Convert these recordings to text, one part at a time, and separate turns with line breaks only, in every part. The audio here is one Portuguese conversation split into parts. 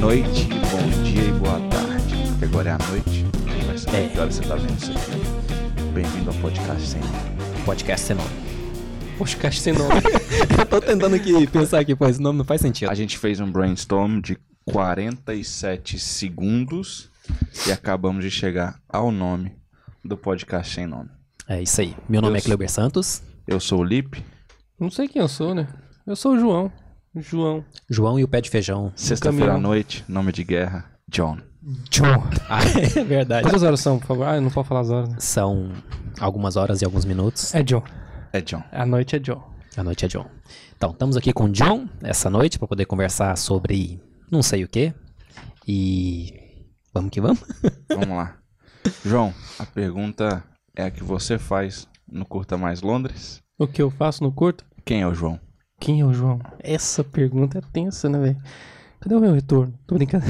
noite, bom dia e boa tarde. Porque agora é a noite, vai ser é. que hora você tá vendo isso aqui. Bem-vindo ao podcast sem
Podcast sem nome.
Podcast sem nome. Eu tô tentando aqui pensar aqui, pô, esse nome não faz sentido.
A gente fez um brainstorm de 47 segundos e acabamos de chegar ao nome do podcast sem nome.
É isso aí. Meu nome
Eu
é Cleber Santos.
Eu sou o Lipe.
Não sei quem eu sou, né? Eu sou o João. João.
João e o pé de feijão.
Sexta-feira à
caminhão.
noite, nome de guerra, John.
John.
Ah, é verdade.
Quantas horas são, por favor? Ah, eu não posso falar as horas, né?
São algumas horas e alguns minutos.
É John.
É John.
A noite é John.
A noite é John. Então, estamos aqui com o John essa noite para poder conversar sobre não sei o que. E vamos que vamos.
Vamos lá. João, a pergunta é a que você faz no Curta Mais Londres.
O que eu faço no curto?
Quem é o João?
Quem é o João? Essa pergunta é tensa, né, velho? Cadê o meu retorno? Tô brincando.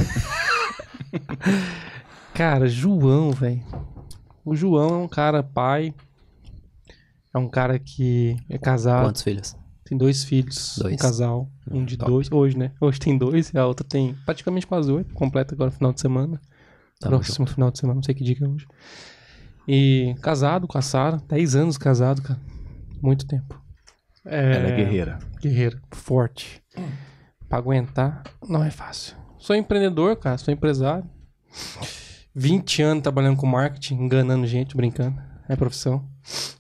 cara, João, velho. O João é um cara pai. É um cara que é casado.
Quantos filhos?
Tem dois filhos,
Dois.
um casal, um de
top.
dois, hoje, né? Hoje tem dois, e a outra tem praticamente quase oito, completa agora no final de semana.
Tamo
próximo final de semana, não sei que dia que é hoje. E casado com a Sara, 10 anos casado, cara. Muito tempo. É,
Ela é guerreira.
guerreiro, forte. Pra aguentar, não é fácil. Sou empreendedor, cara, sou empresário. 20 anos trabalhando com marketing, enganando gente, brincando. É profissão.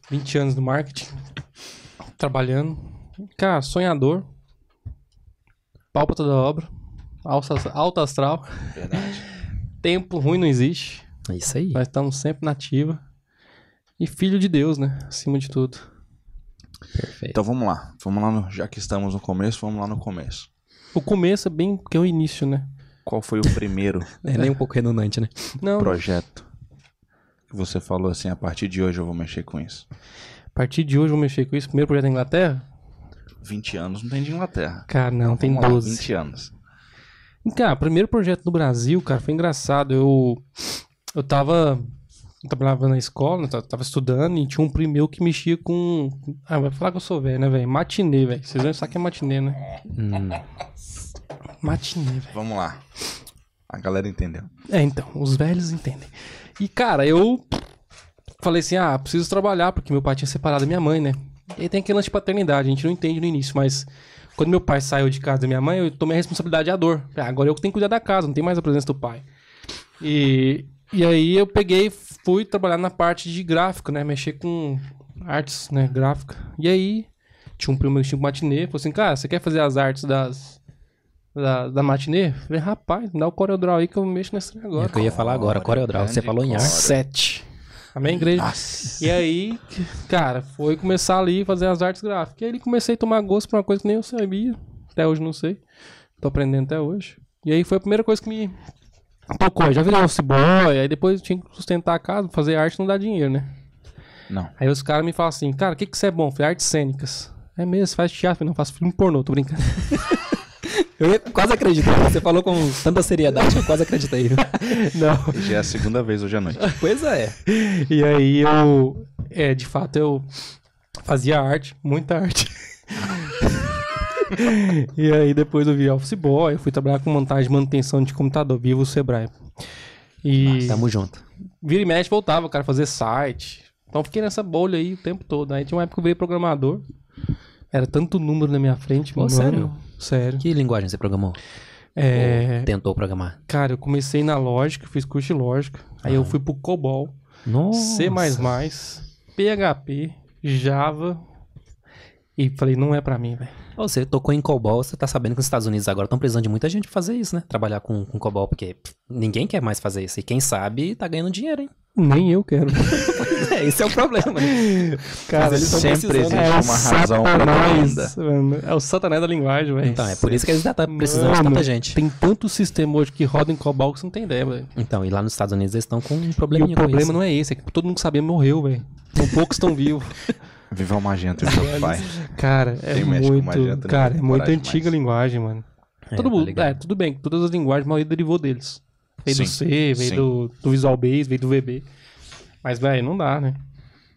20 anos no marketing, trabalhando. Cara, sonhador. Pálpata da obra. Alça, alta astral.
Verdade.
Tempo ruim não existe.
É isso aí.
Nós estamos sempre na ativa. E filho de Deus, né? Acima de tudo.
Perfeito.
Então vamos lá. Vamos lá, no- já que estamos no começo, vamos lá no começo.
O começo é bem que é o início, né?
Qual foi o primeiro
É nem um pouco redundante, né?
Não,
projeto que você falou assim, a partir de hoje eu vou mexer com isso?
a partir de hoje eu vou mexer com isso. Primeiro projeto da Inglaterra?
20 anos não tem de Inglaterra.
Cara, não, tem
Vamos lá,
12.
20 anos.
E, Cara, primeiro projeto no Brasil, cara, foi engraçado. Eu, eu tava. Eu trabalhava na escola, eu ta- tava estudando e tinha um primo meu que mexia com. Ah, vai falar que eu sou velho, né, velho? Matinê, velho. Vocês vão saber que é matinê, né?
Hum.
Matinê, velho.
Vamos lá. A galera entendeu.
É, então, os velhos entendem. E, cara, eu falei assim: ah, preciso trabalhar, porque meu pai tinha separado da minha mãe, né? E aí tem aquele lance de paternidade, a gente não entende no início, mas quando meu pai saiu de casa da minha mãe, eu tomei a responsabilidade e a dor. Falei, "Ah, Agora eu que tenho que cuidar da casa, não tem mais a presença do pai. E, e aí eu peguei, fui trabalhar na parte de gráfico, né? Mexer com artes, né? Gráfica. E aí tinha um primo meu que tinha um matinê, falou assim, cara, você quer fazer as artes das... Da, da matinê? Falei, rapaz, me dá o CorelDRAW aí que eu mexo nesse
É o
negócio.
que eu ia falar agora, Corel Draw. Você
grande
falou em
Corel.
arte.
Sete. Amém, igreja?
Nossa.
E aí, cara, foi começar ali fazer as artes gráficas. E aí ele comecei a tomar gosto por uma coisa que nem eu sabia. Até hoje não sei. Tô aprendendo até hoje. E aí foi a primeira coisa que me tocou. Já virei office boy, aí depois tinha que sustentar a casa, fazer arte não dá dinheiro, né?
Não.
Aí os caras me falam assim, cara, o que que você é bom? Eu Falei, artes cênicas. É mesmo, você faz teatro? Eu falei, não, faço filme pornô, tô brincando.
Eu ia- quase acreditei. Você falou com tanta seriedade que eu quase acreditei.
não.
Já é a segunda vez hoje à noite.
Pois é.
E aí eu, é, de fato eu fazia arte, muita arte. e aí depois eu vi Office Boy, eu fui trabalhar com montagem e manutenção de computador, vivo o Sebrae. E
Tamo junto.
vira e mexe voltava, cara, fazer site. Então fiquei nessa bolha aí o tempo todo. Aí tinha uma época que eu virei programador. Era tanto número na minha frente,
Pô,
mano.
sério?
Sério.
Que linguagem você programou?
É,
Ou tentou programar?
cara, eu comecei na lógica, fiz curso de lógica. Aí eu fui pro COBOL.
Nossa.
C++, PHP, Java. E falei, não é pra mim, velho.
Ô, Você tocou em COBOL, você tá sabendo que os Estados Unidos agora estão precisando de muita gente pra fazer isso, né? Trabalhar com, com COBOL, porque pff, ninguém quer mais fazer isso. E quem sabe tá ganhando dinheiro, hein?
Nem eu quero.
É, esse é o problema. né? Mas eles tão
sempre
precisando.
existe uma razão pra demanda.
É satanás, mano. É o satanás da linguagem, velho.
Então, é por isso que eles já tá precisando de
Mano,
tanta gente.
Tem tanto sistema hoje que roda em COBOL que você não tem ideia, velho.
Então, e lá nos Estados Unidos eles estão com um
E
probleminha
o
com
problema
isso.
não é esse, é que todo mundo que sabia morreu, velho. São poucos que estão vivos.
Viva o Magento e o Shopify.
Cara, é
Quem
um
mexe com magia
muito.
também
Cara,
tem
é muito
coragem
antiga a
demais.
linguagem, mano.
É,
Todo
tá
mundo,
ligado.
é, tudo bem, que todas as linguagens, a maioria derivou deles. Veio
Sim,
do C, veio
sim.
Do, do Visual Base, veio do VB. Mas, velho, não dá, né?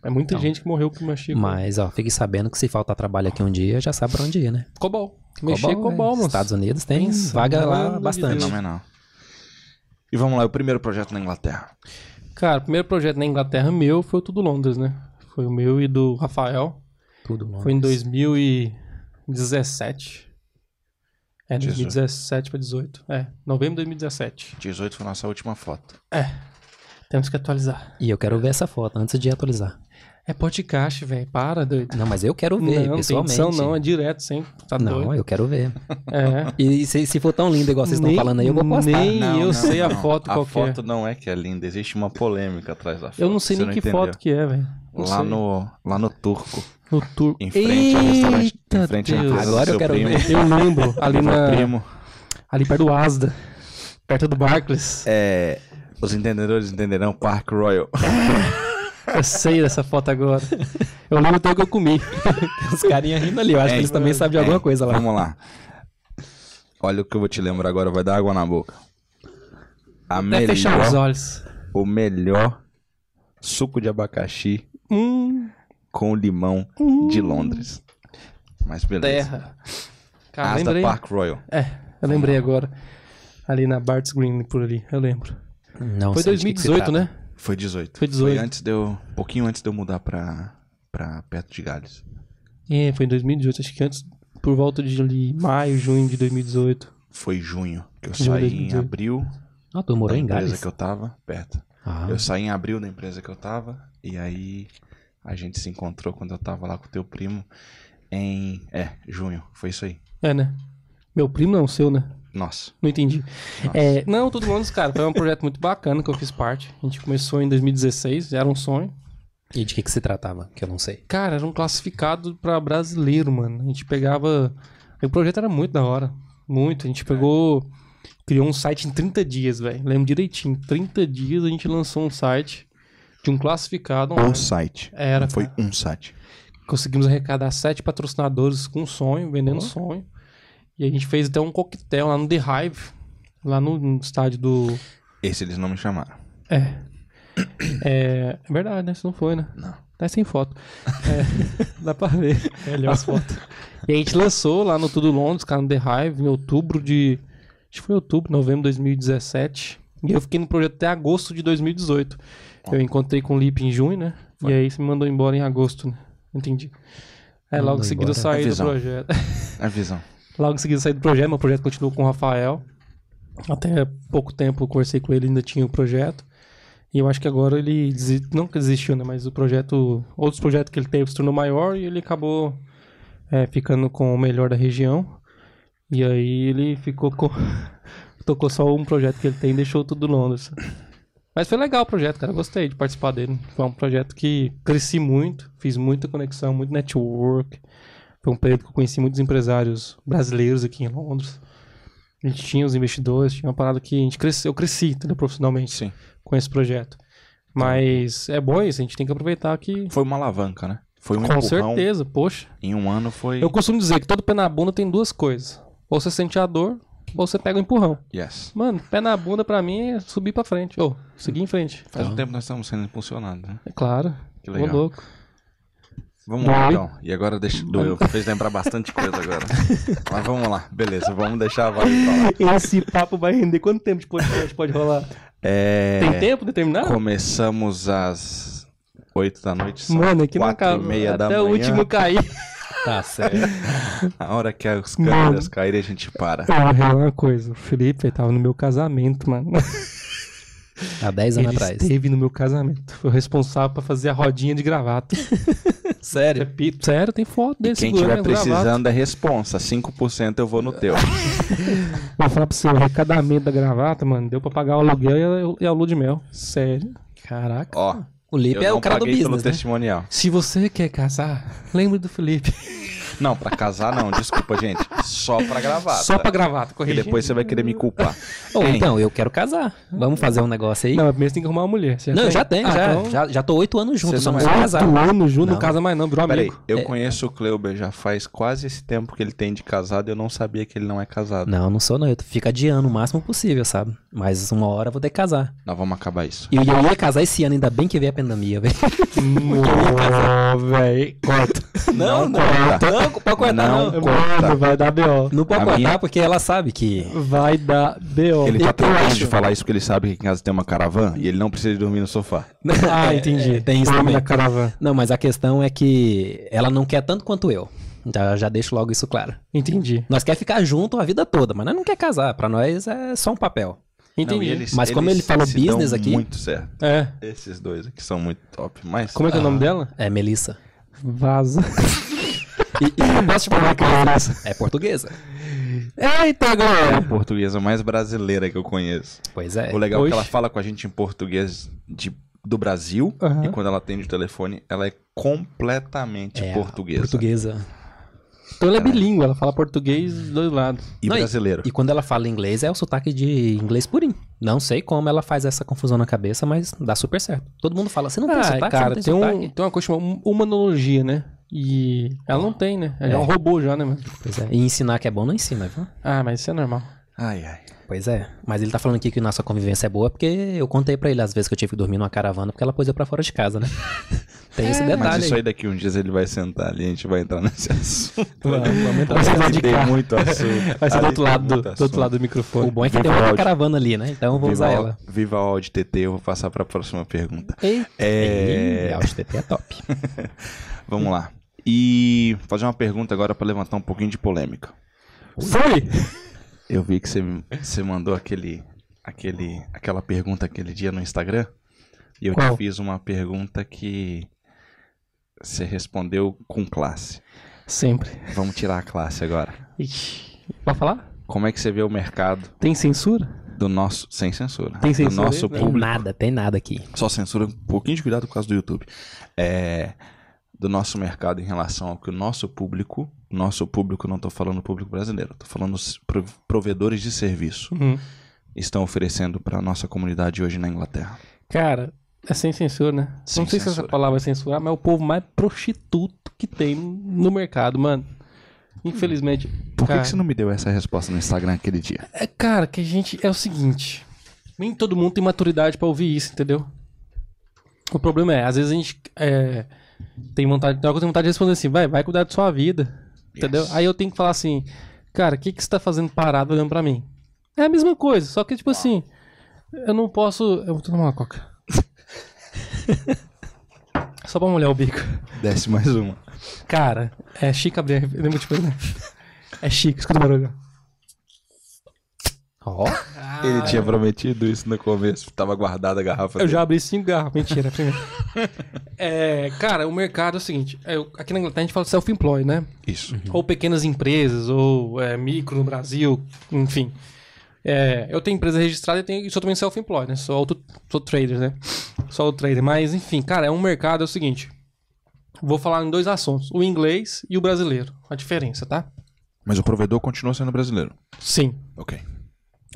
É muita gente que morreu com o Machine.
Mas, ó, fique sabendo que se faltar trabalho aqui um dia, já sabe pra onde ir, né?
Cobol. Mexer com
velho.
cobol, mano.
Estados Unidos tem
Pensa,
vaga
mano
lá
de
bastante.
Fenomenal. E vamos lá, o primeiro projeto na Inglaterra.
Cara, o primeiro projeto na Inglaterra meu foi o Tudo Londres, né? Foi o meu e do Rafael.
Tudo longe.
Foi em 2017. É,
Dezoito.
2017 para 18. É, novembro de 2017.
18 foi nossa última foto.
Temos que atualizar.
E eu quero ver essa foto antes de atualizar.
É podcast, velho. Para, doido.
Não, mas eu quero ver,
não, tem
pessoalmente.
edição não, é direto, sem. Tá
Não,
doido.
eu quero ver.
É.
E se, se for tão lindo igual vocês estão
Nem-
falando aí, eu vou postar.
nem- E eu sei a foto
a
qual que é.
foto não é que é linda, existe uma polêmica atrás da foto.
Eu não sei
você
nem que
entendeu.
foto que é, velho. Não
Lá
sei.
no, lá no Turco,
No turco.
em frente ao restaurante,
Eita
em frente à
Deus.
empresa do
Agora eu
seu
quero
primo,
ver.
Eu lembro, ali,
do meu
na,
primo.
ali perto do Asda, perto do Barclays.
É, os entendedores entenderão Park Royal.
Eu sei dessa foto agora. Eu lembro até o que eu comi.
Os carinhas rindo ali, eu acho
Hein?
que eles também sabem de
Hein?
alguma coisa lá.
Vamos lá. Olha o que eu vou te lembrar agora, vai dar água na boca. A
Até fechar os
melhor,
olhos.
o melhor suco de abacaxi
Hum,
com limão de Londres. Mas beleza.
terra. Cara,
Asda
lembrei.
Park Royal.
É, eu lembrei agora. Ali na Bart's Green, por ali, eu lembro.
Não
Foi
sei de que que se
2018,
tá?
trata.
né?
Foi 18.
Foi 18.
antes de eu, um pouquinho antes de eu mudar pra, pra perto de Gales.
É, foi em 2018, acho que antes, por volta de ali, maio, junho de 2018.
Foi junho, que eu
Junho de
saí em
2018.
abril
Ah, tu morou
da
em
empresa
Gales?
que eu tava, perto.
Ah,
Eu saí em abril da empresa que eu tava, e aí a gente se encontrou quando eu tava lá com o teu primo em. É, junho. Foi isso aí.
É, né? Meu primo não, seu, né?
Nossa.
Não entendi.
Nossa.
É, não, todo mundo, cara, foi um projeto muito bacana que eu fiz parte. A gente começou em 2016, era um sonho.
E de que, que se tratava? Que eu não sei.
Cara, era um classificado pra brasileiro, mano. A gente pegava. O projeto era muito da hora. Muito. A
É.
gente pegou. Criou um site em 30 dias, velho. Lembro direitinho. 30 dias a gente lançou um site de um classificado. online.
site.
Era.
Foi um site.
Conseguimos arrecadar sete patrocinadores com sonho, vendendo
Ó.
sonho. E a gente fez até um coquetel lá no The Hive, lá no, no estádio do.
Esse eles não me chamaram.
É. É, é verdade, né? Isso não foi, né?
Não.
Tá sem foto. É, dá pra ver. Melhor as fotos. E a gente lançou lá no Tudo Londres, cara, no The Hive, em outubro de. Acho que foi outubro, novembro de 2017. E eu fiquei no projeto até agosto de 2018. Eu encontrei com o Lip em junho, né? E aí você me mandou embora em agosto, né? Entendi. Aí logo
Mandou
em seguida eu
embora.
saí do
Avisão.
projeto.
A visão.
Logo em seguida eu saí do projeto, meu projeto continuou com o Rafael. Até pouco tempo eu conversei com ele, ainda tinha o projeto. E eu acho que agora ele desi- não que desistiu, né? Mas o projeto, outros projetos que ele teve se tornou maior e ele acabou é, ficando com o melhor da região. E aí ele ficou com. tocou só um projeto que ele tem e deixou tudo Londres. Mas foi legal o projeto, cara. Eu gostei de participar dele. Foi um projeto que cresci muito, fiz muita conexão, muito network. Foi um período que eu conheci muitos empresários brasileiros aqui em Londres. A gente tinha os investidores, tinha uma parada que a gente cresceu, eu cresci entendeu, profissionalmente
Sim.
com esse projeto.
Tá.
Mas é bom isso, a gente tem que aproveitar que.
Foi uma alavanca, né? Foi um
Com
empurrão.
certeza, poxa.
Em um ano foi.
Eu costumo dizer que todo pé na bunda tem duas coisas. Ou você sente a dor, ou você pega o empurrão.
Yes.
Mano, pé na bunda pra mim é subir pra frente. Ou seguir em frente.
Faz
Tá.
um tempo que nós estamos sendo impulsionados, né?
É claro.
Que
Ô,
legal.
louco.
Vamos lá,
Dói.
então. E agora deixa. Doeu. Fez lembrar bastante coisa agora. Mas vamos lá. Beleza, vamos deixar a Vale falar.
Esse papo vai render quanto tempo de podcast pode rolar?
É,
Tem tempo determinado?
Começamos às 8 da noite. são
Mano, aqui não
quatro
acaba.
e meia da
Até o
manhã.
último cair.
Tá certo.
A hora que as
Mano.
câmeras caírem, a gente para.
Ah, é uma coisa. O Felipe ele tava no meu casamento, mano.
Há 10
Ele
anos atrás.
esteve no meu casamento. Foi o responsável pra fazer a rodinha de gravata.
Sério?
Repito. Sério, tem foto dele
Quem
segurando
tiver
a um gravata.
precisando é responsa. 5% eu vou no teu.
Vou falar pra você, o arrecadamento da gravata, mano, deu pra pagar o aluguel e a- e a lua de mel. Sério. Caraca.
Ó.
O Lipe
Eu
é
não
o cara do
paguei pelo
business, né?
testimonial.
Se você quer casar, lembre do Felipe.
Não, pra casar não, desculpa, gente. Só pra gravar.
Só pra gravata,
E
corrigir.
depois você vai querer me culpar.
Ou
Hein?
então, eu quero casar. Vamos fazer um negócio aí?
Não, mas primeiro você tem que arrumar uma mulher. Você
Não, eu
tem?
já tenho,
Ah,
já,
então,
já. Já tô oito anos junto,
Você
só
não
não
é-
sou casado.
Quatro anos junto, não.
Não.
casa mais não, virou
Peraí,
amigo. é-
eu conheço o Cleuber já faz quase esse tempo que ele tem de casado e eu não sabia que ele não é casado.
Não, não sou não. Eu fico adiando o máximo possível, sabe? Mas uma hora eu vou ter que casar.
Nós vamos acabar isso.
E eu ia casar esse ano, ainda bem que veio a pandemia, velho.
Não, velho. Corta.
Não,
não, corta.
não, pode, pode cortar,
Tá. Não.
não. Não,
Corta.
Mano, vai dar B.O.
pode
A
cortar
minha-
porque ela sabe que.
Vai dar B.O.
Ele
Eu
tá tentando de
acho-
falar isso porque ele sabe que aqui em casa tem uma caravana e ele não precisa de dormir no sofá.
Ah, entendi.
É, tem isso
Nome
também.
da caravana.
Não, mas a questão é que ela não quer tanto quanto eu. Já, já deixo logo isso claro.
Entendi.
Nós quer ficar junto a vida toda, mas nós não quer casar. Pra nós é só um papel.
Não,
Entendi.
e eles-
Mas como
eles
ele
tá
falou
se dão
business aqui-
muito certo.
É.
Esses dois aqui são muito top, mas...
Como é que é o nome dela?
É Melissa.
Vaza.
E, e eu posso te falar que ela é portuguesa.
É, então,
É a
galera.
portuguesa mais brasileira que eu conheço.
Pois é.
O legal é que
Oxe.
ela fala com a gente em português de, do Brasil
Aham.
e quando ela atende o telefone, ela é completamente
É,
portuguesa.
Portuguesa.
Então ela é bilíngue, ela fala português dos dois lados.
E
Não, e-
brasileiro.
E quando ela fala inglês, é o sotaque de inglês purinho. Não sei como ela faz essa confusão na cabeça, mas dá super certo. Todo mundo fala, você não tem
Ah,
sotaque,
cara,
você
tem,
não tem,
um,
sotaque.
tem uma coisa chamada humanologia, né? E ela não tem, né? Ela é,
É.
um robô já, né, mano?
Pois é. E ensinar que é bom não ensina, viu?
Ah, mas isso é normal.
Ai, ai.
Pois é. Mas ele tá falando aqui que nossa convivência é boa porque eu contei pra ele as vezes que eu tive que dormir numa caravana porque ela pôs eu pra fora de casa, né? tem esse
Mas
detalhe
isso
aí.
aí daqui um dias ele vai sentar ali e a gente vai entrar nesse assunto.
Vamos- vamos entrar
Ali
nesse lado de
tem
cá.
muito assunto.
Vai ser
Ali
do outro
tem
lado do,
muito
do outro
assunto.
lado do
O
microfone.
bom é que
Viva
tem uma
áudio.
caravana ali, né? Então eu vou usar
Viva o-
ela.
Viva a áudio TT, eu vou passar pra próxima pergunta.
Eita.
É,
Ih, áudio TT é top.
vamos lá. E fazer uma pergunta agora pra levantar um pouquinho de polêmica.
Foi!
Eu vi que você, você mandou aquele, aquele, aquela pergunta aquele dia no Instagram. E eu
Qual?
te fiz uma pergunta que você respondeu com classe.
Sempre.
Vamos tirar a classe agora.
Ixi. Pode falar?
Como é que você vê o mercado
Tem censura?
do nosso. Sem censura.
Tem censura né?
Do nosso
aí? Não.
tem
público.
nada, tem nada aqui.
Só censura um pouquinho de cuidado por causa do YouTube. É, do nosso mercado em relação ao que o nosso público. Nosso público, não tô falando público brasileiro, tô falando os pro- provedores de serviço
Uhum.
estão oferecendo para nossa comunidade hoje na Inglaterra.
Cara, é sem censura, né?
Sem
não sei se
censura.
essa palavra é censurar, mas é o povo mais prostituto que tem no mercado, mano. Infelizmente.
Por que,
cara,
que você não me deu essa resposta no Instagram aquele dia?
É, cara, que a gente. É o seguinte. Nem todo mundo tem maturidade pra ouvir isso, entendeu? O problema é, às vezes a gente é, tem vontade. Tem hora que eu tenho vontade de responder assim, vai, vai cuidar da sua vida. Entendeu? Aí eu tenho que falar assim, cara, o que, que você tá fazendo parado olhando pra mim? É a mesma coisa, só que tipo assim, eu não posso. Eu vou tomar uma coca. só pra molhar o bico.
Desce mais uma.
Cara, é Chico abrir. Lembra de coisa, né? É Chico, escuta o barulho.
Ó,
Ele tinha prometido isso no começo, tava guardada a garrafa.
Ah. Eu
dele.
já abri cinco garrafas. Mentira, primeiro. é, cara, o mercado é o seguinte. é, eu- aqui na Inglaterra a gente fala self-employed, né?
Isso.
Ou pequenas empresas, ou é, micro no Brasil, enfim. É, eu tenho empresa registrada e tenho, sou também self-employed, né? Sou, auto, sou trader, né? Sou auto trader. Mas, enfim, cara, é um mercado, é o seguinte. Vou falar em dois assuntos. O inglês e o brasileiro. A diferença, tá?
Mas o provedor continua sendo brasileiro.
Sim.
Ok.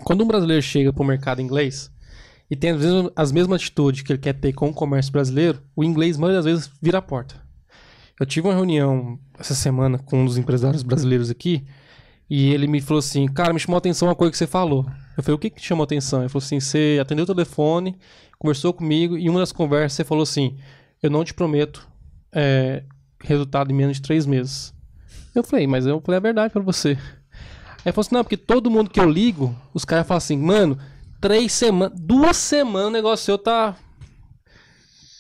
Quando um brasileiro chega pro mercado inglês e tem as mesmas, as mesmas atitudes que ele quer ter com o comércio brasileiro, o inglês, muitas das vezes, vira a porta. Eu tive uma reunião essa semana com um dos empresários brasileiros aqui e ele me falou assim: Cara, me chamou a atenção uma coisa que você falou. Eu falei: O que, que te chamou a atenção? Ele falou assim: Você atendeu o telefone, conversou comigo e em uma das conversas você falou assim: Eu não te prometo é, resultado em menos de três meses. Eu falei: Mas eu falei a verdade pra você. Aí falou assim, não, porque todo mundo que eu ligo, os caras falam assim, mano, três semanas, duas semanas o negócio seu tá.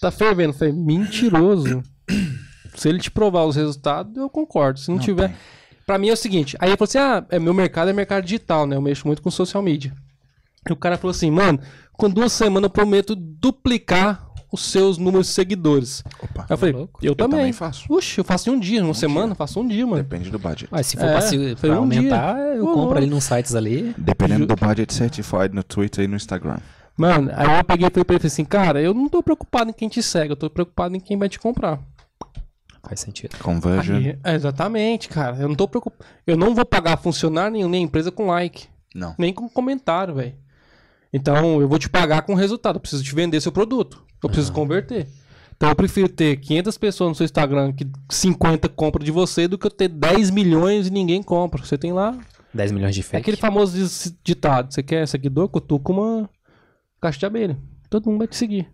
Tá fervendo. Eu falei, mentiroso. Se ele te provar os resultados, eu concordo. Se não, tiver. Pra mim é o seguinte, aí ele falou assim: ah, é, meu mercado é mercado digital, né? Eu mexo muito com social media. E o cara falou assim, mano, com duas semanas eu prometo duplicar os seus números de seguidores.
Opa.
Aí eu falei,
louco.
tá eu também.
também faço.
Oxe, eu faço em um dia, uma semana, faço um dia, mano.
Depende do budget.
mas se for
É,
pra, se,
foi
pra
um
aumentar,
dia.
eu
Ô,
compro
louco.
ali nos sites ali.
Dependendo do budget certified no Twitter e no Instagram.
Mano, aí eu peguei e falei pra ele falei assim, cara, eu não tô preocupado em quem te segue, eu tô preocupado em quem vai te comprar.
Faz sentido.
Conversion.
Aí, é, exatamente, cara. Eu não tô preocupado. Eu não vou pagar funcionário nenhum, nem empresa com like,
Não.
nem com comentário, velho. Então eu vou te pagar com resultado. Eu preciso te vender seu produto. Eu preciso converter. Então eu prefiro ter 500 pessoas no seu Instagram que 50 compram de você do que eu ter 10 milhões e ninguém compra. Você tem lá
10 milhões de fake.
É Aquele famoso dis- ditado, você quer seguidor, cutuca uma caixa de abelha. Todo mundo vai te seguir.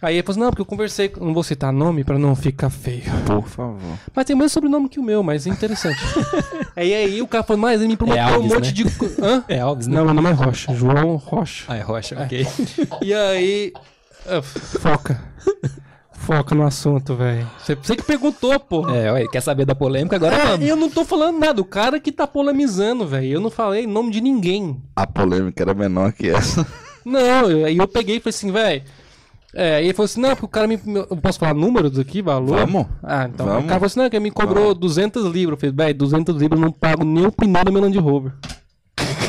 Aí ele falou assim, não, porque eu conversei, com- não vou citar nome pra não ficar feio.
Por favor.
Mas tem mais sobrenome que o meu, mas é interessante. aí aí o cara falou, mas ele me prometeu um
Alves,
monte
né?
de... co- Hã?
É Alves, né?
Não, meu nome é Rocha, João Rocha.
Ah, é Rocha, ok.
E aí. ah, Foca. Foca no assunto, velho. Você, você que perguntou, pô.
É, olha, quer saber da polêmica agora? vamos.
eu não tô falando nada. O cara que tá polemizando, velho. Eu não falei nome de ninguém.
A polêmica era menor que essa.
Não, eu- aí eu, peguei e falei assim, velho. É, e ele falou assim: não, porque o cara me. meu- Eu posso falar números aqui, valor?
Vamos.
Ah, então.
Vamos.
O cara falou assim: não, que me cobrou 200 libras. Eu falei, velho, 200 libras eu não pago nem o pneu do meu Land Rover.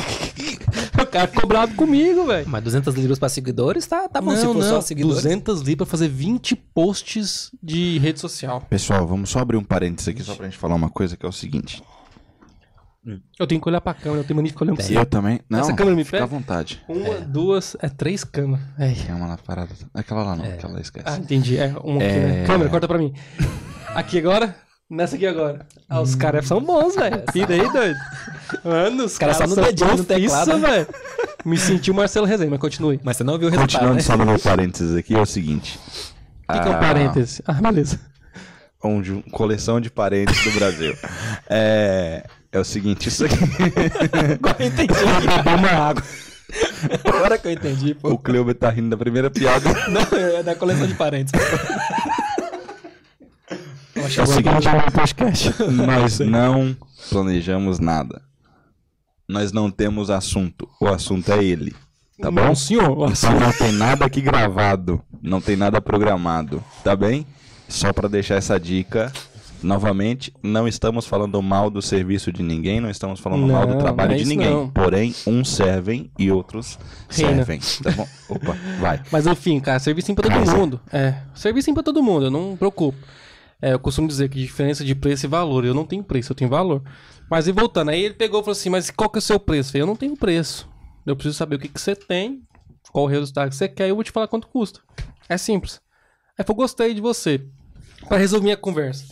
o cara ficou bravo comigo, velho.
Mas 200 libras pra seguidores, tá, tá bom.
não,
se for
não,
só seguidores.
200 libras pra fazer 20 posts de rede social.
Pessoal, vamos só abrir um parênteses aqui só pra gente falar uma coisa que é o seguinte.
Eu tenho que olhar pra câmera, eu tenho mania de ficar olhando pra
Eu também. Não,
Essa câmera me
fica
pega?
à vontade.
Uma, duas, é três câmeras. É.
É uma lá parada. Aquela lá não, aquela lá esquece.
Ah, entendi. É uma aqui, né? Câmera, corta pra mim. Aqui agora, nessa aqui agora. Ah, os caras são bons, velho. E daí, doido? Mano, os
Cara,
caras
só no
são
dedinho, no
profissa,
teclado.
velho. Me senti o Marcelo Rezende, mas continue.
Mas você não
tá,
viu o resultado,
Continuando
né?
só no meu parênteses aqui, é o seguinte.
O que, que é um parêntese? Ah, beleza.
onde um- coleção de parentes do Brasil. é, é o seguinte, isso aqui.
Agora eu entendi.
Uma água.
Agora que eu entendi,
o
pô.
Cleuber tá rindo da primeira piada.
Não, é da coleção de parentes.
É o seguinte, nós não planejamos nada. Nós não temos assunto. O assunto é ele. Tá bom?
Não, senhor. O
Só
assunto-
não tem nada aqui gravado. Não tem nada programado. Tá bem? Só pra deixar essa dica. Novamente, não estamos falando mal do serviço de ninguém, não estamos falando mal do
Não,
trabalho
não é
de
isso
ninguém.
não.
Porém, uns servem e outros
Reina.
servem. Tá bom? Opa, vai.
Mas enfim, cara, serviço sim pra todo
Kaiser.
mundo. É, serviço sim pra todo mundo, eu não me preocupo. É, eu costumo dizer que diferença de preço e valor, eu não tenho preço, eu tenho valor. Mas e voltando, aí ele pegou e falou assim, mas qual que é o seu preço? Eu falei, eu não tenho preço. Eu preciso saber o que, que você tem, qual o resultado que você quer, e eu vou te falar quanto custa. É simples. Aí eu gostei de você. Pra resumir a conversa.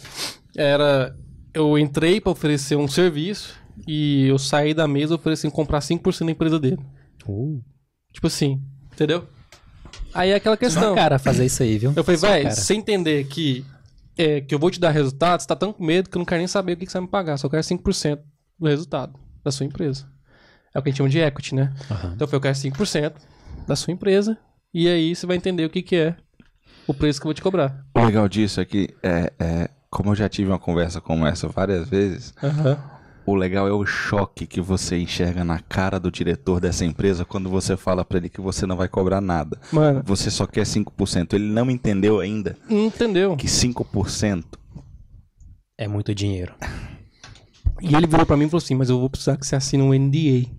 Era, eu entrei pra oferecer um serviço, e eu saí da mesa oferecendo comprar 5% da empresa dele.
Uh.
Tipo assim, entendeu? Aí é aquela questão.
Não, cara, fazer isso aí, viu?
Eu falei,
Só,
véi,
cara.
você entender que, é, que eu vou te dar resultado, você tá tão com medo que eu não quero nem saber o que, que você vai me pagar, só quero 5% do resultado da sua empresa. É o que a gente chama de equity, né?
Aham.
Então eu falei, eu quero 5% da sua empresa, e aí você vai entender o que, que é o preço que eu vou te cobrar.
O legal disso é que, é, é, como eu já tive uma conversa como essa várias vezes, o legal é o choque que você enxerga na cara do diretor dessa empresa quando você fala pra ele que você não vai cobrar nada.
Mano,
Você só quer 5%. Ele não entendeu ainda
não entendeu.
que 5%
É muito dinheiro.
E ele virou pra mim e falou assim, mas eu vou precisar que você assine um NDA.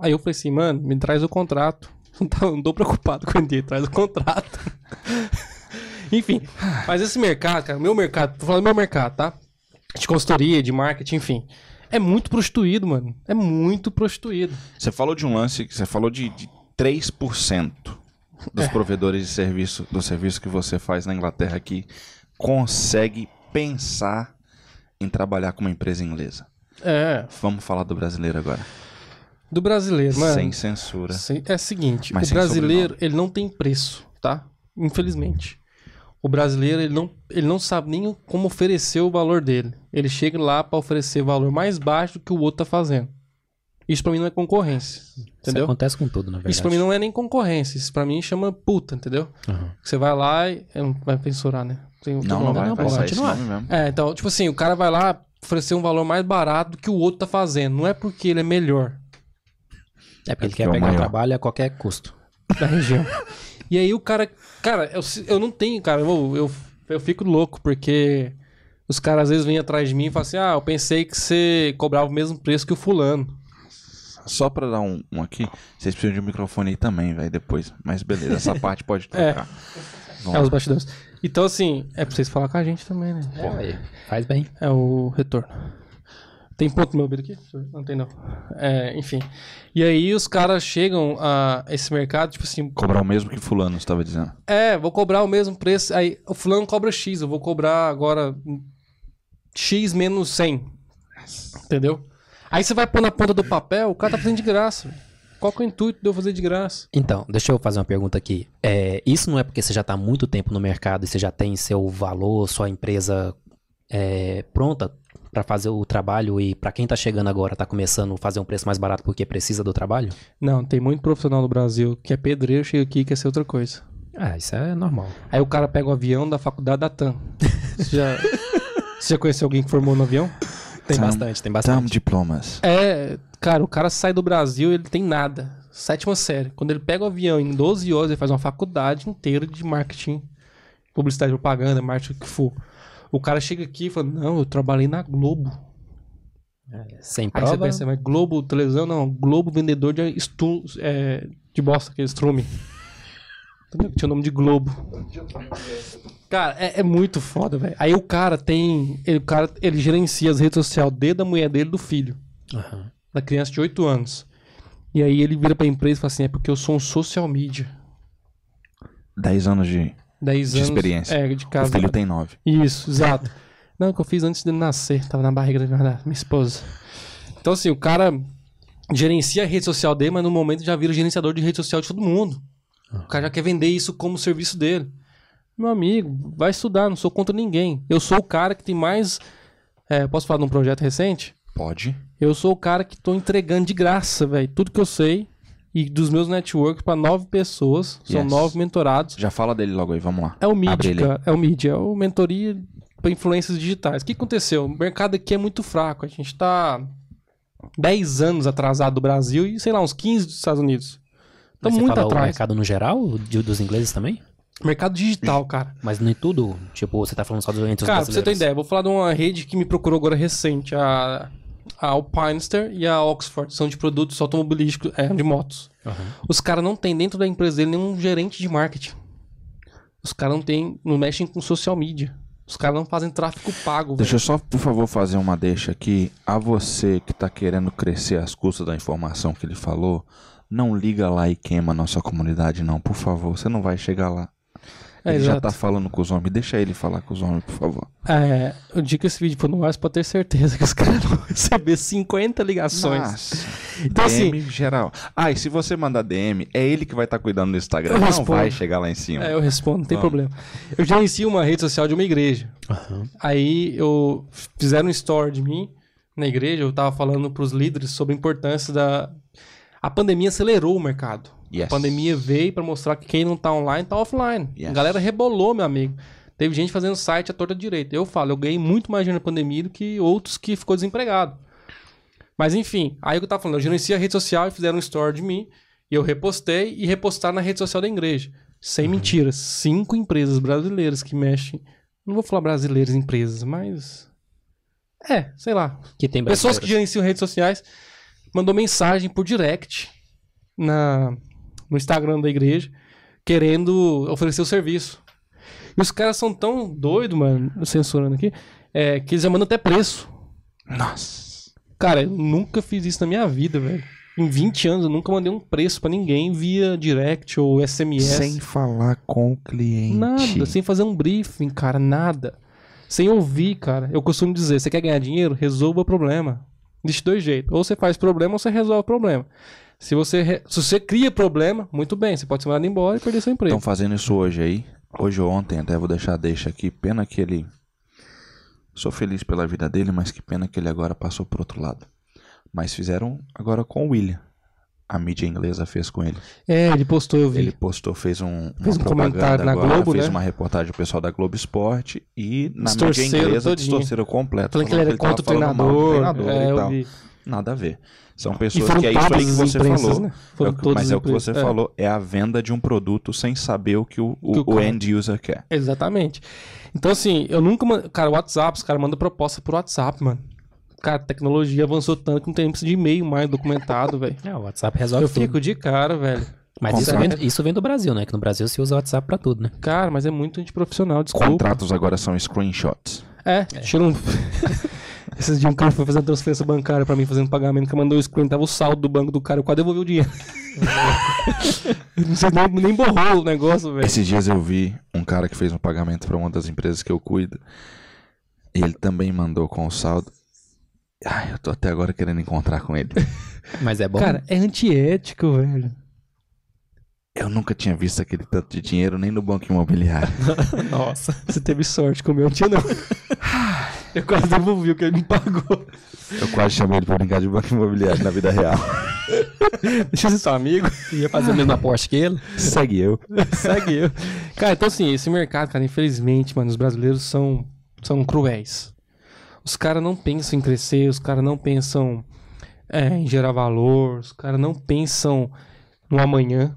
Aí eu falei assim, mano, me traz o contrato. Não, tá, não tô preocupado com o NDA, traz o contrato. enfim, mas esse mercado, cara, meu mercado, vou falar do meu mercado, tá? De consultoria, de marketing, enfim. É muito prostituído, mano. É muito prostituído.
Você falou de um lance, que você falou de, de 3%
É.
dos provedores de serviço, do serviço que você faz na Inglaterra que consegue pensar em trabalhar com uma empresa inglesa.
É,
Vamos falar do brasileiro agora.
do brasileiro, mano.
Sem censura.
Sem- É o seguinte,
Mas
o
sem
brasileiro, ele não tem preço, tá? Infelizmente. O brasileiro, ele não, ele não sabe nem como oferecer o valor dele. Ele chega lá pra oferecer valor mais baixo do que o outro tá fazendo. Isso pra mim não é concorrência,
Isso
é
entendeu?
acontece com tudo, na verdade.
Isso pra mim não é nem concorrência, isso pra mim chama puta, entendeu?
Aham.
Você vai lá e... eu não- Vai censurar, né? Tem- tem
Não, não
nome,
vai,
né?
vai
pode
sair esse
continuar.
nome mesmo.
É, então, tipo assim, o cara vai lá oferecer um valor mais barato do que o outro tá fazendo. Não é porque ele é melhor,
É porque ele
É
quer
o
pegar
maior.
o trabalho a qualquer custo.
da região. E aí o cara. Cara, eu, se- eu não tenho, cara. Eu, eu, eu fico louco, porque os caras às vezes vêm atrás de mim e falam assim: ah, eu pensei que você cobrava o mesmo preço que o fulano.
Só pra dar um, um aqui, vocês precisam de um microfone aí também, velho, depois. Mas beleza, essa parte pode trocar. Vamos
É,
lá.
os bastidores. Então, assim, é pra vocês falar com a gente também, né?
Pô, aí, faz bem.
É o retorno. Tem ponto no meu ouvido aqui? Não tem, não. É, enfim. E aí os caras chegam a esse mercado, tipo assim,
Cobrar o mesmo que fulano estava dizendo.
É, vou cobrar o mesmo preço. Aí o fulano cobra X, eu vou cobrar agora hum, X menos 100. Entendeu? Aí você vai pôr na ponta do papel, o cara tá fazendo de graça. velho. Qual que é o intuito de eu fazer de graça?
Então, deixa eu fazer uma pergunta aqui. É, isso não é porque você já está há muito tempo no mercado e você já tem seu valor, sua empresa é, pronta para fazer o trabalho e para quem está chegando agora está começando a fazer um preço mais barato porque precisa do trabalho?
Não, tem muito profissional no Brasil que é pedreiro, chega aqui e quer ser outra coisa.
Ah, isso é normal.
Aí o cara pega o avião da faculdade da TAM. Você já, você já conheceu alguém que formou no avião?
Tem
Tam-
bastante, tem
Tam
bastante.
diplomas.
É, cara, o cara sai do Brasil, ele tem nada. Sétima série. Quando ele pega o avião em 12 horas, ele faz uma faculdade inteira de marketing, publicidade, propaganda, marketing, o que for. O cara chega aqui e fala: Não, eu trabalhei na Globo.
então, Sem
Aí você
prova. né?
pensa, mas Globo, televisão, não. Globo, vendedor de, estu, é, de bosta, que é estrume. Entendeu? Tinha o nome de Globo. Cara, é, é muito foda, velho. Aí o cara tem. Ele, o cara, ele gerencia as redes sociais dele, da mulher dele e do filho.
Aham.
Da criança de 8 anos. E aí ele vira pra empresa e fala assim: é porque eu sou um social media.
10 anos de.
10
De
anos.
experiência.
É, de
O
casa.
filho tem 9.
Isso, exato. Não, que eu fiz antes dele nascer, tava na barriga da minha, minha esposa. Então, assim, o cara gerencia a rede social dele, mas no momento já vira gerenciador de rede social de todo mundo. O cara já quer vender isso como serviço dele. Meu amigo, vai estudar, não sou contra ninguém. Eu sou o cara que tem mais. é, posso falar de um projeto recente?
Pode.
Eu sou o cara que tô entregando de graça, velho, tudo que eu sei. E dos meus networks pra nove pessoas, são
Yes.
nove mentorados.
Já fala dele logo aí, vamos lá.
É o
Abre
mídia,
ele.
cara. É o mídia. É o mentoria para influências digitais. O que aconteceu? O mercado aqui é muito fraco. A gente tá 10 anos atrasado do Brasil e, sei lá, uns 15 dos Estados Unidos.
Mas
Estamos
você né,
muito
fala O
atrás.
mercado no geral, de- dos ingleses também?
Mercado digital, cara.
Mas nem tudo, tipo, você tá falando só do, entre os
Cara, pra você
brasileiros.
ter ideia, vou falar de uma rede que me procurou agora recente. A, a Alpinester e a Oxford. São de produtos automobilísticos, é, de motos.
Aham.
Os caras não têm dentro da empresa dele nenhum gerente de marketing. Os caras não tem, não mexem com social media. Os caras não fazem tráfego pago, velho.
Deixa eu só, por favor, fazer uma deixa aqui. A você que tá querendo crescer às custas da informação que ele falou, não liga lá e queima a nossa comunidade, não, por favor. Você não vai chegar lá.
É,
Ele já
exato.
tá falando com os homens. Deixa ele falar com os homens, por favor.
É, eu digo que esse vídeo for no ar, você pode ter certeza que os caras vão receber 50 ligações. Então, assim,
DM geral. Ah, e se você mandar DM, é ele que vai estar cuidando do Instagram.
Eu
Não
respondo.
vai chegar lá em cima.
é, eu respondo, não tem
Vamos.
problema. Eu gerencio uma rede social de uma igreja.
Aham.
Aí eu fizeram um story de mim na igreja, eu tava falando pros líderes sobre a importância da a pandemia acelerou o mercado.
Yes.
A pandemia veio pra mostrar que quem não tá online tá offline.
Yes.
A galera rebolou, meu amigo. Teve gente fazendo site à torta direita. Eu falo, eu ganhei muito mais dinheiro na pandemia do que outros que ficou desempregado. Mas enfim, aí o que eu tava falando, eu gerenciei a rede social e fizeram um story de mim, e eu repostei e repostaram na rede social da igreja. Sem
Uhum.
mentiras, cinco empresas brasileiras que mexem. Não vou falar brasileiras empresas, mas. É, sei lá.
Que tem
Pessoas que
brasileiros.
gerenciam redes sociais mandou mensagem por direct na, no Instagram da igreja querendo oferecer o serviço. E os caras são tão doidos, mano, censurando aqui, é, que eles já mandam até preço.
Nossa.
Cara, eu nunca fiz isso na minha vida, velho. Em 20 anos eu nunca mandei um preço pra ninguém via direct ou SMS.
Sem falar com o cliente.
Nada, sem fazer um briefing, cara, nada. Sem ouvir, cara. Eu costumo dizer, você quer ganhar dinheiro? Resolva o problema. Existe dois jeitos. Ou você faz problema ou você resolve o problema. Se você, re- se você cria problema, muito bem, você pode ser mandado embora e perder seu emprego.
Estão fazendo isso hoje aí. Hoje ou ontem, até vou deixar a deixa aqui. Pena que ele. Sou feliz pela vida dele, mas que pena que ele agora passou pro outro lado. Mas fizeram agora com o William. A mídia inglesa fez com Então, ele.
é, ele postou, eu vi.
Ele postou, fez um,
Fez
uma
um
propaganda
comentário na
agora,
Globo,
fez
né?
uma reportagem pro pessoal da Globo Esporte e na mídia
Distorceram
inglesa
todinho.
distorceram completo.
Falando que ele
falando
era
tava
contra o
falando mal do
treinador.
treinador
é,
e
eu
tal.
vi.
Nada a ver. São
E
pessoas
foram
que é isso
todas
aí que
as
você
imprensas,
falou.
né?
É
Foram
o que-
todas
mas
as
é o que você
empresas,
falou, é a venda de um produto sem saber o que o, o-
Que o
o
cara-
end user quer.
É, Exatamente. Então, assim, eu nunca. man- Cara, WhatsApp, os caras mandam proposta por WhatsApp, mano. Cara, a tecnologia avançou tanto que não tem nem precisa de e-mail mais documentado, velho.
É, o WhatsApp resolve
Eu
tudo.
fico de cara, velho.
Mas isso
Contrato.
vem, isso vem do Brasil, né? Que no Brasil se usa o WhatsApp pra tudo, né?
Cara, mas é muito antiprofissional, desculpa.
Contratos agora são screenshots.
É, tira um. Esses dias um cara foi fazer uma transferência bancária pra mim, fazendo pagamento, que mandou o screen, tava o saldo do banco do cara, eu quase devolvi o dinheiro. Não sei, nem, nem borrou o negócio, velho.
Esses dias eu vi um cara que fez um pagamento pra uma das empresas que eu cuido. E ele também mandou com o saldo. Ai, eu tô até agora querendo encontrar com ele.
Mas é bom.
Cara, é antiético, velho.
Eu nunca tinha visto aquele tanto de dinheiro nem no banco imobiliário.
nossa.
Você teve sorte com o meu tio, não. Eu quase devolvi o que ele me pagou.
Eu quase chamei ele pra brincar de banco imobiliário na vida real.
Deixa eu ser seu amigo.
Ia fazer o mesmo aporte que ele.
Segue eu.
Segue eu. Cara, então assim, esse mercado, cara, infelizmente, mano, os brasileiros são, são cruéis. Os caras não pensam em crescer, os caras não pensam é, em gerar valor, os caras não pensam no amanhã,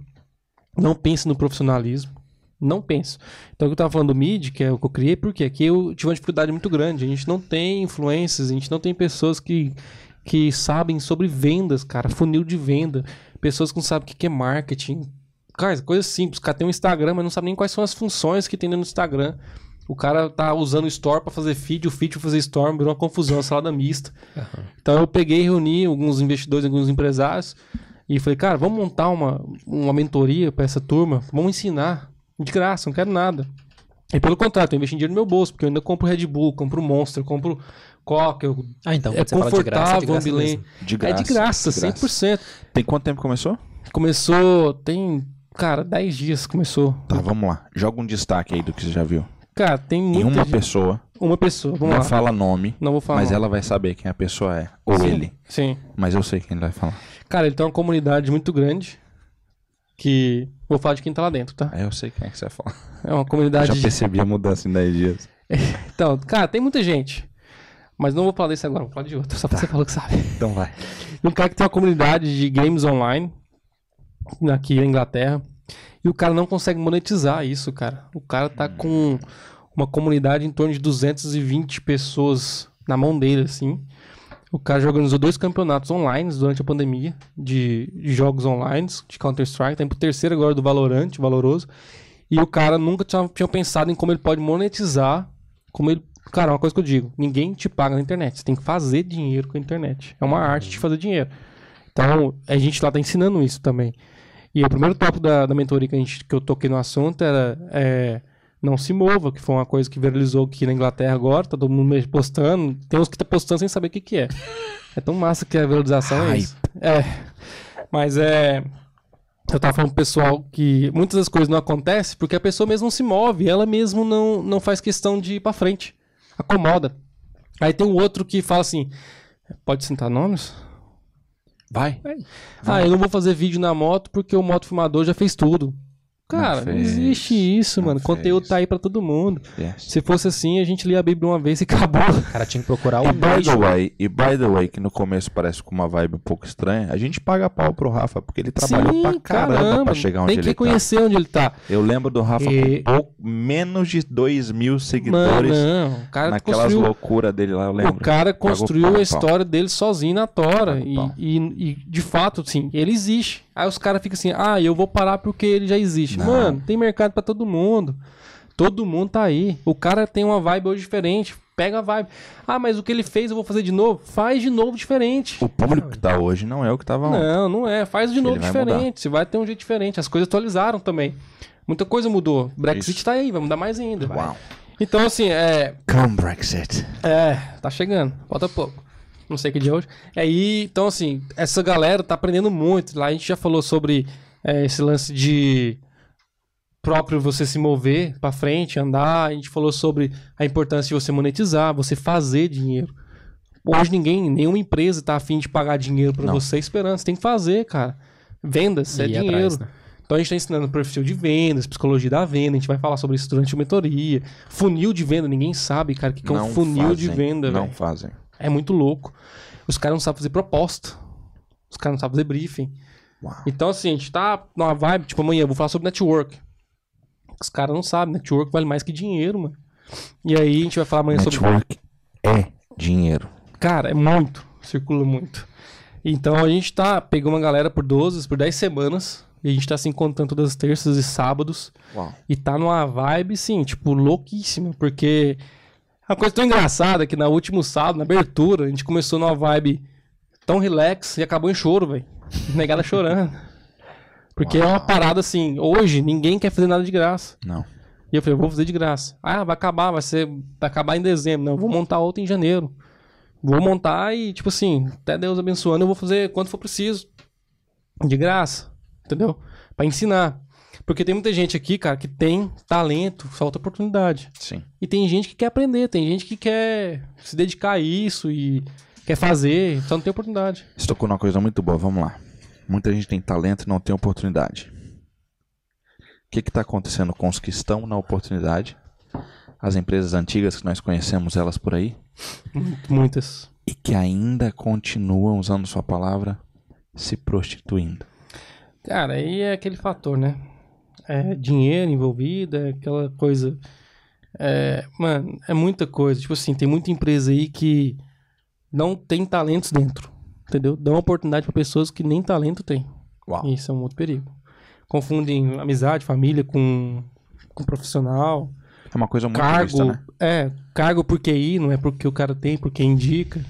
não pensam no profissionalismo. Não penso. Então, o que eu tava falando do MID, que é o que eu criei, porque aqui eu tive uma dificuldade muito grande. A gente não tem influências, a gente não tem pessoas que, que sabem sobre vendas, cara, funil de venda, pessoas que não sabem o que que é marketing, Cara, coisa simples. O cara tem um Instagram, mas não sabe nem quais são as funções que tem dentro do Instagram. O cara tá usando o Store pra fazer feed, o feed pra fazer Store, virou uma confusão, uma salada mista. Então eu peguei e reuni alguns investidores, alguns empresários e falei, cara, vamos montar uma, uma mentoria pra essa turma, vamos ensinar. De graça, não quero nada. E pelo contrário, eu investi dinheiro no meu bolso, porque eu ainda compro Red Bull, compro Monster, compro Coca, eu-
Ah, então,
é
quando você fala de graça, é de
confortável,
graça
ambiente.
mesmo.
De
É
graça.
de graça,
de graça.
100%.
Tem quanto tempo começou?
Começou, tem, cara, 10 dias que começou.
Tá, vamos lá. Joga um destaque aí do que você já viu.
Cara, tem
Em
muita
uma
gente-
pessoa,
Uma pessoa, vamos
não
lá.
fala nome,
Não vou falar.
mas
não.
ela vai saber quem a pessoa é. Ou
Sim,
ele.
Sim.
Mas eu sei quem ele vai falar.
Cara, ele tem uma comunidade muito grande. Que. Vou falar de quem tá lá dentro, tá?
Aí eu sei quem é que você vai falar.
É uma
Eu
comunidade.
já
de-
percebi a mudança em 10 dias.
Então, cara, tem muita gente. Mas não vou falar desse agora, vou falar de outro.
Tá.
Só pra você falar que sabe.
Então vai.
Um cara que tem uma comunidade de games online. Aqui na Inglaterra. E o cara não consegue monetizar isso, cara. O cara tá com uma comunidade em torno de 220 pessoas na mão dele, assim. O cara já organizou dois campeonatos online durante a pandemia de de jogos online, de Counter-Strike. Tá indo pro terceiro agora do Valorant, Valoroso. E o cara nunca tinha, tinha pensado em como ele pode monetizar. Como ele. Cara, é uma coisa que eu digo: ninguém te paga na internet. Você tem que fazer dinheiro com a internet. É uma arte de fazer dinheiro. Então, a gente lá tá ensinando isso também. E o primeiro tópico da, da mentoria que, a gente, que eu toquei no assunto era é, não se mova, que foi uma coisa que viralizou aqui na Inglaterra agora, tá todo mundo meio postando. Tem uns que tá postando sem saber o que, que é. É tão massa que a viralização é isso. É. Mas é. Eu tava falando pro pessoal que muitas das coisas não acontecem porque a pessoa mesmo não se move, ela mesmo não, não faz questão de ir pra frente. Acomoda. Aí tem um outro que fala assim: pode sentar nomes?
Vai.
Ah, eu não vou fazer vídeo na moto porque o moto filmador já fez tudo. Cara, não,
Não fez,
existe isso,
não
mano.
fez.
Conteúdo tá aí pra todo mundo.
Yes.
Se fosse assim, a gente lia a Bíblia uma vez e acabou.
O cara tinha que procurar
É
E
um
by, the
nicho.
way, e by the way, que no começo parece com uma vibe um pouco estranha, a gente paga pau pro Rafa, porque ele trabalhou
Sim,
pra caramba, pra chegar onde
Tem que
ele tá.
conhecer onde ele tá.
Eu lembro do Rafa
E-
com pouco, menos de 2 mil
Mano,
seguidores
não. O cara
naquelas
construiu
loucuras dele lá, eu
O
lembro.
cara construiu
pau,
a
pau.
história dele sozinho na tora.
Pagou
E,
pau.
e- e, de fato, sim, ele existe. Aí os caras ficam assim, ah, eu vou parar porque ele já existe.
Não.
Mano, tem mercado pra todo mundo. Todo mundo tá aí. O cara tem uma vibe hoje diferente. Pega a vibe. Ah, mas o que ele fez eu vou fazer de novo? Faz de novo diferente.
O público que tá hoje não é o que tava ontem.
Não, não é. Faz de novo
vai
diferente. Você vai ter um jeito diferente. As coisas atualizaram também. Muita coisa mudou. Brexit
Isso.
tá aí, vai mudar mais ainda.
Uau.
Então, assim, é,
Come Brexit.
é, tá chegando. Falta pouco. Não sei que dia é hoje. É, e, então, assim, essa galera tá aprendendo muito. Lá a gente já falou sobre é, esse lance de próprio você se mover pra frente, andar. A gente falou sobre a importância de você monetizar, você fazer dinheiro. Hoje ninguém, nenhuma empresa tá afim de pagar dinheiro pra
Não.
você esperando. Você tem que fazer, cara. Vendas, é
E ir
dinheiro.
atrás, né?
Então a gente está ensinando perfil de vendas, psicologia da venda, a gente vai falar sobre isso durante a mentoria. Funil de venda, ninguém sabe, cara, o que, que é um
Não
funil de
fazem,
venda,
Não
velho.
fazem.
É muito louco. Os caras não sabem fazer proposta. Os caras não sabem fazer briefing.
Uau.
Então, assim, a gente tá numa vibe, tipo, amanhã eu vou falar sobre network. Os caras não sabem, network vale mais que dinheiro, mano. E aí a gente vai falar amanhã sobre.
Network é dinheiro.
Cara, é muito. Circula muito. Então a gente tá. Pegou uma galera por 12, por 10 semanas. E a gente tá se encontrando todas as terças e sábados.
Uau.
E tá numa vibe, sim, tipo, louquíssima, porque a coisa tão engraçada é que na último sábado, na abertura, a gente começou numa vibe tão relax e acabou em choro, velho. Negada chorando. Porque é uma parada assim, hoje ninguém quer fazer nada de graça.
Não.
E eu falei, eu vou fazer de graça. Ah, vai acabar, vai ser. Vai acabar em dezembro. Não, eu vou montar outra em janeiro. Vou montar e, tipo assim, até Deus abençoando, eu vou fazer quanto for preciso. De graça. Entendeu? Pra ensinar. Porque tem muita gente aqui, cara, que tem talento, falta oportunidade.
Sim.
E tem gente que quer aprender, tem gente que quer se dedicar a isso e quer fazer, só não tem oportunidade.
Você tocou numa coisa muito boa, vamos lá. Muita gente tem talento e não tem oportunidade. O que está acontecendo com os que estão na oportunidade? As empresas antigas que nós conhecemos elas por aí
Muitas.
e que ainda continuam, usando sua palavra, se prostituindo.
Cara, aí é aquele fator, né? É dinheiro envolvido, é aquela coisa. É, mano, é muita coisa. Tipo assim, tem muita empresa aí que não tem talentos dentro, entendeu? Dão oportunidade pra pessoas que nem talento tem.
Uau.
E isso é um outro perigo. Confundem amizade, família com, com profissional.
É uma coisa muito
cargo,
vista, né?
é, cargo por QI, não é porque o cara tem, porque indica.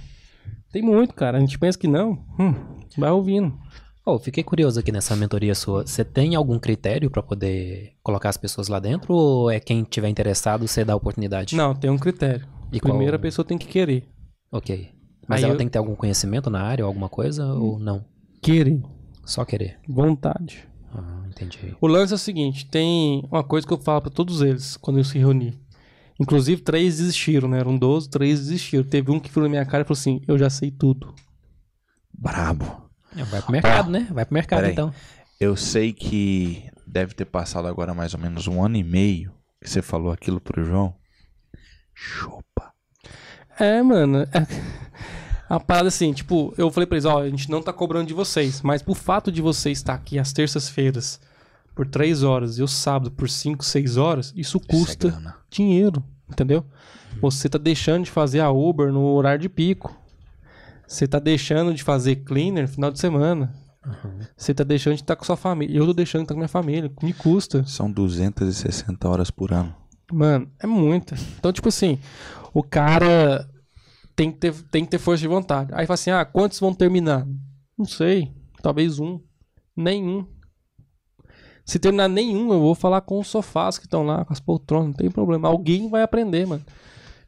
Tem muito, cara. A gente pensa que não. Hum, vai ouvindo.
Ô, fiquei curioso aqui nessa mentoria sua. Você tem algum critério pra poder colocar as pessoas lá dentro ou é quem tiver interessado você dá a oportunidade?
Não, tem um critério.
E qual-
Primeiro a pessoa tem que querer.
Ok. Mas
Aí
ela
eu- Hum.
tem que ter algum conhecimento na área ou alguma coisa ou não?
Querer.
Só querer.
Vontade.
Ah, entendi.
O lance é o seguinte: tem uma coisa que eu falo pra todos eles quando eu se reuni. Inclusive, três desistiram, né? Eram 12, três desistiram. Teve um que virou na minha cara e falou assim: Eu já sei tudo.
Brabo.
É, vai pro mercado, né? Vai pro mercado
Peraí.
então.
Eu sei que deve ter passado agora mais ou menos um ano e meio que você falou aquilo pro João. Chupa.
É, mano. A parada assim, tipo, eu falei pra eles, ó, a gente não tá cobrando de vocês, mas por fato de vocês estar aqui às terças-feiras por três horas e o sábado por cinco, seis horas, isso custa
Isso é grana.
dinheiro, entendeu? Você tá deixando de fazer a Uber no horário de pico. Você tá deixando de fazer cleaner no final de semana. Você tá deixando de estar com sua família. Eu tô deixando de estar com minha família. Me custa.
São 260 horas por ano.
Mano, é muita. Então, tipo assim, o cara tem que ter, tem que ter força de vontade. Aí fala assim: ah, quantos vão terminar? Não sei. Talvez um. Nenhum. Se terminar nenhum, eu vou falar com os sofás que estão lá, com as poltronas, não tem problema. Alguém vai aprender, mano.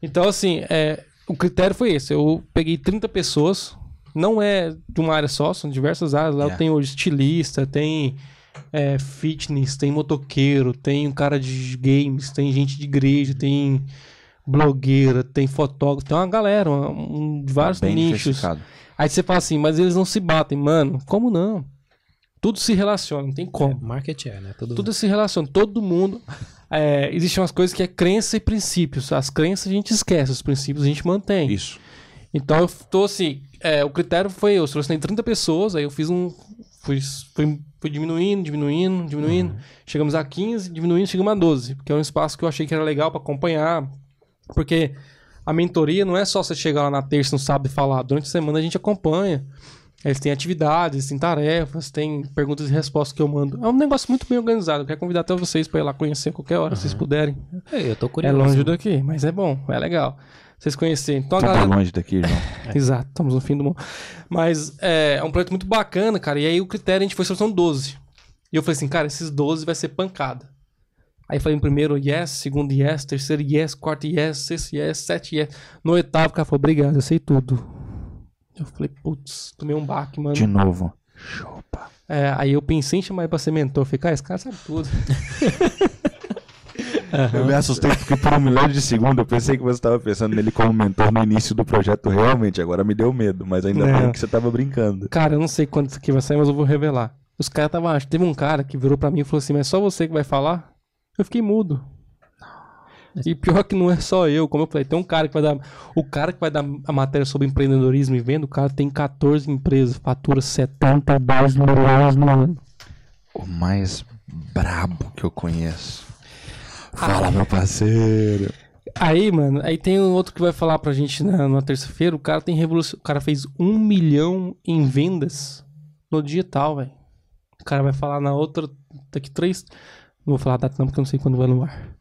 Então, assim, é, o critério foi esse. Eu peguei 30 pessoas, não é de uma área só, são diversas áreas. Lá
É.
eu tenho estilista, tem é, fitness, tem motoqueiro, tem um cara de games, tem gente de igreja, tem blogueira, tem fotógrafo, tem uma galera, uma- um, de vários
Tá Bem
nichos.
diversificado.
Aí você fala assim, mas eles não se batem, mano. Como não? Tudo se relaciona, não tem como.
Market é, né? Tudo,
Tudo se relaciona, todo mundo. É, existem umas coisas que é crença e princípios. As crenças a gente esquece, os princípios a gente mantém.
Isso.
Então eu tô assim, é, o critério foi eu selecionei 30 pessoas, aí eu fiz um. Fui, fui, fui diminuindo, diminuindo, diminuindo. Chegamos a 15, diminuindo, chegamos a 12, porque é um espaço que eu achei que era legal pra acompanhar. Porque a mentoria não é só você chegar lá na terça, no sábado e falar. Durante a semana a gente acompanha. Eles têm atividades, têm tarefas, têm perguntas e respostas que eu mando. É um negócio muito bem organizado. Eu quero convidar até vocês pra ir lá conhecer qualquer hora, se vocês puderem.
É, Eu tô
Uhum. É
curioso.
longe daqui, mas é bom, é legal. Vocês conhecerem. Então a
Tá
galera
longe daqui, João.
Exato, estamos no fim do mundo. Mas é, é um projeto muito bacana, cara. E aí o critério a gente foi seleção 12. E eu falei assim, cara, esses 12 vai ser pancada. Aí falei primeiro yes, segundo yes, terceiro yes, quarto yes, sexto yes, sete yes. No oitavo, o cara falou, obrigado, eu sei tudo. Eu falei, putz, tomei um baque, mano.
De novo. Chupa.
É, aí eu pensei em chamar ele pra ser mentor. Eu Falei, cara, esse cara sabe tudo.
Eu me assustei porque por um milhão de segundo eu pensei que você estava pensando nele como mentor no início do projeto realmente. Agora me deu medo, mas ainda
Não.
bem que você estava brincando.
Cara, eu não sei quanto isso aqui vai sair, mas eu vou revelar. Os caras estavam. acho- Teve um cara que virou pra mim e falou assim: Mas só você que vai falar? Eu fiquei mudo. E pior que não é só eu, como eu falei, tem um cara que vai dar. O cara que vai dar a matéria sobre empreendedorismo e venda, o cara tem 14 empresas, fatura 72 milhões no ano.
O mais brabo que eu conheço.
Ah.
Fala, meu parceiro.
Aí, mano, aí tem um outro que vai falar pra gente na, na terça-feira, o cara tem revolução. O cara fez um milhão em vendas no digital, velho. O cara vai falar na outra, daqui três. Não vou falar a data não, porque eu não sei quando vai no ar.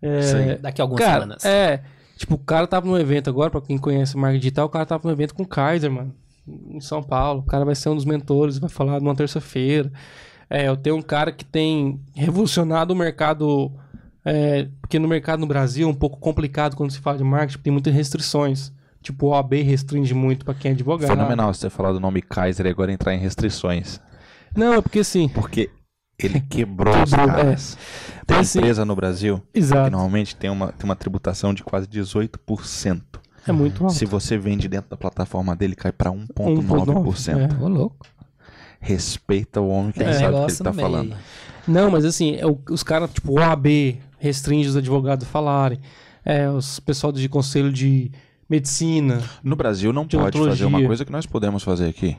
É,
Sim.
Daqui a algumas
cara,
semanas.
É, tipo, o cara tava num evento agora, pra quem conhece marca digital, o cara tava num evento com o Kaiser, mano, em São Paulo. O cara vai ser um dos mentores, vai falar numa terça-feira. É, eu tenho um cara que tem revolucionado o mercado, é, porque no mercado no Brasil é um pouco complicado quando se fala de marketing, porque tem muitas restrições. Tipo, o OAB restringe muito pra quem é advogado.
Fenomenal você ter falado o nome Kaiser e agora entrar em restrições.
Não, é porque assim.
Porque ele quebrou os
Quebrou, é.
caras. Tem
Então, assim,
empresa no Brasil que
Exato.
normalmente tem uma, tem uma tributação de quase 18%.
É muito alto.
Se você vende dentro da plataforma dele, cai pra 1,9%.
1,9%.
Ô, louco.
Respeita o homem que
Tem
não sabe o que ele
negócio
tá
no meio.
falando.
Não, mas assim, é o- os caras, tipo, o OAB restringe os advogados a falarem. É, os pessoal de conselho de medicina.
No Brasil não
De
pode fazer uma
ontologia.
coisa que nós podemos fazer aqui.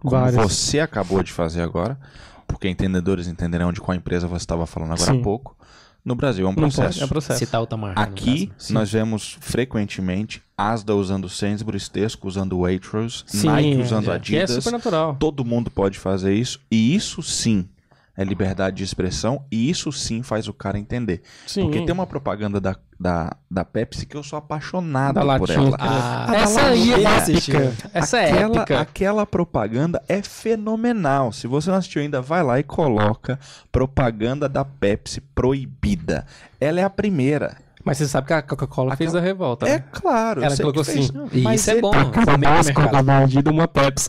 Como
Várias.
você acabou de fazer agora, porque entendedores entenderão de qual empresa você estava falando agora
Sim.
há pouco. No Brasil é um
Não pode,
processo.
é processo.
Citar outra marca. no
Aqui
caso.
nós vemos frequentemente Asda usando Sainsbury's, Tesco usando Waitrose,
Sim,
tá Nike usando
é, que
Adidas.
É super natural.
Todo mundo pode fazer isso e isso sim é liberdade de expressão e isso sim faz o cara entender.
Sim.
Porque tem uma propaganda da, da, da Pepsi que eu sou apaixonado
Da
por
latinha.
ela.
Ah,
Essa aí é
quem
épica.
assistiu?
Essa é
aquela,
épica.
aquela propaganda é fenomenal. Se você não assistiu ainda, vai lá e coloca propaganda da Pepsi proibida. Ela é a primeira.
Mas você sabe que a Coca-Cola fez a revolta.
É
né?
claro. eu
Ela
sei
colocou
que fez.
assim,
E
Mas
isso é
ele-
bom. fomenta o mercado.
mordida uma Pepsi.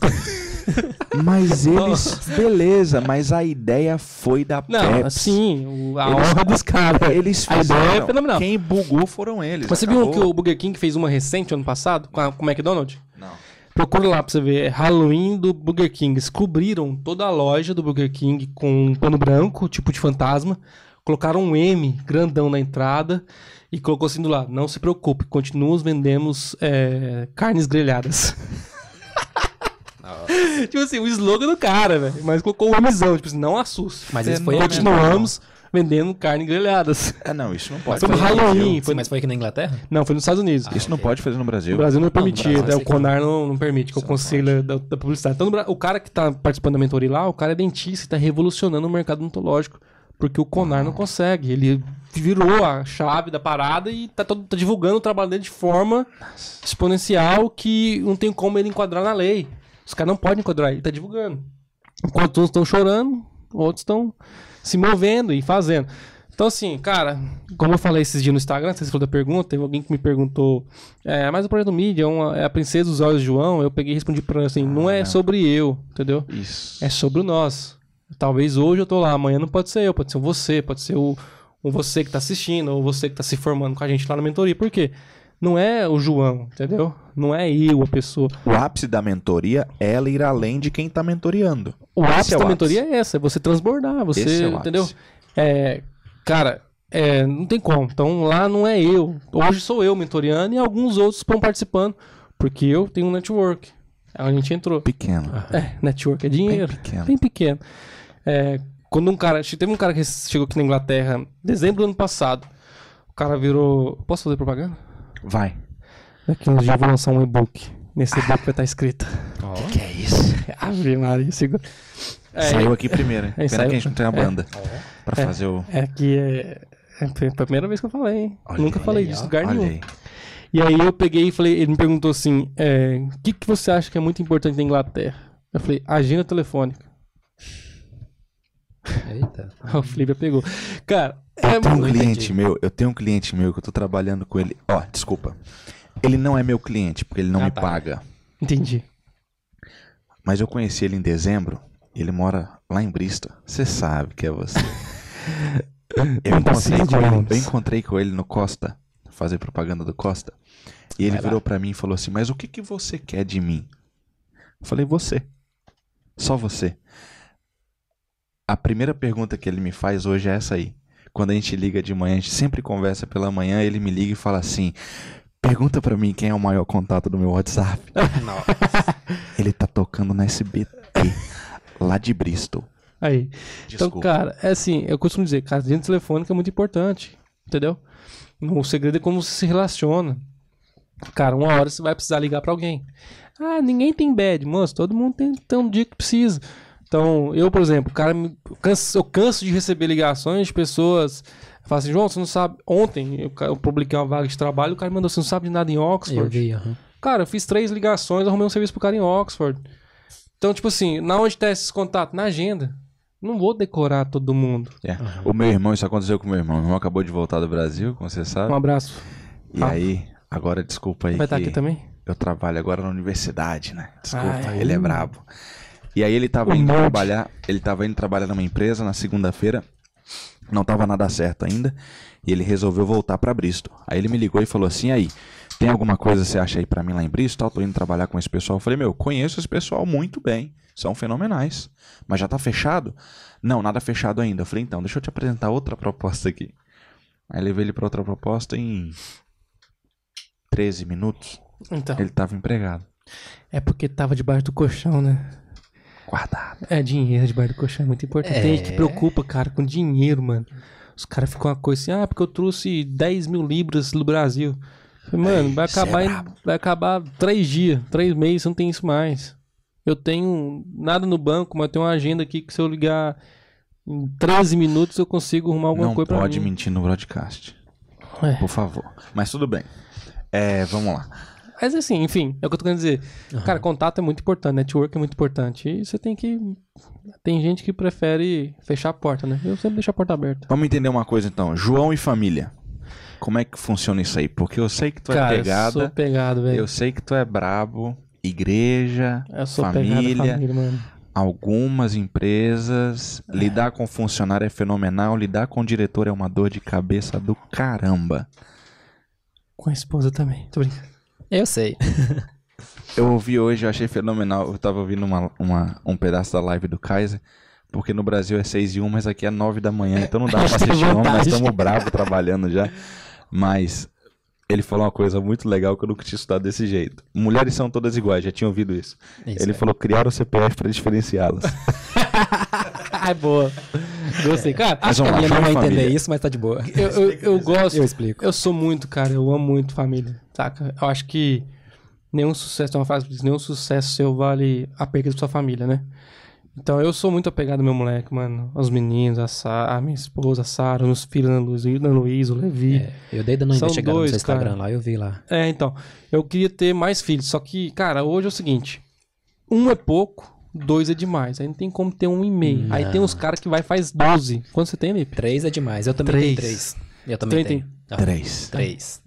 Mas eles, beleza, mas a ideia foi da
Não,
Pepsi.
assim, o- a
Eles-
honra dos caras.
Eles
A ideia é
fizeram.
fenomenal.
Quem bugou foram eles.
Mas você viu
acabou.
que o Burger King fez uma recente ano passado com, a, com o McDonald's?
Não.
Procura lá pra você ver. É Halloween do Burger King. Eles cobriram toda a loja do Burger King com um pano branco, tipo de fantasma. Colocaram um M grandão na entrada e colocou assim do lado. Não se preocupe, continuamos vendemos é, carnes grelhadas. tipo assim, o slogan do cara, velho. Mas colocou um Mzão, tipo assim, não assuste.
Mas isso foi
Continuamos vendendo carne grelhadas.
Ah, não, isso não pode
Foi no
fazer. no
Halloween.
Brasil.
Foi...
Sim, mas foi aqui na Inglaterra?
Não, foi nos Estados Unidos.
Isso não pode fazer no
O
Brasil.
Brasil não é permitido,
Brasil
é,
sei
o
que
Conar não, não permite, que é o
Isso
conselho da, da publicidade. Então, no Bra- o cara que tá participando da mentoria lá, o cara é dentista e tá revolucionando o mercado odontológico. Porque o Conar não consegue. Ele virou a chave da parada e tá, todo- tá divulgando o trabalho dele de forma exponencial que não tem como ele enquadrar na lei. Os caras não podem enquadrar, ele tá divulgando. Enquanto uns estão chorando, outros estão se movendo e fazendo. Então, assim, cara, como eu falei esses dias no Instagram, vocês falou da pergunta, teve alguém que me perguntou, é, mas o projeto mídia é, uma- é a princesa dos olhos de João, eu peguei e respondi pra ela assim, não é sobre eu, entendeu?
Isso.
É sobre o nós. Talvez hoje eu tô lá, amanhã não pode ser eu, pode ser um você, pode ser o, o você que tá assistindo, ou você que tá se formando com a gente lá na mentoria. Por quê? Não é o João, entendeu? Não é eu, a pessoa.
O ápice da mentoria é ela ir além de quem tá mentoreando.
O
Esse
ápice
é o
da
ápice.
mentoria é essa, é você transbordar,
Esse
você,
é o ápice.
entendeu? É, cara, é, não tem como. Então lá não é eu. Hoje sou eu mentoriando e alguns outros estão participando, porque eu tenho um network. A gente entrou.
Pequeno.
É, network é dinheiro.
Bem pequeno.
Bem pequeno. É, quando um cara. Teve um cara que chegou aqui na Inglaterra em dezembro do ano passado. O cara virou. Posso fazer propaganda?
Vai.
Daqui uns dias É eu vou lançar um e-book. Nesse e-book vai estar escrito.
Ó.
Que é isso?
Ave Maria, segura. É,
Saiu aqui primeiro, hein?
É,
Pena
saiu-
que a gente não tem a banda. Pra fazer o.
É que é. É a primeira vez que eu falei, hein?
Olha
Nunca
aí,
falei
olha aí,
disso
ó.
em lugar
Olha
nenhum.
aí.
E aí eu peguei e falei, ele me perguntou assim: é, o que, que você acha que é muito importante na Inglaterra? Eu falei, agenda telefônica.
Eita.
O Flívia pegou. Cara, é
Tem um
muito.
cliente meu, eu tenho um cliente meu que eu tô trabalhando com ele. Ó, desculpa. Ele não é meu cliente, porque ele não
Ah,
me
tá.
paga.
Entendi.
Mas eu conheci ele em dezembro. Ele mora lá em Bristol. Você sabe que é você. eu,
Não tá
encontrei
sendo
com ele,
ônibus.
eu encontrei com ele no Costa, fazer propaganda do Costa. E ele virou pra mim e falou assim: Mas o que, que você quer de mim? Eu falei: Você. Só você. A primeira pergunta que ele me faz hoje é essa aí. Quando a gente liga de manhã, a gente sempre conversa pela manhã, ele me liga e fala assim: Pergunta pra mim quem é o maior contato do meu WhatsApp. Ele tá tocando na SBT, lá de Bristol.
Aí. Então,
Desculpa.
cara, é assim, eu costumo dizer, cara, agenda telefônica é muito importante, entendeu? O segredo é como você se relaciona. Cara, uma hora você vai precisar ligar pra alguém. Ah, ninguém tem bad, moço, todo mundo tem, tem um dia que precisa. Então, eu, por exemplo, cara, me- eu canso, eu canso de receber ligações de pessoas. Falam assim, João, você não sabe. Ontem eu, ca- eu publiquei uma vaga de trabalho, o cara mandou, você não sabe de nada em Oxford.
Eu vi, aham.
Cara, eu fiz três ligações, arrumei um serviço pro cara em Oxford. Então, tipo assim, na onde tá esses contatos? Na agenda. Não vou decorar todo mundo.
É. O meu irmão, isso aconteceu com o meu irmão. Meu irmão acabou de voltar do Brasil, como você sabe.
Um abraço.
E aí, agora desculpa aí.
Vai estar
que
aqui também?
eu trabalho agora na universidade, né? Desculpa,
Ai.
ele é brabo. E aí ele tava
Um
indo
monte.
trabalhar, ele tava indo trabalhar numa empresa na segunda-feira, não tava nada certo ainda, e ele resolveu voltar pra Bristol. Aí ele me ligou e falou assim: "Aí, tem alguma coisa que você acha aí pra mim lá em Bristol? Tô indo trabalhar com esse pessoal". Eu falei: "Meu, conheço esse pessoal muito bem, são fenomenais. Mas já tá fechado?" "Não, nada fechado ainda". Eu falei: "Então, deixa eu te apresentar outra proposta aqui". Aí levei ele pra outra proposta em 13 minutos.
Então,
Ele tava empregado.
é porque tava debaixo do colchão, né?
Guardado.
É, dinheiro debaixo do colchão é muito importante. Tem gente que preocupa, cara, com dinheiro, mano. Os caras ficam uma coisa assim, ah, porque eu trouxe 10 mil libras do Brasil. Falei, Mano, vai
isso é
acabar, em-
brabo.
vai acabar três dias, três meses, não tem isso mais. Eu tenho nada no banco, mas eu tenho uma agenda aqui que se eu ligar em 13 minutos eu consigo arrumar alguma
não
coisa pra
pode
mim.
mentir no broadcast.
É.
Por favor. Mas tudo bem. É, vamos lá.
Mas assim, enfim, é o que eu tô querendo dizer. Cara, contato é muito importante, network é muito importante. E você tem que. Tem gente que prefere fechar a porta, né? Eu sempre deixo a porta aberta.
Vamos entender uma coisa então. João e família. Como é que funciona isso aí? Porque eu sei que tu
Cara,
é
eu sou
pegada.
pegado,
Eu,
velho.
sei que tu é brabo. Igreja,
Eu sou pegado
família,
família, mano.
algumas empresas. Lidar com funcionário é fenomenal. Lidar com diretor é uma dor de cabeça do caramba.
Com a esposa também. Tô brincando.
Eu sei.
Eu ouvi hoje, eu achei fenomenal. Eu tava ouvindo uma, uma- um pedaço da live do Kaiser, porque no Brasil é 6 e 1, mas aqui é 9 da manhã, então não dá pra assistir não, nós
é vantagem.
estamos bravos trabalhando já. Mas ele falou uma coisa muito legal que eu nunca tinha estudado desse jeito. Mulheres são todas iguais, já tinha ouvido isso.
Isso,
ele
é.
falou criar o CPF pra diferenciá-las.
Ai, boa. Gostei. Cara,
Mas
Acho que
vamos
a
lá, João
minha não
e
vai entender
família.
isso, mas tá de boa.
eu, eu, eu gosto.
Eu explico.
Eu sou muito, cara. Eu amo muito família, saca? Eu acho que nenhum sucesso, tem uma frase que diz, nenhum sucesso seu vale a perda da sua família, né? Então eu sou muito apegado ao meu moleque, mano. Aos meninos, a, Sa a minha esposa, a Sara, meus filhos, Ana Luiz, Ana Luiz, o Levi. É.
É, eu dei dando uma
São
investigada no
dois,
seu Instagram
cara.
lá, eu vi lá.
então. Eu queria ter mais filhos, só que, cara, hoje é o seguinte: um é pouco, dois é demais. Aí não tem como ter um e meio. Aí tem uns caras que vai e faz 12. Quanto você tem, Lipe?
Três é demais. Eu também
Três.
tenho três. Eu também
Também
tenho. Ah,
Três.
Três.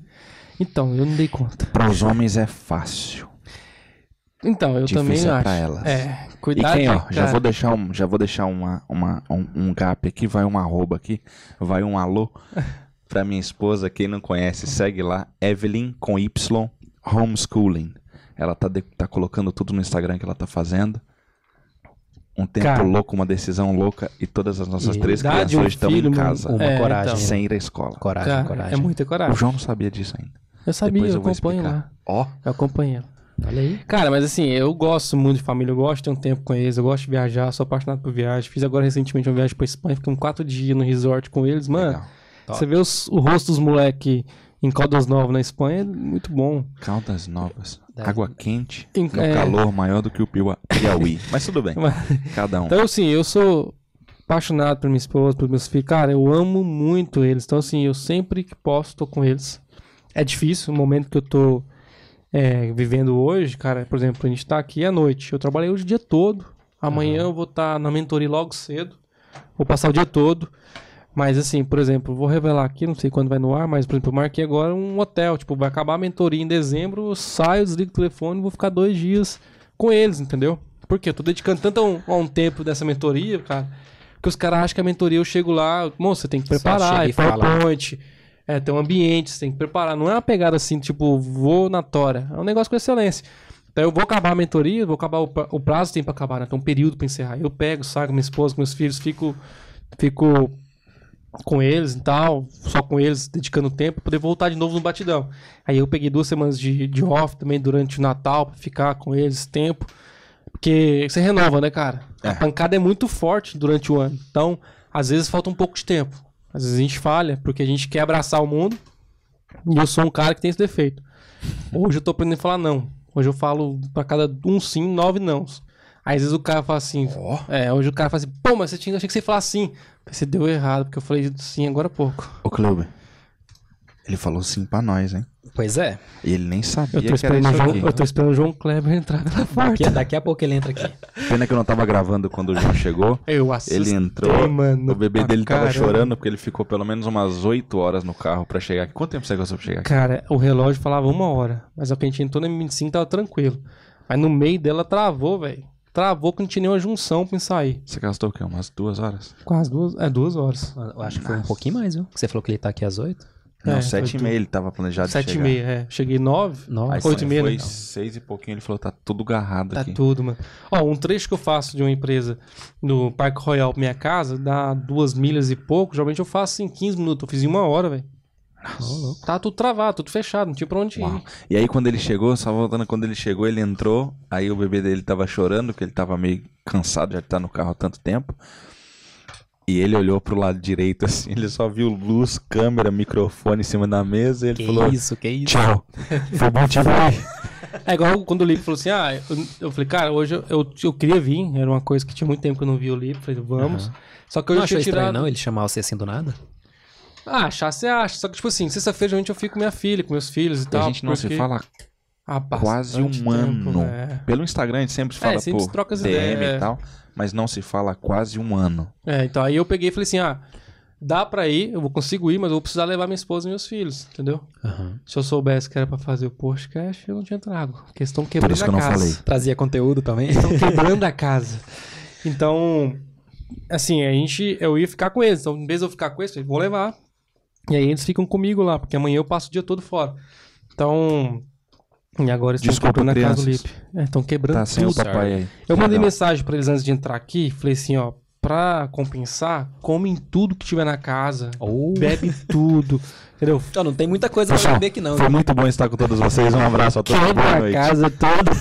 Então, eu não dei conta.
Para os homens é fácil.
Então, eu
Difícil
também
é
acho.
pra elas.
É,
E
cuidado.
quem, ó,
né,
já
cara?
vou deixar, um, já vou deixar uma, uma- um, um gap aqui, vai um arroba aqui, vai um alô pra minha esposa, quem não conhece, segue lá, Evelyn com Y, homeschooling. Ela tá, de- tá colocando tudo no Instagram que ela tá fazendo. Um tempo
Cara.
louco, uma decisão louca e todas as nossas
E
três
idade,
crianças
um
hoje estão em
filho,
casa,
Uma
É,
coragem. né?
então. Tá
sem ir à escola.
Coragem,
Cara,
coragem.
é muita
O
coragem.
João não sabia disso ainda.
Eu sabia,
Depois
eu,
eu vou
acompanho
explicar.
lá.
Ó,
Eu acompanho ela.
Olha aí.
Cara, mas assim, eu gosto muito de família, eu gosto de ter um tempo com eles, eu gosto de viajar, sou apaixonado por viagem. Fiz agora recentemente uma viagem pra Espanha, fiquei um quatro dias no resort com eles. Mano,
legal.
você vê os- o rosto dos moleque em Caldas Novas na Espanha, é muito bom.
Caldas novas,
Da-
água quente,
Em-
no
é.
calor maior do que o Piua- Piauí. Mas tudo bem,
Mas-
cada um.
Então, assim, eu sou apaixonado por minha esposa, por meus filhos. Cara, eu amo muito eles. Então, assim, eu sempre que posso tô com eles. É difícil, o momento que eu tô é, vivendo hoje, cara, por exemplo, a gente tá aqui à noite. Eu trabalhei hoje o dia todo. Amanhã eu vou estar na mentoria logo cedo. Vou passar o dia todo. Mas assim, por exemplo, vou revelar aqui, não sei quando vai no ar, mas por exemplo, eu marquei agora um hotel. Tipo, vai acabar a mentoria em dezembro, eu saio, desligo o telefone, vou ficar dois dias com eles, entendeu? Porque eu tô dedicando tanto a um, a um tempo dessa mentoria, cara, que os caras acham que a mentoria eu chego lá, moço, você tem que
chega
preparar,
e
é PowerPoint, é, tem um ambiente, você tem que preparar. Não é uma pegada assim, tipo, vou na tora. É um negócio com excelência. Então eu vou acabar a mentoria, vou acabar o, pra- o prazo tem pra acabar, né? Tem um período pra encerrar. Eu pego, saio com minha esposa, com meus filhos, fico, fico com eles e tal, só com eles, dedicando tempo, pra poder voltar de novo no batidão. Aí eu peguei duas semanas de, de off também durante o Natal, pra ficar com eles esse tempo. Porque você renova, né, cara?
É.
A pancada é muito forte durante o ano. Então, às vezes falta um pouco de tempo. Às vezes a gente falha, porque a gente quer abraçar o mundo. E eu sou um cara que tem esse defeito. Hoje eu tô aprendendo a falar não. Hoje eu falo pra cada um sim, nove não. Aí às vezes o cara fala assim.
Ó.
É, hoje o cara fala assim, pô, mas você tinha, achei que você ia falar sim. Você deu errado, porque eu falei sim agora há pouco.
Ô, Clube. Ele falou sim pra nós, hein?
Pois é.
E ele nem sabia
Eu tô
que era
esperando, o
isso
João,
aqui.
eu tô esperando o João Kleber entrar pela
Daqui,
porta.
daqui a pouco ele entra aqui.
Pena que eu não tava gravando quando o João chegou.
Eu assisto.
Ele entrou,
mano,
o bebê
pra
dele tava
caramba.
chorando porque ele ficou pelo menos umas 8 horas no carro pra chegar aqui. Quanto tempo você gastou pra chegar aqui?
Cara, o relógio falava uma hora, mas a gente entrou na M25 tava tranquilo. Mas no meio dela travou, velho. Travou que não tinha nenhuma junção pra sair.
Você gastou o quê? Umas duas horas?
Quase duas, é duas horas.
Eu acho que foi um pouquinho mais, viu? Você falou que ele tá aqui às 8?
Não,
É,
sete
foi
e meia ele tava planejado
Sete
de
e
chegar.
meia, é. Cheguei nove,
Nossa.
Aí
oito e meia,
foi
né?
seis e pouquinho, ele falou, tá tudo garrado
Tá
aqui.
tudo, mano. Ó, um trecho que eu faço de uma empresa no Parque Royal pra minha casa, dá duas milhas e pouco. Geralmente eu faço em 15 minutos. Eu fiz em uma hora, velho. Tá tudo travado, tudo fechado, não tinha pra onde ir.
Uau. E aí quando ele chegou, só voltando, quando ele chegou, ele entrou, aí o bebê dele tava chorando, que ele tava meio cansado já de estar no carro há tanto tempo. E ele olhou pro lado direito assim, ele só viu luz, câmera, microfone em cima da mesa e ele
Que
falou:
isso, que isso.
"Tchau". Foi bom te ver.
É igual quando o Lipe falou assim: ah, eu, eu falei, cara, hoje eu, eu, eu queria vir. Era uma coisa que tinha muito tempo que eu não vi o Lipe. Falei, vamos. Só que eu
Não
já
achou
tinha
estranho,
tirado.
não? Ele chamar você assim do nada?
Ah, achar, você acha. Só que, tipo assim, sexta-feira geralmente eu fico com minha filha, com meus filhos e
A
tal.
gente não se
porque-
fala
há
quase
bastante
um ano.
né?
pelo Instagram, a gente sempre fala
sempre
por
troca as
DM
ideias,
e
é.
tal, mas não se fala há quase um ano.
É, então aí eu peguei e falei assim: ah, dá pra ir, eu vou consigo ir, mas eu vou precisar levar minha esposa e meus filhos, entendeu?
Aham.
Se eu soubesse que era pra fazer o podcast, eu não tinha trago. Porque estão
Por
quebrando
isso
a
que eu não
casa.
falei.
Trazia conteúdo também?
Estão quebrando a casa. Então, assim, a gente, eu ia ficar com eles. Então, em vez de eu ficar com eles, eu falei, vou levar. E aí eles ficam comigo lá, porque amanhã eu passo o dia todo fora. Então. E agora eles estão
Desculpa,
quebrando a casa do
crianças.
Lipe. É, estão quebrando
Tá sem o
tudo.
papai aí.
Eu mandei
Legal.
mensagem pra eles antes de entrar aqui, falei assim, ó, pra compensar, comem tudo que tiver na casa,
Oh.
bebe tudo, entendeu?
Então, não tem muita coisa pra
Pessoal,
saber que não.
Foi muito bom estar com todos vocês. Um abraço a todos. Boa
Quebra a
noite.
casa toda,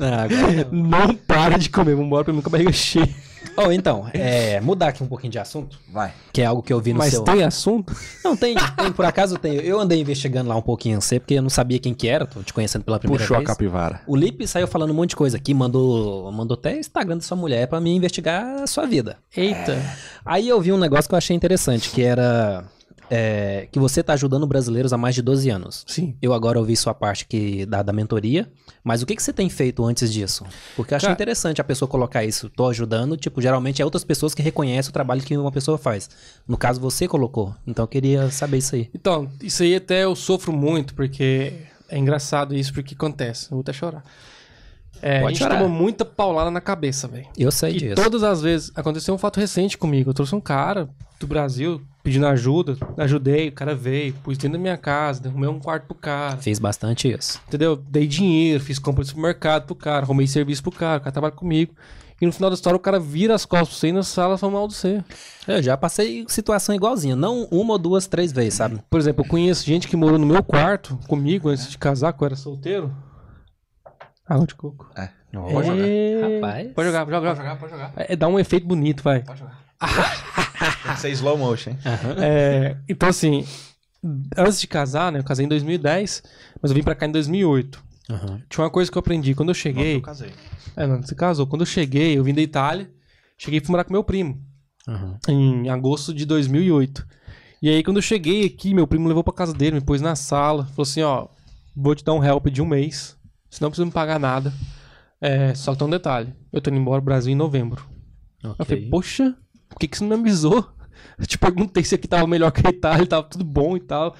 Ah, agora não.
não para de comer, vambora pra mim com a barriga cheia.
Ou então, é, mudar aqui um pouquinho de assunto,
Vai.
que é algo que eu vi no
Mas
seu...
tem assunto?
Não, tem, tem, por acaso tem. Eu andei investigando lá um pouquinho você, porque eu não sabia quem que era, tô te conhecendo pela primeira
Puxou a
vez.
capivara.
O Lipe saiu falando um monte de coisa aqui, mandou, mandou até Instagram da sua mulher pra mim investigar a sua vida.
Eita.
Aí eu vi um negócio que eu achei interessante, que era é, que você tá ajudando brasileiros há mais de 12 anos.
Sim.
Eu agora ouvi sua parte que da, da mentoria, mas o que, que você tem feito antes disso? Porque eu achei
Cara-
interessante a pessoa colocar isso, tô ajudando, tipo, geralmente é outras pessoas que reconhecem o trabalho que uma pessoa faz. No caso, você colocou, então eu queria saber isso aí.
Então, isso aí até eu sofro muito, porque é engraçado isso, porque acontece, eu vou até chorar. É,
Pode
a gente
chorar.
toma muita paulada na cabeça, velho.
Eu sei
E
disso.
todas as vezes aconteceu um fato recente comigo. Eu trouxe um cara do Brasil pedindo ajuda, ajudei, o cara veio, pus dentro da minha casa, arrumei um quarto pro cara,
Fiz bastante isso.
entendeu? Dei dinheiro, fiz compra de supermercado pro cara, arrumei serviço pro cara, o cara trabalha comigo. E no final da história o cara vira as costas pra você e na sala fala mal do você.
Eu já passei situação igualzinha, não uma ou duas, três vezes, sabe?
Por exemplo, eu conheço gente que morou no meu quarto comigo antes de casar, que eu era solteiro. Água de coco.
É.
Pode jogar.
É.
Rapaz.
Pode jogar, joga, joga.
pode jogar.
É, dá um efeito bonito, vai.
Tem que ser slow motion, hein?
É, então, assim, antes de casar, né? Eu casei em 2010, mas eu vim pra cá em 2008.
Aham.
Tinha uma coisa que eu aprendi. Quando eu cheguei.
casei.
É, não, você casou. Quando eu cheguei, eu vim da Itália. Cheguei e fui morar com meu primo,
Aham.
em agosto de 2008. E aí, quando eu cheguei aqui, meu primo levou pra casa dele, me pôs na sala. Falou assim: ó, vou te dar um help de um mês. Você não precisa me pagar nada. É, só que tem um detalhe: eu tô indo embora pro Brasil em novembro. Eu falei,
Ok.
poxa, por que, que você não me avisou? Eu te perguntei se aqui tava melhor que a Itália, tava tudo bom e tal.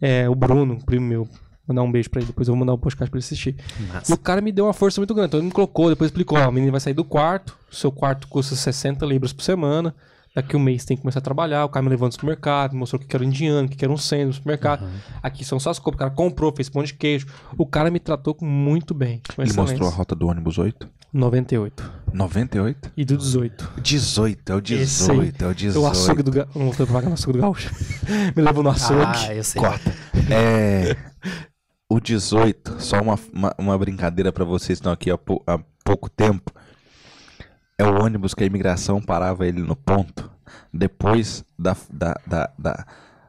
É, o Bruno, primo meu, mandar um beijo pra ele, depois eu vou mandar um podcast pra ele assistir. E
Massa.
o cara me deu uma força muito grande, então ele me colocou, depois explicou, ó, o menino vai sair do quarto, seu quarto custa 60 libras por semana, daqui um mês tem que começar a trabalhar, o cara me levou no supermercado, mostrou que era indiano, que era um centro no supermercado, aqui são só as compras, o cara comprou, fez pão de queijo, o cara me tratou muito bem, com
Ele
excelência.
mostrou a rota do ônibus 8?
98
98?
e do 18.
18, é o
Esse aí.
18, é o 18.
O açougue do um gaúcho. Não vou pagar no açougue do gaúcho. Me levou no açougue.
Ah, eu sei.
É. O 18, só uma, uma, uma brincadeira pra vocês que estão aqui há, pou- há pouco tempo. É o ônibus que a imigração parava ele no ponto. Depois da, da, da, da,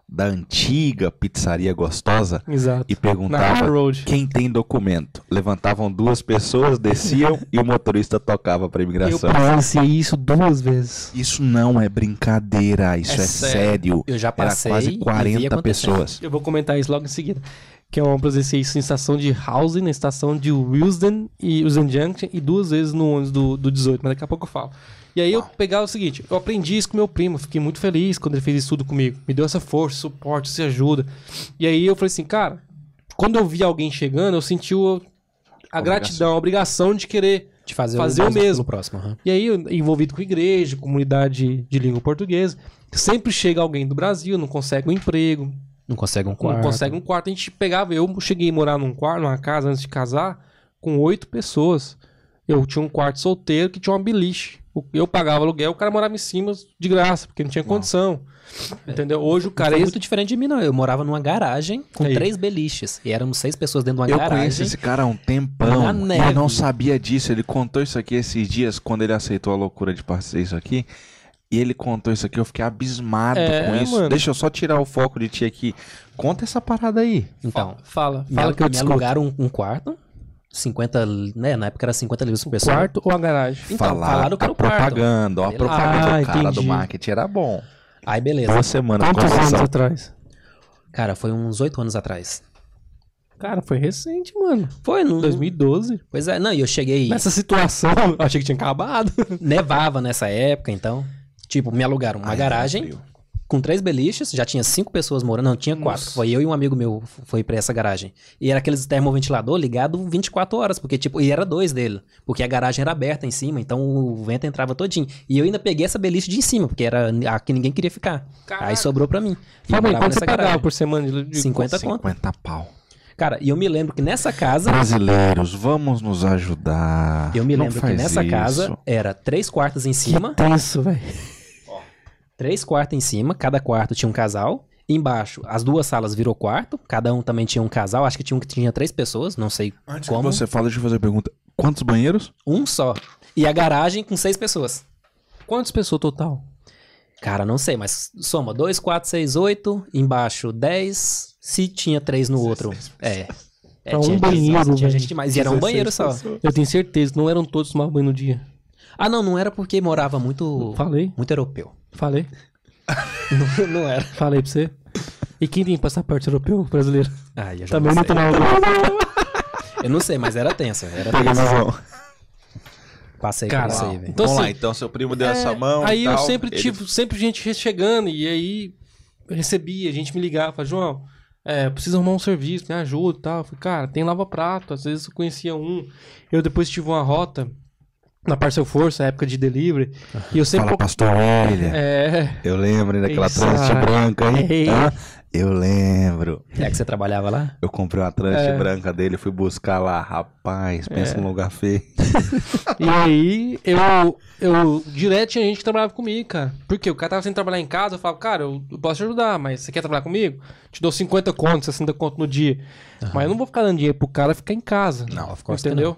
da antiga pizzaria gostosa
Exato.
é. e
Na
perguntava
Harbor Road.
quem tem documento. Levantavam duas pessoas, desciam e o motorista tocava pra
Eu
imigração.
presenciei isso duas vezes.
Isso não é brincadeira, isso é,
É
sério.
Eu já
Era
passei. e
quase
vi
40
acontecendo.
pessoas.
Eu vou comentar isso logo em seguida. Que é eu presenciei isso em estação de Housing, na estação de Wilsden e Wilsden Junction e duas vezes no ônibus do, do 18, mas daqui a pouco eu falo. E aí eu pegava o seguinte, eu aprendi isso com meu primo, fiquei muito feliz quando ele fez isso tudo comigo. Me deu essa força, suporte, se ajuda. E aí eu falei assim, cara, quando eu vi alguém chegando, eu senti o- a
Obrigação.
gratidão, a obrigação de querer
De fazer,
Fazer o
o
mesmo.
No próximo. aham.
e aí, eu, envolvido com igreja, comunidade de língua portuguesa, sempre chega alguém do Brasil, não consegue um emprego,
Não consegue um quarto.
não consegue um quarto. A gente pegava, eu cheguei a morar num quarto, numa casa antes de casar, com oito pessoas. Eu tinha um quarto solteiro que tinha uma beliche. O- Eu pagava aluguel, o cara morava em cima de graça, porque não tinha condição. Entendeu? Hoje o cara
Cara,
é
é muito diferente de mim, não. Eu morava numa garagem com
Aí.
três beliches. E éramos seis pessoas dentro de uma
Eu conheço
garagem.
esse cara há um tempão.
Na
e eu
neve.
não sabia disso. Ele contou isso aqui esses dias, quando ele aceitou a loucura de participar isso aqui. E ele contou isso aqui, eu fiquei abismado
É,
com isso.
mano.
Deixa eu só tirar o foco de ti aqui. Conta essa parada aí.
Então,
Fala,
me,
fala
al-
que eu
me
te escuto.
alugaram um, um quarto. 50, li- né? Na época era 50 livros por pessoa.
Quarto ou a garagem?
Então, falaram que
a
era o quarto.
propaganda, ó, a
Ah,
propaganda. o cara do
entendi.
marketing era bom.
Aí beleza.
Boa semana,
Quantos anos
conversão.
atrás?
Cara, foi uns oito anos atrás.
Cara, foi recente, mano.
Foi, não.
2012.
Pois é, não, e eu cheguei.
Nessa situação, eu achei que tinha acabado.
Nevava nessa época, então. Tipo, me alugaram uma
Ai,
garagem
frio.
com três beliches, já tinha cinco pessoas morando, não, tinha quatro.
Nossa.
Foi eu e um amigo meu, f- foi pra essa garagem. E era aqueles termoventilador ligado 24 horas, porque tipo, e era dois dele, porque a garagem era aberta em cima, então o vento entrava todinho. E eu ainda peguei essa beliche de em cima, porque era a que ninguém queria ficar. Aí sobrou pra mim. E eu
Fala aí,
morava
quanto você
nessa
pagava
garagem.
por semana? de- Assim. de-
50 conto.
50 pau.
Cara, e eu me lembro que nessa casa,
Brasileiros, vamos nos ajudar.
eu me
Não
lembro que
faz
nessa
isso.
casa era três quartos em cima,
Que tenso, velho.
Três quartos em cima, cada quarto tinha um casal. Embaixo, as duas salas virou quarto, cada um também tinha um casal. Acho que tinha um que tinha três pessoas, não sei
Antes
como.
que você fala, deixa eu fazer a pergunta. Quantos banheiros?
Um só. E a garagem com seis pessoas.
Quantas pessoas total?
Cara, não sei, mas soma dois, quatro, seis, oito. Embaixo, dez. Se tinha três no outro. É. É,
Pra um
tinha,
banheiro,
tinha gente
velho.
demais. E era um banheiro só.
Eu tenho certeza, não eram todos tomar banho no dia.
Ah, não, não era porque morava muito.
Falei,
Muito europeu.
falei,
não, não era.
falei pra você. E quem tem passaporte europeu brasileiro?
Ai, eu já
Também
não
não
sei.
tomava banho.
Eu não sei, mas era tensa. Era
Pega
tensa.
na mão.
Passei
Cara,
por isso aí, velho.
Então,
Vamos
assim,
lá, então seu primo deu
É,
essa mão. e
Aí eu
tal,
sempre
ele-
tive sempre gente chegando e aí eu recebia, a gente me ligava, falava, João, é, preciso arrumar um serviço, me ajuda e tal. Eu falei, cara, tem lava-prato, às vezes eu conhecia um. Eu depois tive uma rota na Parcel Força, época de delivery, e eu sempre...
Fala, pastor, olha.
É,
Eu lembro daquela
Isso.
tranche branca aí.
Ei.
tá? Eu lembro.
É que você trabalhava lá?
Eu comprei uma tranche
É.
branca dele, fui buscar lá. Rapaz, pensa num lugar feio.
E aí, eu, eu direto tinha gente que trabalhava comigo, cara. Porque o cara tava sem trabalhar em casa, eu falava, cara, eu, eu posso te ajudar, mas você quer trabalhar comigo? Te dou 50 conto, 60 conto no dia. Mas eu não vou ficar dando dinheiro pro cara ficar em casa.
Não,
of course que
Entendeu?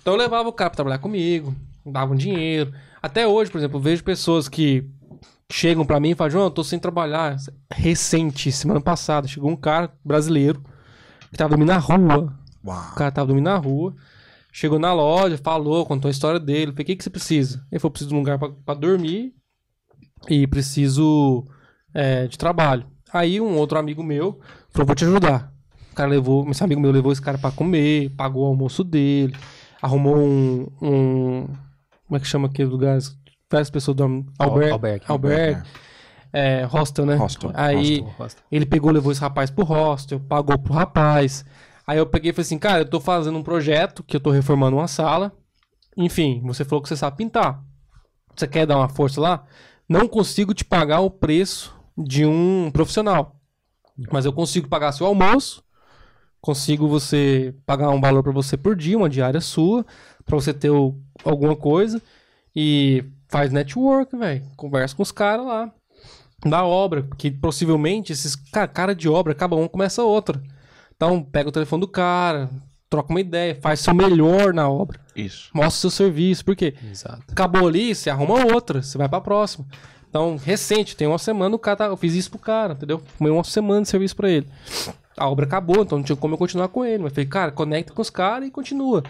Então eu levava o cara pra trabalhar comigo, dava um dinheiro. Até hoje, por exemplo, eu vejo pessoas que chegam pra mim e falam, João, eu tô sem trabalhar. Recente, semana passada, chegou um cara brasileiro que tava dormindo na rua. O
Uau.
cara tava dormindo na rua. Chegou na loja, falou, contou a história dele. Falei, o que, que você precisa? Ele falou, preciso de um lugar pra, pra dormir e preciso é, de trabalho. Aí um outro amigo meu falou, vou te ajudar. O cara levou, esse amigo meu levou esse cara pra comer, pagou o almoço dele, arrumou um... um- como é que chama aqueles lugares? que Várias pessoas dormem.
Al-
Albergue.
albergue.
Albergue. É, hostel, né?
Hostel,
Aí...
Hostel, hostel.
Ele pegou, levou esse rapaz pro hostel, pagou pro rapaz. Aí eu peguei e falei assim, cara, eu tô fazendo um projeto que eu tô reformando uma sala. Enfim, você falou que você sabe pintar. Você quer dar uma força lá? Não consigo te pagar o preço de um profissional. Mas eu consigo pagar seu almoço, consigo você pagar um valor pra você por dia, uma diária sua, pra você ter o- alguma coisa e faz network, velho, conversa com os caras lá da obra, que possivelmente esses ca- cara de obra, acaba um começa outra. Então, pega o telefone do cara, troca uma ideia, faz seu melhor na obra,
Isso.
mostra o seu serviço, porque
Exato.
acabou ali, você arruma outra, você vai pra próxima. Então, recente, tem uma semana, o cara tá- eu fiz isso pro cara, entendeu? Comeu uma semana de serviço pra ele. A obra acabou, então não tinha como eu continuar com ele. Mas falei, cara, conecta com os caras e continua.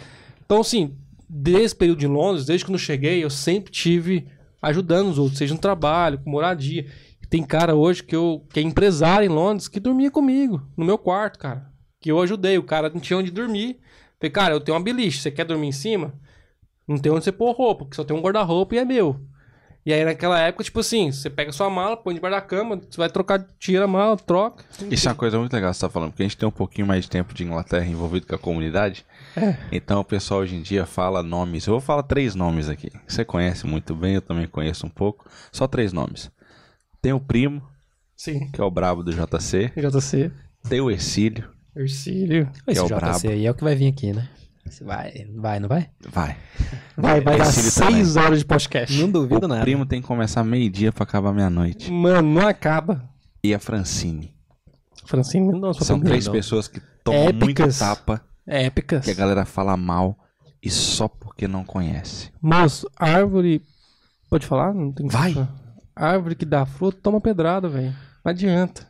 Então, assim, desde o período de Londres, desde quando eu cheguei, eu sempre tive ajudando os outros, seja no trabalho, com moradia. Tem cara hoje que, eu, que é empresário em Londres que dormia comigo, no meu quarto, cara. Que eu ajudei, o cara não tinha onde dormir. Falei, cara, eu tenho uma beliche, você quer dormir em cima? Não tem onde você pôr roupa, porque só tem um guarda-roupa e é meu. E aí naquela época, tipo assim, você pega sua mala, põe debaixo da cama, você vai trocar, tira a mala, troca.
Isso é uma coisa muito legal que você tá falando, porque a gente tem um pouquinho mais de tempo de Inglaterra envolvido com a comunidade.
É.
Então o pessoal hoje em dia fala nomes. Eu vou falar três nomes aqui. Você conhece muito bem, eu também conheço um pouco. Só três nomes. Tem o primo,
Sim.
que é o brabo do JC.
JC.
Tem o Ercílio.
Ercílio.
Esse
é o
JC
brabo.
aí é o que vai vir aqui, né? Esse Vai, vai, não vai?
Vai.
Vai, vai dar
Ercílio também.
seis horas de podcast.
Não duvido
o
nada.
primo tem que começar meio-dia pra acabar meia-noite.
Mano, não acaba.
E a Francine.
Francine, nossa,
São
família.
três pessoas que tomam muita
Épicas.
tapa,
Épicas.
que a galera fala mal e só porque não conhece.
Moço, árvore. Pode falar? Não tem que
Vai.
falar. Árvore que dá fruto, toma pedrada, velho. Não adianta.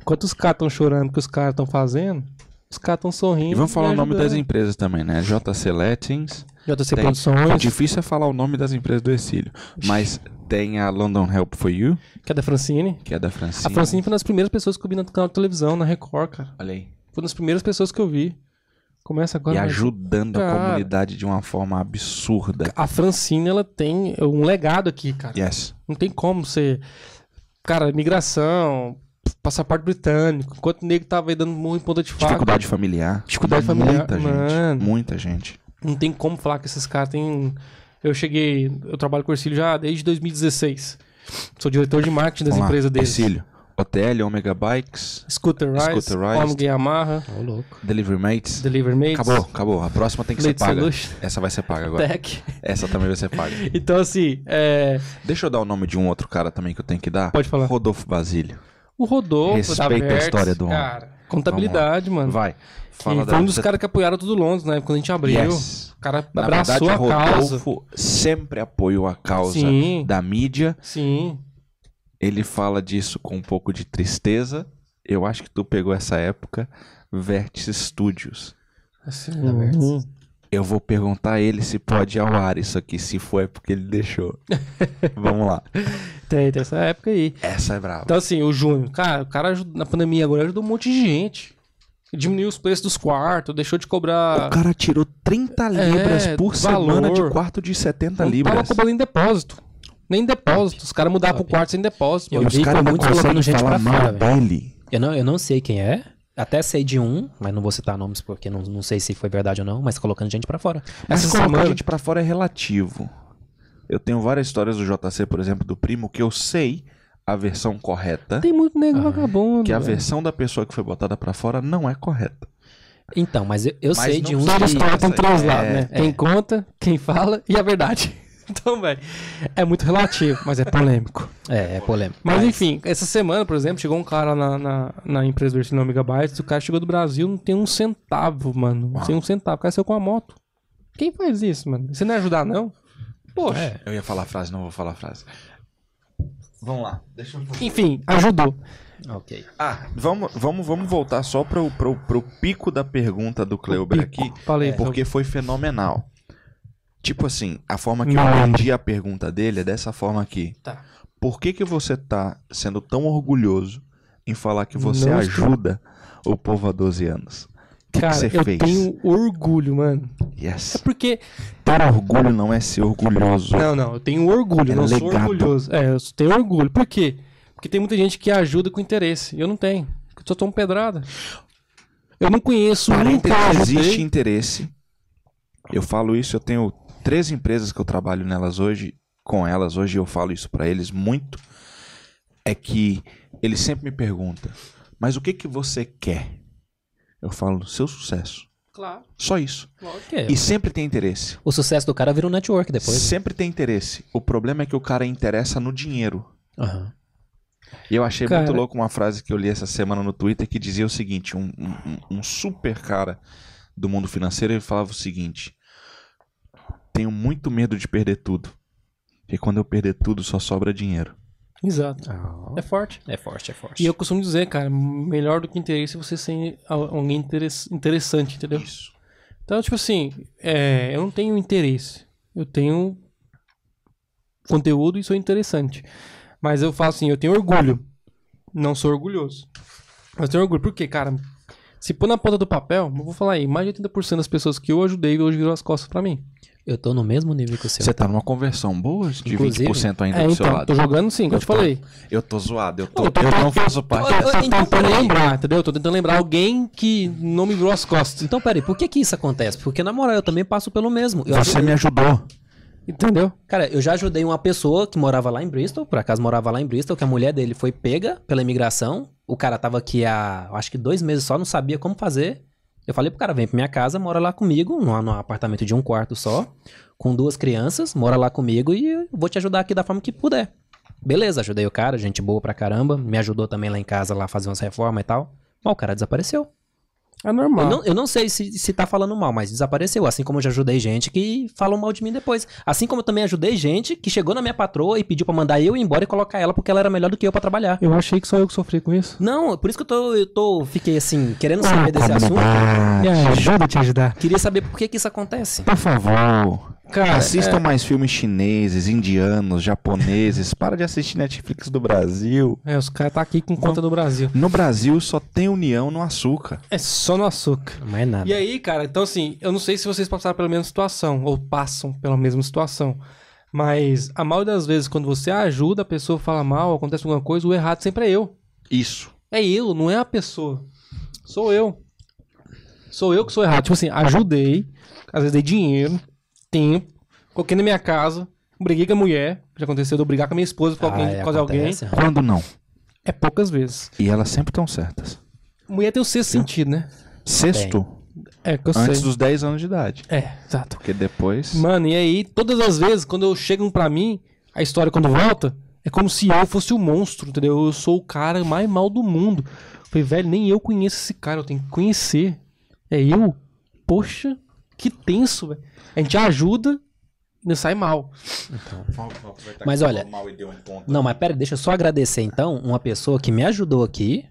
Enquanto os caras estão chorando que os caras estão fazendo, os caras estão sorrindo.
E vamos falar o nome das
ajudando.
empresas também, né? JC Lettings.
JC
Tem.
Produções,
Difícil é falar o nome das empresas do Exílio. Mas tem a London Help for You,
que é da Francine.
que é da
A
Francine.
Francine foi uma das primeiras pessoas que eu vi no canal de televisão, na Record, cara.
Olha aí.
Foi uma das primeiras pessoas que eu vi. Começa agora.
E
mas-
ajudando a
Cara.
comunidade de uma forma absurda.
A Francine, ela tem um legado aqui, cara.
Yes.
Não tem como você. Cara, imigração, passaporte britânico, enquanto o nego tava aí dando muito ponta de faca.
Dificuldade familiar.
Dificuldade familiar,
Muita gente.
mano.
Muita gente.
Não tem como falar que esses caras têm. um- Eu cheguei. Eu trabalho com o Ercílio já desde 2016. Sou diretor de marketing das
Vamos lá.
empresas deles.
Exílio. OTL, Omega Bikes,
Scooter Rise,
Scooter Rise.
Omega Yamaha,
Ô, louco.
Delivery Mates.
Delivery Mates,
Acabou, acabou. A próxima tem que
Leite
ser paga.
Solution.
Essa vai ser paga agora.
Tech.
Essa também vai ser paga.
Então, assim, é,
Deixa eu dar o nome de um outro cara também que eu tenho que dar.
Pode falar.
Rodolfo Basílio.
o Rodolfo da
Respeita a
Vertex,
história do homem.
Cara, contabilidade, mano.
Vai.
E foi um dos caras que apoiaram tudo Londres, né? Quando a gente abriu.
Yes.
O cara
Na
abraçou
verdade,
a causa.
Rodolfo sempre apoiou a causa
Sim.
da mídia.
Sim.
Ele fala disso com um pouco de tristeza. Eu acho que tu pegou essa época. Vértice Studios.
Assim,
Vertex.
hum.
Eu vou perguntar a ele se pode ir ao ar isso aqui. Se foi, é porque ele deixou. Vamos lá.
tem, tem essa época aí.
Essa é brava.
Então, assim, o Júnior, cara, o cara ajudou- na pandemia agora ajudou um monte de gente. Diminuiu os preços dos quartos, deixou de cobrar.
o cara tirou 30 libras por
ah, é, valor.
semana de quarto de 70
não tava
libras.
cobrando em depósito. Nem depósito. Os caras mudavam pro quarto sem depósito.
Eu
mano.
vi com muitos colocando gente pra fora, velho.
dele.
Eu não, eu não sei quem é. Até sei de um, mas não vou citar nomes porque não, não sei se foi verdade ou não, mas colocando gente pra fora. Assim,
Mas
Essa
colocar
semana-
gente pra fora é relativo. Eu tenho várias histórias do JC, por exemplo, do primo, que eu sei a versão correta,
Tem muito nego
Ah,
vagabundo.
que a
velho.
versão da pessoa que foi botada pra fora não é correta.
Então, mas eu, eu
Mas
sei
não
de um
sabe
que...
os caras
Tem três lados, né?
é.
Quem conta, quem fala e a verdade. Então, velho, é muito relativo, mas é polêmico.
É, é polêmico.
Mas, enfim, essa semana, por exemplo, chegou um cara na, na, na empresa do Ercino Amiga Bytes, o cara chegou do Brasil, não tem um centavo, mano. Não tem um centavo. O cara saiu com a moto. Quem faz isso, mano? Você não ia ajudar, não? Poxa.
É.
Eu ia falar a frase, não vou falar a frase. Vamos lá, deixa eu...
Enfim, ajudou.
é, Ok.
Ah, vamos, vamos, vamos voltar só pro, pro, pro pico da pergunta do Cleuber
pico.
aqui, é,
Falei,
porque foi fenomenal. Tipo assim, a forma que eu
Malandro.
entendi a pergunta dele é dessa forma aqui.
Tá.
Por que, que você tá sendo tão orgulhoso em falar que você
Não estou.
ajuda o povo há 12 anos? O que, que
Cara,
você
eu
fez?
tenho orgulho, mano. É
Yes.
porque.
Ter orgulho não é ser orgulhoso.
Não, não, eu tenho orgulho,
É
eu não sou
legado.
orgulhoso. É, eu tenho orgulho. Por quê? Porque tem muita gente que ajuda com interesse. e Eu não tenho. Eu só tomo pedrada. Eu não conheço um
Parênteses,
cara.
existe interesse. Eu falo isso, eu tenho três empresas que eu trabalho nelas hoje, com elas hoje, eu falo isso pra eles muito. É que eles sempre me perguntam, mas o que que você quer? Eu falo, seu sucesso.
Claro,
Só isso.
lógico.
É,
E sempre tem interesse.
O sucesso do cara vira um network depois.
Sempre tem interesse. O problema é que o cara interessa no dinheiro.
né? Aham.
E eu achei
Cara.
muito louco uma frase que eu li essa semana no Twitter que dizia o seguinte: um, um- um super cara do mundo financeiro ele falava o seguinte: Tenho muito medo de perder tudo. Porque quando eu perder tudo, só sobra dinheiro.
Exato.
Ah.
É forte.
É forte, é forte.
E eu costumo dizer, cara, melhor do que interesse é você ser al- alguém interes- interessante, entendeu?
Isso.
Então, tipo assim, é, eu não tenho interesse. Eu tenho conteúdo e sou interessante. Mas eu falo assim, eu tenho orgulho. Não sou orgulhoso. Mas tenho orgulho. Por quê, cara? Se pôr na ponta do papel, eu vou falar aí, mais de 80% das pessoas que eu ajudei hoje virou as costas pra mim.
Eu tô no mesmo nível que o seu.
Você tá numa conversão boa de
Inclusive-
20% ainda
É,
do seu
então, tá
lado.
tô jogando sim, como eu te falei.
Eu tô zoado, eu, tô,
Eu
eu,
tô-
não faço parte
eu-
dessa.
eu- então,
Tentando
peraí.
lembrar, entendeu? Tô tentando lembrar alguém que não me virou as costas.
Então, peraí, por que que isso acontece? Porque, na moral, eu também passo pelo mesmo. Eu
Você me ajudou.
Entendeu?
Cara, eu já ajudei uma pessoa que morava lá em Bristol, por acaso morava lá em Bristol, que a mulher dele foi pega pela imigração. O cara tava aqui há, acho que dois meses só, não sabia como fazer. Eu falei pro cara, vem pra minha casa, mora lá comigo, num, num apartamento de um quarto só, com duas crianças, mora lá comigo e eu vou te ajudar aqui da forma que puder. Beleza, ajudei o cara, gente boa pra caramba, me ajudou também lá em casa, lá fazer umas reformas e tal. Mas o cara desapareceu.
É
Eu
normal.
não, eu não sei se, se tá falando mal, mas desapareceu. Assim como eu já ajudei gente que falou mal de mim depois. Assim como eu também ajudei gente que chegou na minha patroa e pediu pra mandar eu ir embora e colocar ela porque ela era melhor do que eu pra trabalhar.
Eu achei que só eu que sofri com isso.
Não, por isso que eu tô, eu tô fiquei assim, querendo saber desse assunto.
Me ajuda a te ajudar.
Queria saber por que que isso acontece.
Por favor,
Cara, é.
assistam mais filmes chineses, indianos, japoneses. Para de assistir Netflix do Brasil.
É, os caras tá aqui com conta do Brasil.
No Brasil só tem união no açúcar.
É só no açúcar.
Não é nada.
E aí, cara, então assim, eu não sei se vocês passaram pela mesma situação, ou passam pela mesma situação. Mas a maioria das vezes, quando você ajuda, a pessoa fala mal, acontece alguma coisa, o errado sempre é eu.
Isso.
É eu, não é a pessoa. Sou eu. Sou eu que sou errado. Tipo assim, ajudei, às vezes dei dinheiro, tempo, coloquei na minha casa, briguei com a mulher, já aconteceu de eu brigar com a minha esposa
Ah,
por,
é,
alguém, por causa de alguém. Tá
Quando não?
É poucas vezes.
E elas sempre estão certas.
Mulher tem o sexto sentido, né?
Sexto,
É,
Tá
que eu
antes
sei.
dos 10 anos de idade.
É, exato.
Porque depois.
Mano, e aí, todas as vezes, quando chegam pra mim, a história quando volta, é como se eu fosse o monstro, entendeu? Eu sou o cara mais mal do mundo. Eu Falei, velho, nem eu conheço esse cara, eu tenho que conhecer. É eu? Poxa, que tenso, velho. A gente ajuda e não sai mal.
Mas olha-
um
Não.
Não, mas pera, deixa eu só agradecer então uma pessoa que me ajudou aqui.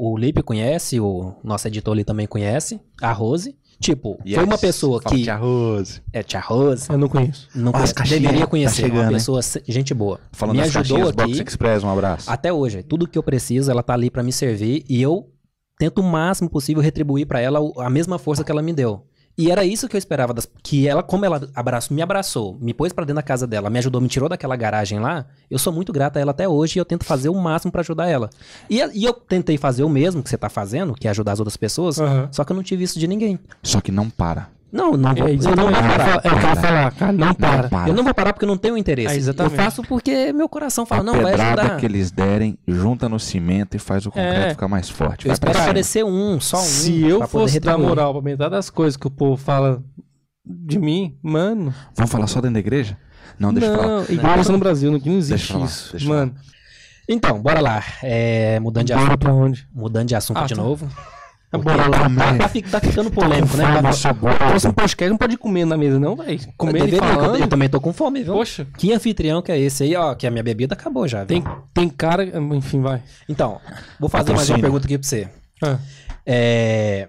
O Lipe conhece, o nosso editor ali também conhece, a Rose. Tipo,
é
foi uma pessoa que.
Rose.
É, tia Rose.
Eu não conheço.
Não
Ó, as
conheço,
caixinhas,
deveria
tá
conhecer
chegando,
uma
hein?
pessoa, se- gente boa.
Falando
me
das
ajudou
caixinhas Box
aqui
Express, um abraço.
até hoje. Tudo que eu preciso, ela tá ali pra me servir e eu tento o máximo possível retribuir pra ela o- a mesma força que ela me deu. E era isso que eu esperava das- que ela, como ela abraçou, me abraçou, me pôs pra dentro da casa dela, me ajudou, me tirou daquela garagem lá. Eu sou muito grata a ela até hoje e eu tento fazer o máximo pra ajudar ela. E, a- e eu tentei fazer o mesmo que você tá fazendo, que é ajudar as outras pessoas,
Aham.
só que eu não tive isso de ninguém.
Só que não para.
Não, não vou,
É isso
então
eu não
também.
vou parar.
É o que eu ia falar, cara, não para.
Não para.
Eu não vou parar porque eu não tenho interesse.
É, exatamente.
Eu faço porque meu coração fala,
a
não, vai
pedrada
ajudar.
que eles derem, junta no cimento e faz o concreto
É.
ficar mais forte.
Eu
Vai pra
espero
cima.
aparecer um, só um.
Se
pra
eu
poder
fosse dar
retribuir.
moral pra metade das coisas que o povo fala de mim, mano.
Vamos falar só dentro da igreja? Não, deixa eu falar.
igual isso no Brasil, não, não existe
Deixa eu falar,
isso.
deixa eu
mano,
Então, bora lá. É, mudando de
bora
assunto,
pra onde?
mudando de, assunto
Ah,
de
tá.
novo.
Bora lá.
Tá, tá fi- tá ficando polêmico, né? Tá-
O próximo podcast não pode comer na mesa, não, velho. Comer
deveria,
e falando. então,
eu também tô com fome, viu?
Tá Poxa,
Que anfitrião que é esse aí, ó? Que a minha bebida acabou já, viu?
tem, tem cara. Enfim, vai.
Então, vou fazer mais uma
Patrocínio.
pergunta aqui pra você.
Ah,
É,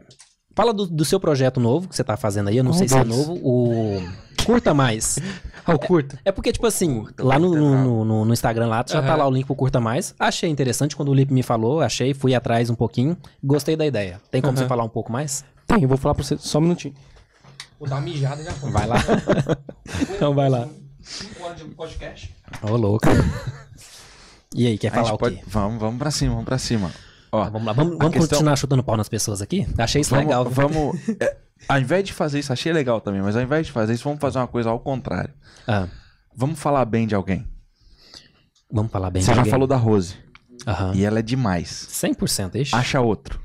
Fala do, do seu projeto novo que você tá fazendo aí, eu não
Qual
sei se é
deles?
novo. O. Curta mais.
ah, o curta.
É porque, tipo assim, lá no, no, no- no- no Instagram lá, já tá
Aham.
lá o link pro Curta Mais. Achei interessante quando o Lipe me falou, achei, fui atrás um pouquinho. Gostei da ideia. Tem como
Aham.
você falar um pouco mais?
Tem, eu vou falar pra você só um minutinho. Vou dar uma mijada já.
Vai lá.
Então vai lá.
5 horas de podcast.
Ô, louco. E aí, quer
A
falar
gente
o
pode...
quê? Tá
Vamos, vamos pra cima, vamos pra cima. Ó,
Vamos lá, vamos,
a
vamos
questão-
continuar chutando pau nas pessoas aqui? Achei isso
vamos,
legal. viu?
Vamos... é, ao invés de fazer isso, achei legal também, mas ao invés de fazer isso, vamos fazer uma coisa ao contrário.
Ah,
Vamos falar bem de alguém.
vamos falar bem
Você
de
já
alguém. Ah.
falou da Rose.
Aham.
E ela é demais.
100%, ixi.
Acha outro.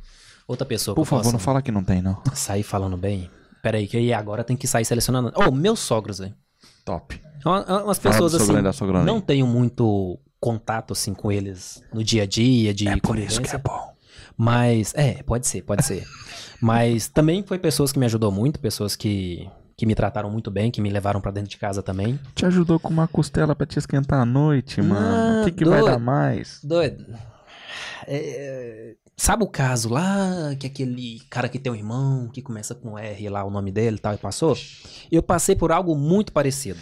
Outra pessoa
Por
que eu né?
favor,
possa
não fala que não tem, não.
sair falando bem. Pera aí, que aí agora tem que sair selecionando. Ô, meus sogros, velho.
Top.
Uma- Umas
Fala do
pessoas
seu
assim,
grande, da sua grande.
não tenho muito contato assim com eles no dia a dia de
É por isso
convivência,
que é bom.
mas é, pode ser, pode ser. mas também foi pessoas que me ajudou muito, pessoas que que me trataram muito bem, que me levaram pra dentro de casa também.
Te ajudou com uma costela pra te esquentar à noite, mano. O que, que vai
doido.
dar mais?
Doido. É, sabe o caso lá, que aquele cara que tem um irmão, que começa com R lá, o nome dele e tal, e passou? Eu passei por algo muito parecido.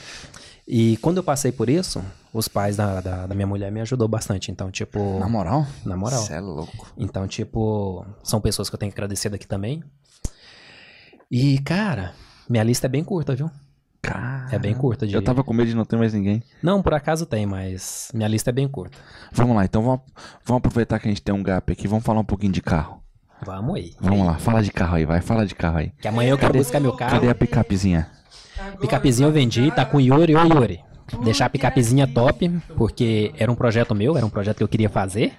E quando eu passei por isso, os pais da, da, da minha mulher me ajudou bastante. Então, tipo,
Na moral?
na moral.
Cê é louco.
Então, tipo, são pessoas que eu tenho que agradecer daqui também. E, cara, minha lista é bem curta, viu?
Cara.
É bem curta de.
Eu tava com medo de não ter mais ninguém.
Não, por acaso tem, mas minha lista é bem curta.
Vamos lá, então vamos, vamos aproveitar que a gente tem um gap aqui. Vamos falar um pouquinho de carro.
Vamos aí.
Vamos lá, fala de carro aí, vai. Fala de carro aí.
Que amanhã eu quero buscar meu carro.
Cadê a picapezinha?
Picapezinha eu vendi, tá com Yuri ou Yuri. Deixar a picapezinha top, porque era um projeto meu, era um projeto que eu queria fazer.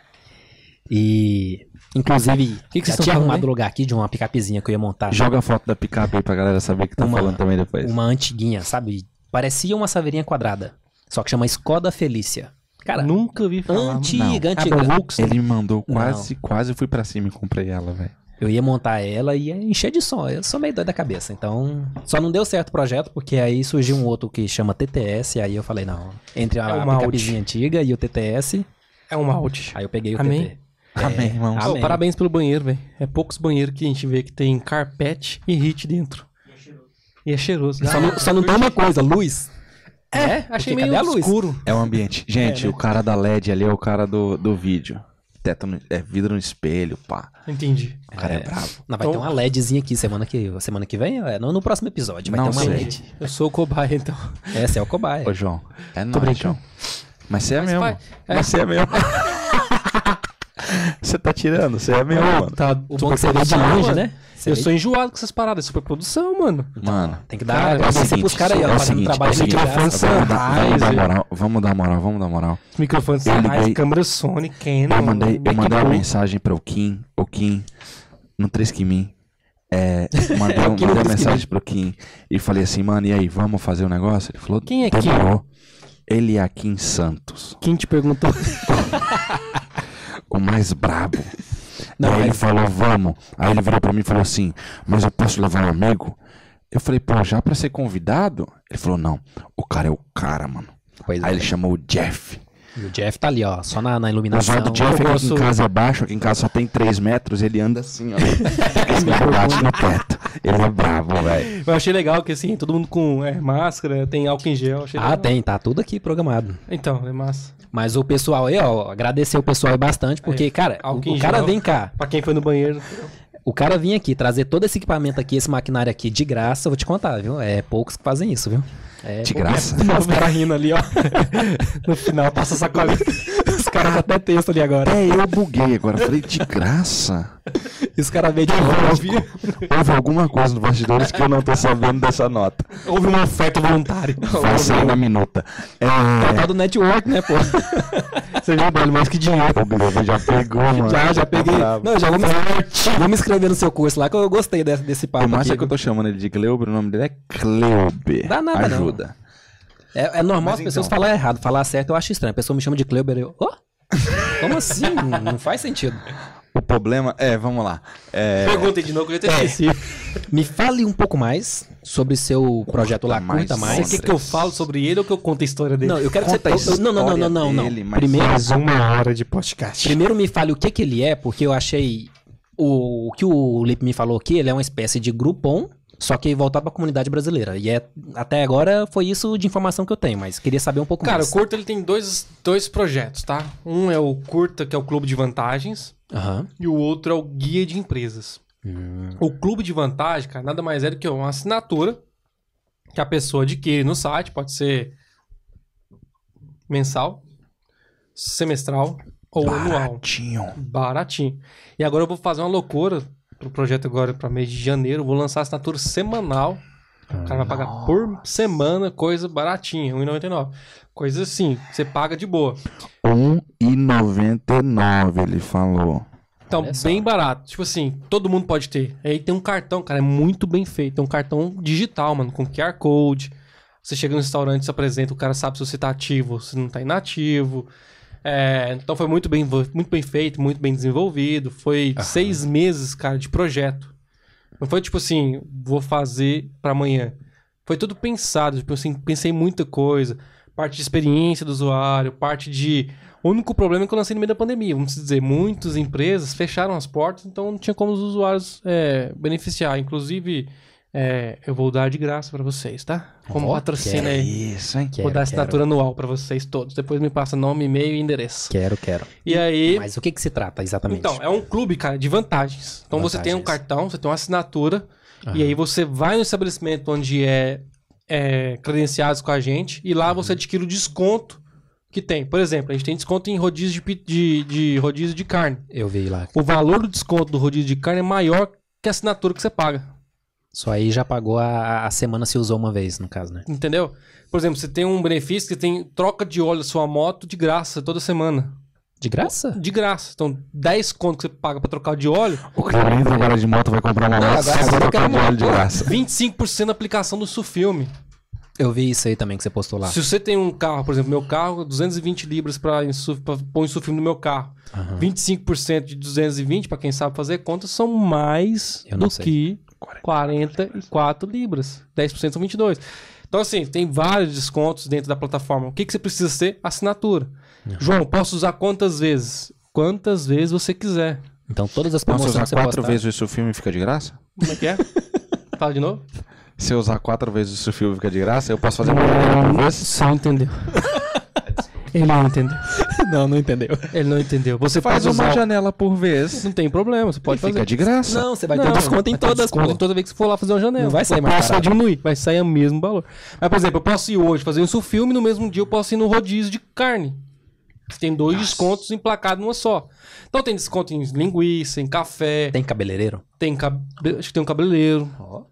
E, inclusive,
que que vocês
já
estão
tinha
falando,
arrumado
hein?
lugar aqui de uma picapezinha que eu ia montar.
Joga a foto da picape aí pra galera saber que tá
Uma-
falando também depois.
Uma antiguinha, sabe? Parecia uma saveirinha quadrada. Só que chama Skoda Felícia. Cara,
Nunca vi falar.
antiga, antiga.
Ele me mandou
Não.
quase, quase eu fui pra cima e comprei ela, velho.
Eu ia montar ela e ia encher de som. Eu sou meio doido da cabeça, então. Só não deu certo o projeto, porque aí surgiu um outro que chama TTS, e aí eu falei, não. Entre a
É uma
picapezinha antiga e o TTS,
É um malte.
aí eu peguei o
Amém.
TT.
Amém, irmão.
amém.
Ô, parabéns pelo banheiro, velho. É poucos banheiros que a gente vê que tem carpete e hit dentro. E é cheiroso.
Só não, só não tem uma coisa, luz. É,
Achei
porque cadê
meio
a luz?
escuro.
É o ambiente.
Gente, o cara da LED ali é o cara do, do vídeo. Teto no, é vidro no espelho, pá.
Entendi.
O cara é, bravo.
Não, vai ter uma LEDzinha aqui semana que, semana que vem, é, no, no próximo episódio. Vai
Não
ter uma
sei.
LED.
Eu sou o cobaia, então.
Essa é o cobaia.
Ô, João. É nóis, João. Mas você é mesmo.
vai-
Mas você é mesmo. Você tá tirando, você é mesmo, mano.
Tá,
O bom que você vê de longe, né? Você
Eu
vê-
sou enjoado com essas paradas. Superprodução, mano.
Mano.
Tem que dar
Cara, é o
agradecimento pros caras aí,
é
ó,
o
fazendo um
seguinte,
trabalho
é o seguinte,
de graça. né? tá
vamos, dar, vamos dar
Rapaz,
moral, vamos dar moral, vamos dar moral.
Microfone
Eu
Samais,
liguei-
câmera Sony, Canon.
Eu mandei, eu mandei uma
MacBook.
mensagem pro Kim, o Kim, no 3 Kimin. É, mandei,
É, o Kim
mandei
no
uma
3
mensagem pro Kim e falei assim, mano, e aí, vamos fazer um negócio? Ele falou,
Quem é Kim?
demorou. Ele é Kim Santos,
Quem te perguntou?
o mais brabo.
Não,
aí ele
mas-
falou, vamos. Aí ele virou pra mim e falou assim, mas eu posso levar um amigo? Eu falei, pô, já pra ser convidado? Ele falou, não, o cara é o cara, mano.
Pois é.
Aí ele chamou o Jeff.
E o Jeff tá ali, ó, só na, na
O
iluminação.
zóio do Jeff
eu
aqui
gosto-
em casa é baixo, aqui em casa só tem 3 metros, ele anda assim, ó. Esse cara bate no teto. Ele é brabo, velho.
Eu achei legal que assim, todo mundo com é, máscara, tem álcool em gel. Achei
Ah,
legal.
tem, tá tudo aqui programado.
Então, é massa.
Mas o pessoal aí, ó, agradecer o pessoal aí bastante, porque,
Aí,
cara, o,
álcool em
o cara
gel.
vem cá,
Pra quem foi no banheiro.
o cara vem aqui trazer todo esse equipamento aqui, esse maquinário aqui de graça, eu vou te contar, viu? É poucos que fazem isso, viu? É,
De
poucos.
graça.
Os
tá
caras rindo ali, ó.
No final, passa sacolinha.
Os caras até texto ali agora.
Até É, eu buguei agora. Falei, de graça?
Os caras veem de
Houve alguma coisa nos bastidores que eu não tô sabendo dessa nota.
Houve uma oferta voluntária.
Vai sair na minuta.
É o
É...
tal do network, né, pô?
Você já vale mais que dinheiro. O Globo já pegou, mano.
Já, já
Tá
peguei. Não, já vou me, vou me inscrever no seu curso lá, que eu gostei desse, desse papo
O massa é
aqui.
que eu tô chamando ele de Cleube, o nome dele é Cleube.
Dá nada, não.
Ajuda.
É, é normal
Mas
as pessoas
então.
falarem errado. Falar certo eu acho estranho. A pessoa me chama de Kleber eu... Ô? Como assim? Não- Não faz sentido.
O problema é, vamos lá. É...
Perguntem de novo que eu já até esqueci.
Me fale um pouco mais sobre seu projeto lá,
mais,
curta
Você
mais.
Você quer que eu falo sobre ele ou que eu conto a história dele?
Não, eu quero que
Conta a
você... eu- eu- Não, não, não, não, não.
história dele,
não.
mas- é
Primeiro,
uma hora de podcast.
primeiro me fale o que, que ele é, porque eu achei... O, o que o Lipe me falou aqui, ele é uma espécie de Groupon, só que voltado pra comunidade brasileira. E é, até agora foi isso de informação que eu tenho, mas queria saber um pouco
Cara, o
mais.
Curta ele tem dois, dois projetos, tá? Um é o Curta, que é o Clube de Vantagens,
Aham.
e o outro é o Guia de Empresas.
Hum,
O Clube de Vantagem, cara, nada mais é do que uma assinatura que a pessoa adquire no site, pode ser mensal, semestral ou anual.
Baratinho.
Baratinho. E agora eu vou fazer uma loucura pro projeto agora para mês de janeiro. Eu Vou lançar assinatura semanal. O cara vai pagar por semana, coisa baratinha, R$1,99. Coisa assim, você paga de boa.
1,99 ele falou.
Então,
Olha só.
bem barato. Tipo assim, todo mundo pode ter. Aí tem um cartão, cara, é muito bem feito. É um cartão digital, mano, com QR Code. Você chega no restaurante, se apresenta, o cara sabe se você tá ativo, se não tá inativo. É, então foi muito bem, muito bem feito, muito bem desenvolvido. Foi
Aham.
seis meses, cara, de projeto. Não foi tipo assim, vou fazer pra amanhã. Foi tudo pensado, tipo assim, pensei em muita coisa. Parte de experiência do usuário, parte de. O único problema é que eu lancei no meio da pandemia, vamos dizer, muitas empresas fecharam as portas, então não tinha como os usuários é, beneficiar. Inclusive, é, eu vou dar de graça pra vocês, tá? Como
Ó,
patrocina aí.
É Isso, hein?
Quero,
Vou dar
quero,
assinatura anual pra vocês todos. Depois me passa nome, e-mail e endereço.
Quero, quero.
E aí.
Mas o que que se trata exatamente?
Então, é um clube, cara, de vantagens. Então você tem um
Vantagens.
cartão, você tem uma assinatura,
Aham.
é- e aí você vai no estabelecimento onde é, é credenciados com a gente, e lá
Uhum.
você adquire o desconto que tem. Por exemplo, a gente tem desconto em rodízio de, pi- de, de rodízio de carne.
Eu vi lá.
O valor do desconto do rodízio de carne é maior que a assinatura que você paga.
Só aí já pagou a, a semana se usou uma vez, no caso, né?
Entendeu? Por exemplo, você tem um benefício que tem troca de óleo da sua moto de graça toda semana.
De graça?
De graça. Então, 10 conto que você paga pra trocar de óleo,
O cara entra agora de moto, vai comprar uma moto,
agora
só
eu
pra
quero
trocar
uma
óleo de graça.
25% da aplicação do Sufilme.
Eu vi isso aí também que você postou lá.
Se você tem um carro, por exemplo, meu carro, 220 libras para pôr insufilme no meu carro.
Ah.
Aham.
25% de 220, para quem sabe fazer conta, são mais
Eu não
do
sei.
que 44 libras. 10% são 22. Então, assim, tem vários descontos dentro da plataforma. O que, que você precisa ser? Assinatura. João, posso usar quantas vezes? Quantas vezes você quiser.
Então todas
Tá
as
Nossa,
promoções
usar
que você
quatro
postar...
vezes o seu filme fica de graça?
Como é que é? Fala de novo?
Se eu usar quatro vezes o seu filme fica de graça, eu posso fazer uma vez?
um Só entendeu. Ele não entendeu.
Não, não entendeu.
Ele não entendeu. Você
Faz
pode
uma
usar...
janela por vez.
Não tem problema, você pode
e
fazer.
Fica de graça.
Não, você vai ter desconto em
vai ter
todas,
desconto
pô.
em toda vez que você for lá fazer uma janela.
Não vai sair
Eu
mais
posso só
barato.
diminuir, vai sair o mesmo valor. Mas, por exemplo, eu posso ir hoje fazer isso filme, no mesmo dia eu posso ir no rodízio de carne. Que tem dois descontos emplacados numa só. Então tem desconto em linguiça, em café, tem,
Tem cabeleireiro?
cabe- acho que tem um cabeleireiro.
Ó.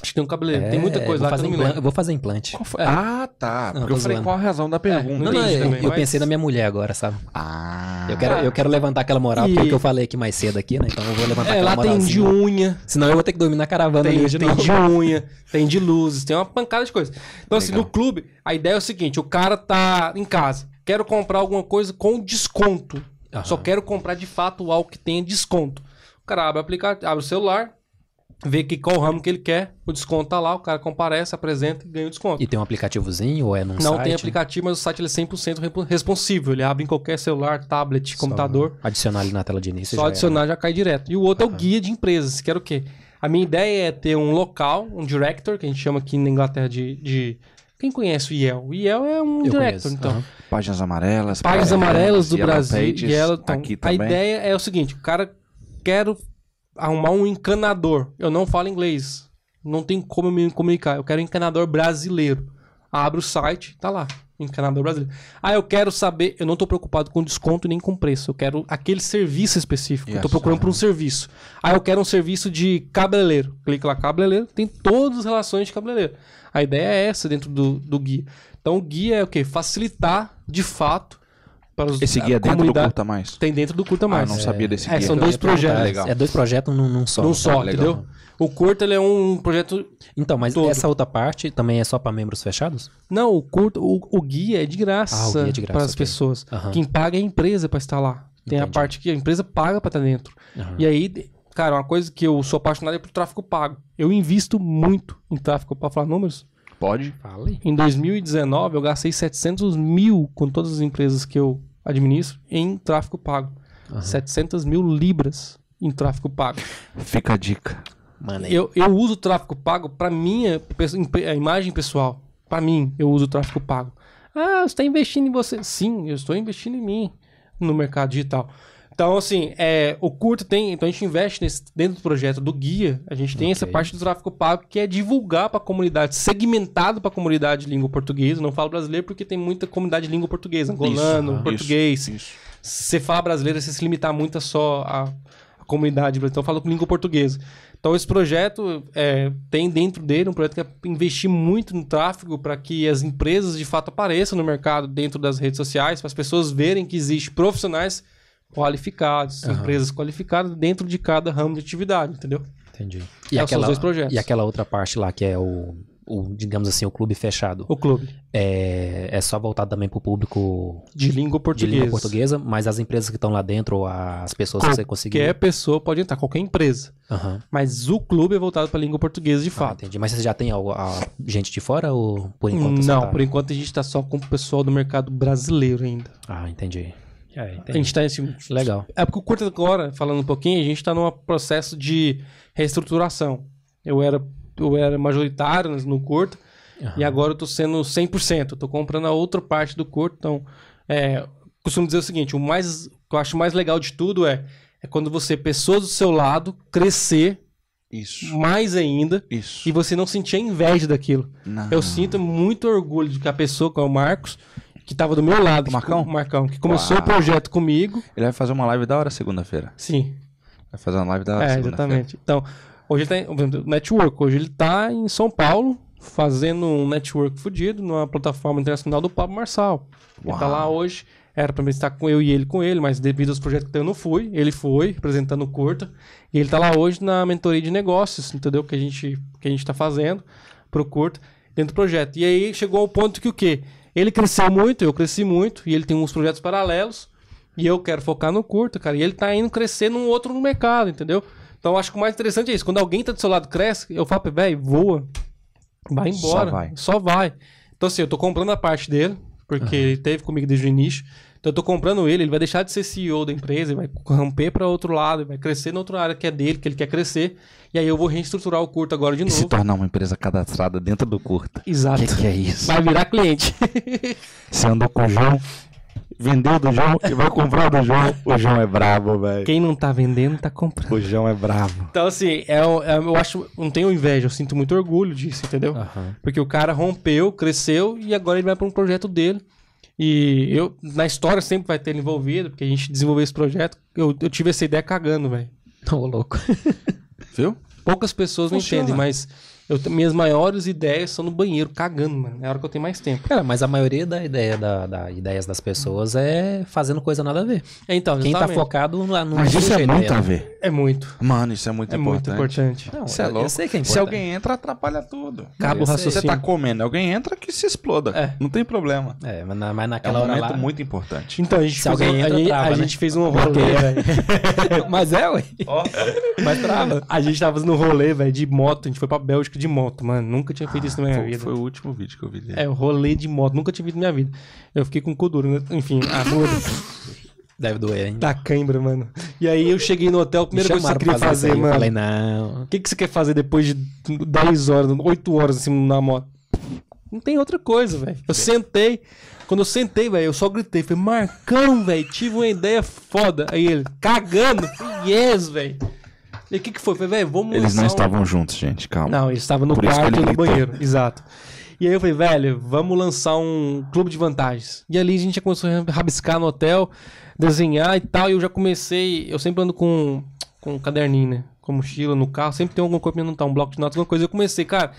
Acho que tem um cabeleireiro.
É,
tem muita coisa
eu vou
lá que eu
fazer
não me
implan-
lembro.
Eu vou fazer implante.
Qual foi? É,
Ah, tá.
Não,
Porque
tô
eu falei
zoando.
qual a razão da pergunta.
Não, não,
Entendi
eu,
também,
eu
mas-
pensei na minha mulher agora, sabe?
Ah.
Eu quero, eu quero levantar aquela moral,
E-
porque é o que eu falei aqui mais cedo aqui, né? Então eu vou levantar
é,
aquela
lá tem
moralzinha.
de unha,
Senão eu vou ter que dormir na caravana
tem, um
ali hoje de
tem
novo.
de unha, tem de luzes, tem uma pancada de coisas. Então, assim,
Legal.
no clube, a ideia é o seguinte: o cara tá em casa, quero comprar alguma coisa com desconto.
Aham.
Só quero comprar de fato algo que tenha desconto. O cara abre o aplicativo, abre o celular, vê que qual ramo que ele quer, o desconto tá lá, o cara comparece, apresenta e ganha o desconto.
E tem um aplicativozinho ou é num
Não
site?
tem aplicativo, mas o site ele é 100% repo- responsivo. Ele abre em qualquer celular, tablet, computador.
Adicionar ali na tela de início.
Só
já
adicionar já cai direto. E o outro é o guia de empresas, que era o quê? A minha ideia é ter um local, um director, que a gente chama aqui na Inglaterra de. de- Quem conhece o IEL? O IEL é um
Eu
director,
conheço,
então.
aham. É,
Páginas amarelas.
Páginas
Yellow
amarelas do
Yellow
Brasil.
Pages,
e ela, então,
aqui
a
também.
ideia é o seguinte: o cara quero arrumar um encanador. Eu não falo inglês. Não tem como eu me comunicar. Eu quero um encanador brasileiro. Abre o site, tá lá. Encanador brasileiro. Ah, eu quero saber. Eu não tô preocupado com desconto nem com preço. Eu quero aquele serviço específico. Eu tô
Yes.
procurando por um serviço. Ah, eu quero um serviço de cabeleireiro. Clica lá, cabeleireiro. Tem todas as relações de cabeleireiro. A ideia é essa dentro do, do guia. Então, o guia é o quê? Facilitar, de fato, para os
Esse
a
guia é dentro do
comunidade-
Curta Mais.
Tem dentro do Curta
Ah,
Mais.
não sabia desse
É,
guia.
são dois projetos.
legal.
É dois projetos num, num só.
Num só,
legal.
entendeu? O Curta, ele é um projeto...
Então, mas
Todo.
essa outra parte também é só pra membros fechados?
Não, o Curta, o, o guia é de
Ah, o
graça
guia é de graça,
para as
ok.
pessoas.
Aham.
Quem paga é a empresa para instalar. Tem
Entendi.
a parte que a empresa paga para estar dentro.
Aham.
E aí, de- cara, uma coisa que eu sou apaixonado é por tráfego pago. Eu invisto muito em tráfego, para falar números.
Pode?
Fale.
Em 2019, eu gastei 700 mil com todas as empresas que eu administro em tráfego pago. 700 mil libras em tráfego pago.
Fica a dica.
Mano, aí.
Eu, eu uso o tráfego pago para minha pe- imp- a imagem pessoal. Para mim, eu uso o tráfego pago. Ah, você está investindo em você. Sim, eu estou investindo em mim no mercado digital. Então, assim, é, o curto tem. Então, a gente investe nesse- dentro do projeto do guia. A gente tem essa
Ok.
parte do tráfego pago que é divulgar para a comunidade, segmentado para a comunidade de língua portuguesa. Não falo brasileiro porque tem muita comunidade de língua portuguesa, angolano,
isso.
português
Isso.
você fala brasileiro, você se limitar muito a só a, a comunidade brasileira. Então, eu falo com língua portuguesa. Então, esse projeto é, tem dentro dele um projeto que é investir muito no tráfego para que as empresas de fato apareçam no mercado dentro das redes sociais, para as pessoas verem que existem profissionais qualificados,
Aham.
empresas qualificadas dentro de cada ramo de atividade, entendeu?
Entendi.
É, são os dois projetos.
E aquela outra parte lá que é o o, digamos assim, o clube fechado,
O clube.
é, é só voltado também para o público
De língua
de
portuguesa.
língua portuguesa, mas as empresas que estão lá dentro, ou as pessoas que você conseguiu.
Qualquer pessoa pode entrar, qualquer empresa.
Aham.
Mas o clube é voltado pra língua portuguesa de
Ah,
fato.
entendi. Mas você já tem algo- a gente de fora ou por enquanto? você
não,
tá-
por enquanto a gente tá só com o pessoal do mercado brasileiro ainda.
Ah, entendi. É,
A gente tá nesse.
Legal.
É porque o curta agora, falando um pouquinho, a gente tá num processo de reestruturação. Eu era, eu era majoritário no curto
Aham.
e agora eu tô sendo 100%. Eu tô comprando a outra parte do curto. Então, é, costumo dizer o seguinte: o mais, o que eu acho mais legal de tudo é, é quando você, pessoas do seu lado, crescer
Isso.
mais ainda
Isso.
e você não sentir a inveja daquilo.
Não.
Eu sinto muito orgulho de que a pessoa, que é o Marcos, que tava do meu lado.
O Marcão?
Que, Marcão, que começou
Uau.
o projeto comigo.
Ele vai fazer uma live da hora segunda-feira.
Sim,
Vai fazer uma live da hora
é,
Tá segunda-feira.
exatamente. Então, hoje ele tá em por exemplo, network. Hoje ele tá em São Paulo, fazendo um network fudido numa plataforma internacional do Pablo Marçal. Ele tá
Uau.
lá hoje. Era pra mim estar com eu e ele com ele, mas devido aos projetos que eu não fui, ele foi, representando o curta. E ele tá lá hoje na mentoria de negócios, entendeu? Que a gente, que a gente tá fazendo pro curto dentro do projeto. E aí chegou ao ponto que o quê? Ele cresceu muito, eu cresci muito, e ele tem uns projetos paralelos. E eu quero focar no curto, cara. E ele tá indo crescer num outro mercado, entendeu? Então eu acho que o mais interessante é isso. Quando alguém tá do seu lado cresce, eu falo, velho, voa. Vai
Só
embora.
vai.
Só vai. Então, assim, eu tô comprando a parte dele, porque ele teve comigo desde o início. Então, eu tô comprando ele, ele vai deixar de ser CEO da empresa, ele vai romper pra outro lado, ele vai crescer na outra área que é dele, que ele quer crescer. E aí eu vou reestruturar o curto agora de
E se
novo.
tornar uma empresa cadastrada dentro do curta.
Exato.
O que, que é isso?
Vai virar cliente.
Você andou com o João, vendeu do João e vai comprar do João. O João é brabo, velho.
Quem não tá vendendo, tá comprando.
O João é brabo.
Então, assim, é, um- é um- eu acho. Não tenho inveja, eu sinto muito orgulho disso, entendeu?
Aham.
Porque o cara rompeu, cresceu e agora ele vai para um projeto dele. E eu, na história, sempre vai ter ele envolvido, porque a gente desenvolveu esse projeto. Eu, eu tive essa ideia cagando, velho.
Ô, louco.
Viu?
Poucas pessoas
Funciona.
me entendem, mas eu, te- minhas maiores ideias são no banheiro, cagando, mano. É a hora que eu tenho mais tempo.
Cara, mas a maioria da ideia da, da- ideias das pessoas é fazendo coisa nada a ver.
É, então,
Quem tá
exatamente.
focado lá no
Mas isso é
sujeito
muito a
dela.
ver.
É muito.
Mano, isso é muito
É
importante.
muito importante.
Não,
Isso é
eu- eu
louco.
sei que é
Se
importante.
alguém entra, atrapalha tudo.
Cabo
eu sei.
Se
raciocínio.
você tá comendo, alguém entra que se exploda.
É.
Não tem problema.
É, mas, na- mas
É um
naquela hora
momento
lá...
muito importante.
Então, a gente,
Se
fez,
alguém
um,
entra,
a, gente,
trava,
a
né?
gente fez um rolê, velho.
mas é, ué.
Mas trava. A gente tava fazendo um rolê, velho, de moto. A gente foi pra Bélgica de moto, mano. Nunca tinha feito isso na minha
Foi,
vida.
foi o último vídeo que eu vi dele.
É, rolê de moto. Nunca tinha visto na minha vida. Eu fiquei com o cu duro, né? Enfim, a dor
Deve doer, hein?
da cãibra, mano. E aí eu cheguei no hotel, a
Me
primeira coisa
chamaram
Tá que eu queria
pra isso
fazer,
aí, Eu
mano.
falei,
O
não...
que, que você quer fazer depois de 10 horas, 8 horas assim na moto? Não tem outra coisa, velho.
É.
Eu sentei. Quando eu sentei, velho, eu só gritei. Falei, Marcão, velho, tive uma ideia foda. Aí ele, cagando. Falei, yes, velho. E o que que foi? Falei, velho, vamos
Eles não
lançar um-
estavam juntos, gente. Calma.
Não, ele estava no
Por isso que
quarto
ele
e no
gritou.
banheiro, exato. E aí eu falei, velho, vamos lançar um clube de vantagens. E ali a gente já começou a rabiscar no hotel, desenhar e tal. E eu já comecei, eu sempre ando com, com um caderninho, né? Com mochila no carro, sempre tem alguma coisa pra me anotar, um bloco de notas, alguma coisa. Eu comecei, cara,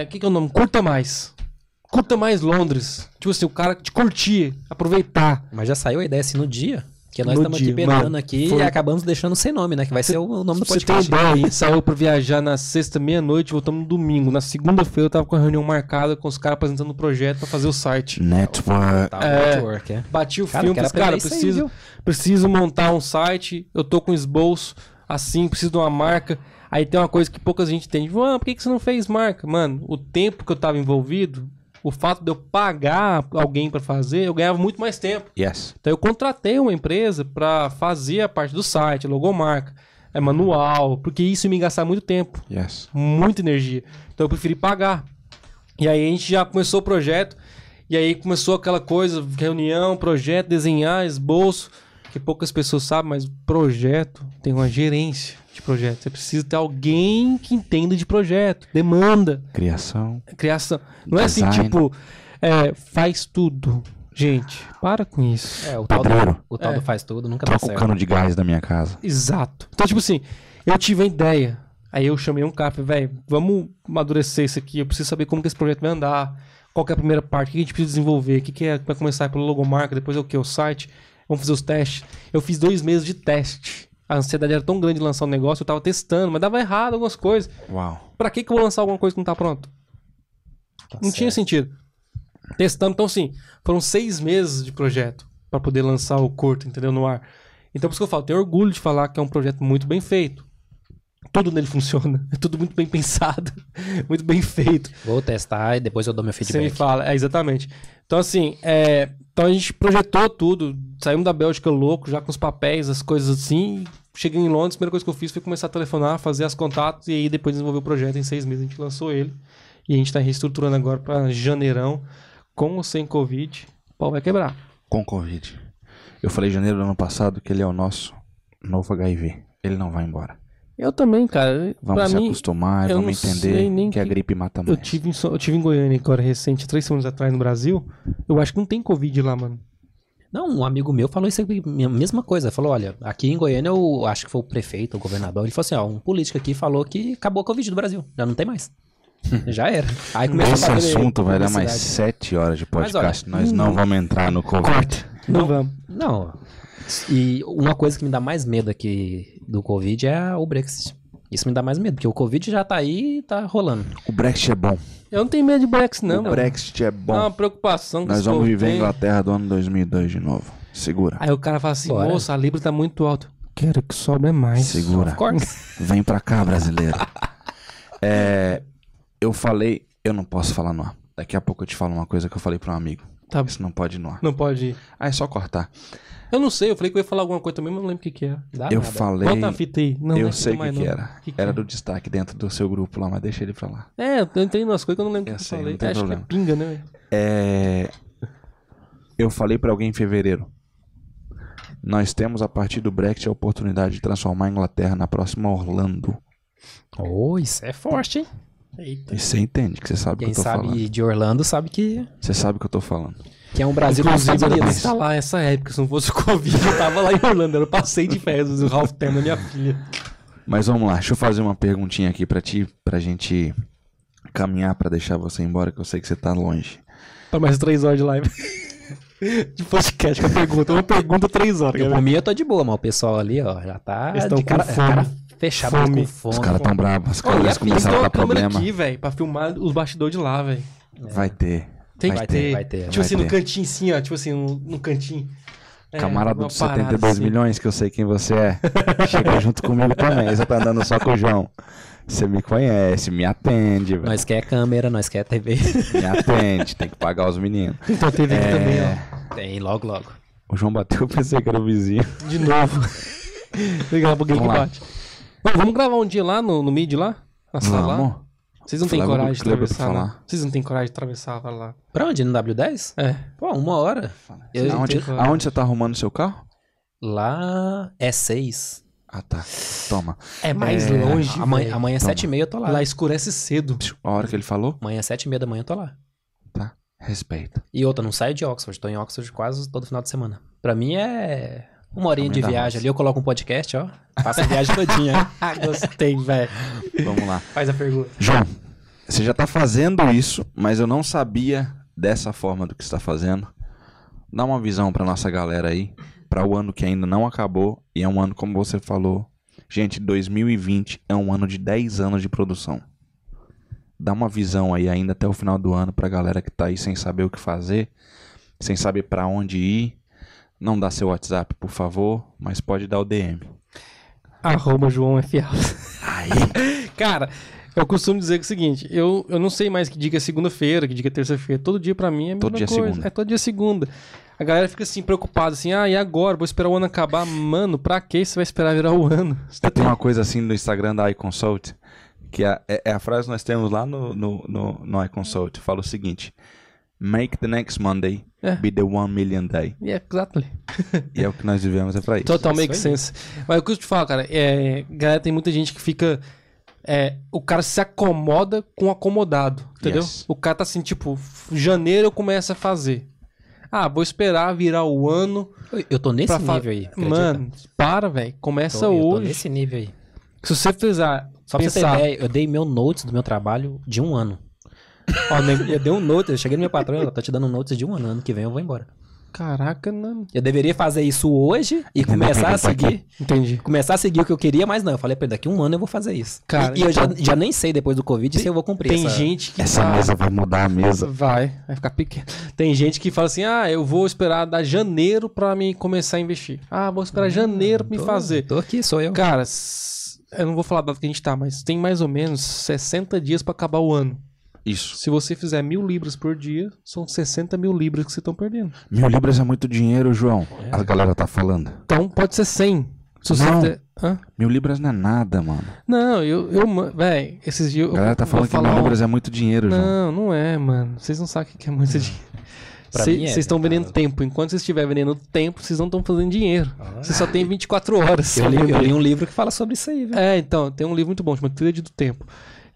o que, que é o nome? Curta mais. Curta mais Londres. Tipo assim, o cara te curtir, aproveitar.
Mas já saiu a ideia assim no dia. Que nós
No
estamos aqui
dia,
penando
mano.
aqui
Foi.
e acabamos deixando sem nome, né? Que vai ser o o nome do
Pra você tem
podcast.
ideia, a gente saiu pra viajar na sexta, meia-noite, voltamos no domingo. Na segunda-feira eu tava com a reunião marcada com os caras apresentando o projeto pra fazer o site.
Network.
Tá,
É.
network, é.
Bati o
Cara,
filme,
quero
falei, cara,
aprender isso aí,
preciso,
viu?
preciso montar um site, eu tô com esboço, assim, preciso de uma marca. Aí tem uma coisa que pouca gente tem. Tipo, ah, por que, que você não fez marca? Mano, o tempo que eu tava envolvido, o fato de eu pagar alguém pra fazer, eu ganhava muito mais tempo.
Yes.
Então eu contratei uma empresa pra fazer a parte do site, logomarca, é manual, porque isso ia me gastar muito tempo
Yes.
muita energia. Então eu preferi pagar. E aí a gente já começou o projeto, e aí começou aquela coisa, reunião, projeto, desenhar, esboço, que poucas pessoas sabem, mas projeto tem uma gerência de projeto. Você precisa ter alguém que entenda de projeto, demanda,
Criação.
criação. Não é assim,
Design.
tipo, é, faz tudo. Gente, para com isso.
É, o tal, do,
Pedreiro.
o tal
É.
do faz tudo nunca dá
Troca o
certo.
cano de gás da minha casa.
Exato. Então, tipo assim, eu tive a ideia. Aí eu chamei um cara, falei, velho, vamos amadurecer isso aqui. Eu preciso saber como que esse projeto vai andar. Qual que é a primeira parte? O que a gente precisa desenvolver? O que, que é vai começar pelo logomarca? Depois é o que? O site? Vamos fazer os testes. Eu fiz dois meses de teste. A ansiedade era tão grande de lançar um negócio, eu tava testando, mas dava errado algumas coisas.
Uau.
Pra que, que eu vou lançar alguma coisa que não tá pronto? não tinha sentido. Testamos, então assim, foram seis meses de projeto pra poder lançar o curto, entendeu? No ar. Então por isso que eu falo, tenho orgulho de falar que é um projeto muito bem feito. Tudo nele funciona, é tudo muito bem pensado, muito bem feito.
Vou testar e depois eu dou meu
Você me
feedback.
fala, é, exatamente. Então, assim, é, então a gente projetou tudo, saímos da Bélgica louco, já com os papéis, as coisas assim. Cheguei em Londres, a primeira coisa que eu fiz foi começar a telefonar, fazer as contatos e aí depois desenvolver o projeto. Em seis meses a gente lançou ele. E a gente tá reestruturando agora pra janeirão, com ou sem Covid. O pau vai quebrar.
Com Covid. Eu falei em janeiro do ano passado que ele é o nosso novo HIV. Ele não vai embora.
Eu também, cara.
Vamos
pra
se
mim,
acostumar,
eu
vamos
não sei
entender
nem
que a
que-
gripe mata mais.
eu tive, em, So- eu tive em Goiânia agora recente, três semanas atrás no Brasil. Eu acho que não tem Covid lá, mano.
Não, um amigo meu falou isso aqui, a mesma coisa. Falou, olha, aqui em Goiânia, eu acho que foi o prefeito, o governador, ele falou assim, ó, um político aqui falou que acabou a Covid do Brasil, já não tem mais. já era. Aí começou
Esse
a bater
assunto vai dar mais
publicidade.
sete horas de
Mas olha,
podcast.
hum.
Nós não vamos entrar no Covid.
não vamos.
Não. E uma coisa que me dá mais medo aqui do Covid é o Brexit. Isso me dá mais medo, porque o Covid já tá aí e tá rolando.
O Brexit é bom.
Eu não tenho medo de Brexit, não,
o
mano.
Brexit é
É uma
bom.
preocupação que
Nós
esse
vamos
povo
viver a
tem.
Inglaterra do ano 2002 de novo. Segura.
Aí o cara fala assim,
Bora.
moça, a Libra tá muito alta. Quero que sobra mais.
Segura. Vem pra cá, brasileiro. É, eu falei, eu não posso falar no ar. Daqui a pouco eu te falo uma coisa que eu falei pra um amigo.
Tá.
Isso não pode ir no ar.
Não pode ir.
Ah, é só cortar.
Eu não sei, eu falei que eu ia falar alguma coisa também, mas não lembro o que que era.
Dá
eu
nada.
falei.
Bota a fita aí. Não, não é
eu
fita
sei o que,
mais,
que
não.
era.
Que que
era
é?
do destaque dentro do seu grupo lá, mas deixa ele pra lá.
É, eu entrei nas coisas que eu não lembro o
Eu
que,
sei,
eu
não
falei.
tem
Acho que é
problema.
pinga, né? velho?
É, Eu falei pra alguém em fevereiro. Nós temos a partir do Brexit a oportunidade de transformar a Inglaterra na próxima Orlando.
Ô, isso é forte, hein?
E você entende que você sabe o que
Quem
eu tô
sabe
falando.
de Orlando sabe que,
Você sabe o que eu tô falando.
que é um Brasil com os
Inclusive,
Estados
eu
Unidos.
tá lá essa época. Se não fosse o Covid, eu tava lá em Orlando. Eu passei de férias o Ralph Term da minha filha.
Mas vamos lá, deixa eu fazer uma perguntinha aqui pra ti, pra gente caminhar pra deixar você embora, que eu sei que você tá longe.
Tá mais três horas de live. De podcast com a pergunta. Uma pergunta, três horas.
Eu,
quer ver?
por mim, eu tô de boa, mas o pessoal ali, ó, já tá
Eles tão
de cara,
com
cara
fome.
fechado
Fome. tá-
com fome.
Os caras tão bravos, os
Olha,
caras começaram a
tem
dar
uma câmera
problema.
aqui, velho, pra filmar os bastidores de lá, velho.
Vai ter.
Tem
Vai
que
ter,
ter,
vai ter,
Tipo
vai
assim,
ter.
no cantinho assim, ó. Tipo assim, no, no cantinho. É,
Camarada
uma
dos
parada
72
assim.
milhões, que eu sei quem você é. Chega junto comigo também. Você tá andando só com o João. Você me conhece, me atende, velho.
Nós quer câmera, nós quer TV.
Me atende, tem que pagar os meninos.
Então teve
É,
aqui também, ó.
Tem, logo, logo.
O João bateu, eu pensei que era o vizinho.
De novo. Legal, porque que
Vamos lá.
bate. Mano, vamos gravar um dia lá no, no mid lá? Na sala lá?
Vamos?
Vocês não têm
Flávio
coragem de
Kleber pra
atravessar,
falar.
né? Vocês não têm coragem de atravessar pra lá.
Pra onde? No W10?
É.
Pô, uma hora. Eu-
Aonde,
eu-
aonde você tá arrumando seu carro?
lá é 6.
Ah, tá. Toma.
É mais longe.
Amanhã,
velho.
amanhã é 7 e meia eu tô lá.
Lá escurece cedo.
A hora que ele falou,
Amanhã é 7 e meia da manhã eu tô lá.
tá. Respeita.
E outra, não saio de Oxford. Tô em Oxford quase todo final de semana. Pra mim é uma horinha
Caminho
de
da roça.
viagem ali. Eu coloco um podcast, ó. Faço a viagem todinha.
Ah, gostei, velho.
Vamos lá.
Faz a pergunta.
João, você já tá fazendo isso, mas eu não sabia dessa forma do que você tá fazendo. Dá uma visão pra nossa galera aí, pra o ano que ainda não acabou e é um ano como você falou. Gente, 2020 é um ano de 10 anos de produção. Dá uma visão aí ainda até o final do ano pra galera que tá aí sem saber o que fazer, sem saber pra onde ir. Não dá seu WhatsApp, por favor, mas pode dar o DM.
Arroba João F. Alves. Cara, eu costumo dizer que é o seguinte, eu, eu não sei mais que dia que é segunda-feira, que dia que é terça-feira. Todo dia pra mim é a mesma
Todo dia é
coisa.
segunda.
É todo dia é segunda. A galera fica assim, preocupada, assim, ah, e agora? Vou esperar o ano acabar. Mano, pra que você vai esperar virar o ano? Você tá
Eu tenho uma coisa assim no Instagram da iConsult, que é, é- é a frase que nós temos lá no, no, no, no iConsult. Fala o seguinte: Make the next Monday
É.
be the one million day.
Yeah, exactly.
E é o que nós vivemos, é pra isso.
Total make
isso aí.
sense. Mas o que eu te falo, cara, é, galera, tem muita gente que fica. é, o cara se acomoda com acomodado, entendeu?
Yes.
O cara tá assim, tipo, janeiro eu começo a fazer. Ah, vou esperar virar o ano.
Eu- Eu tô nesse
pra fa-
nível aí. acredita?
Mano, para, velho.
Tô-
Começa
eu tô
hoje.
nesse nível aí.
Se você fizer.
Só pra você ter ideia, eu dei meu notes do meu trabalho de um ano. Ó, nem- eu dei um notes, eu cheguei no meu patrão, eu tô te dando um notes de um ano, ano que vem eu vou embora.
Caraca, não.
Eu deveria fazer isso hoje e começar a seguir.
Entendi.
Começar a seguir o que eu queria, mas não. Eu falei, peraí, daqui um ano eu vou fazer isso.
Cara, então-
e, e eu já, já nem sei depois do Covid se eu vou cumprir
Tem
essa-
gente que.
Essa
tá-
mesa vai mudar a mesa.
Vai, vai ficar pequeno. Tem gente que fala assim: ah, eu vou esperar dar janeiro pra me começar a investir. Ah, vou esperar janeiro pra me
Hum, Tô-
fazer.
Tô aqui, sou eu.
Cara, s- eu não vou falar a data que a gente tá, mas tem mais ou menos 60 dias pra acabar o ano.
Isso.
Se você fizer mil libras por dia, são 60 mil libras que você estão perdendo.
Mil libras é muito dinheiro, João.
É.
A galera tá falando.
Então pode ser 100. Se você
Não.
fizer- Hã?
Mil libras não é nada, mano.
Não, eu, eu ma- véi, esses dias.
A
eu
galera tá
vou
falando que mil
falar um-
libras é muito dinheiro, João.
Não, não é, mano. Vocês não sabem o que é muito dinheiro.
Pra mim é,
Vocês estão
cara.
vendendo tempo. Enquanto vocês estiverem vendendo tempo, vocês não estão fazendo dinheiro.
Ah.
Você só tem 24 horas.
Eu li, eu li um livro que fala sobre isso aí, velho.
É, então, tem um livro muito bom, chama Trilha do Tempo.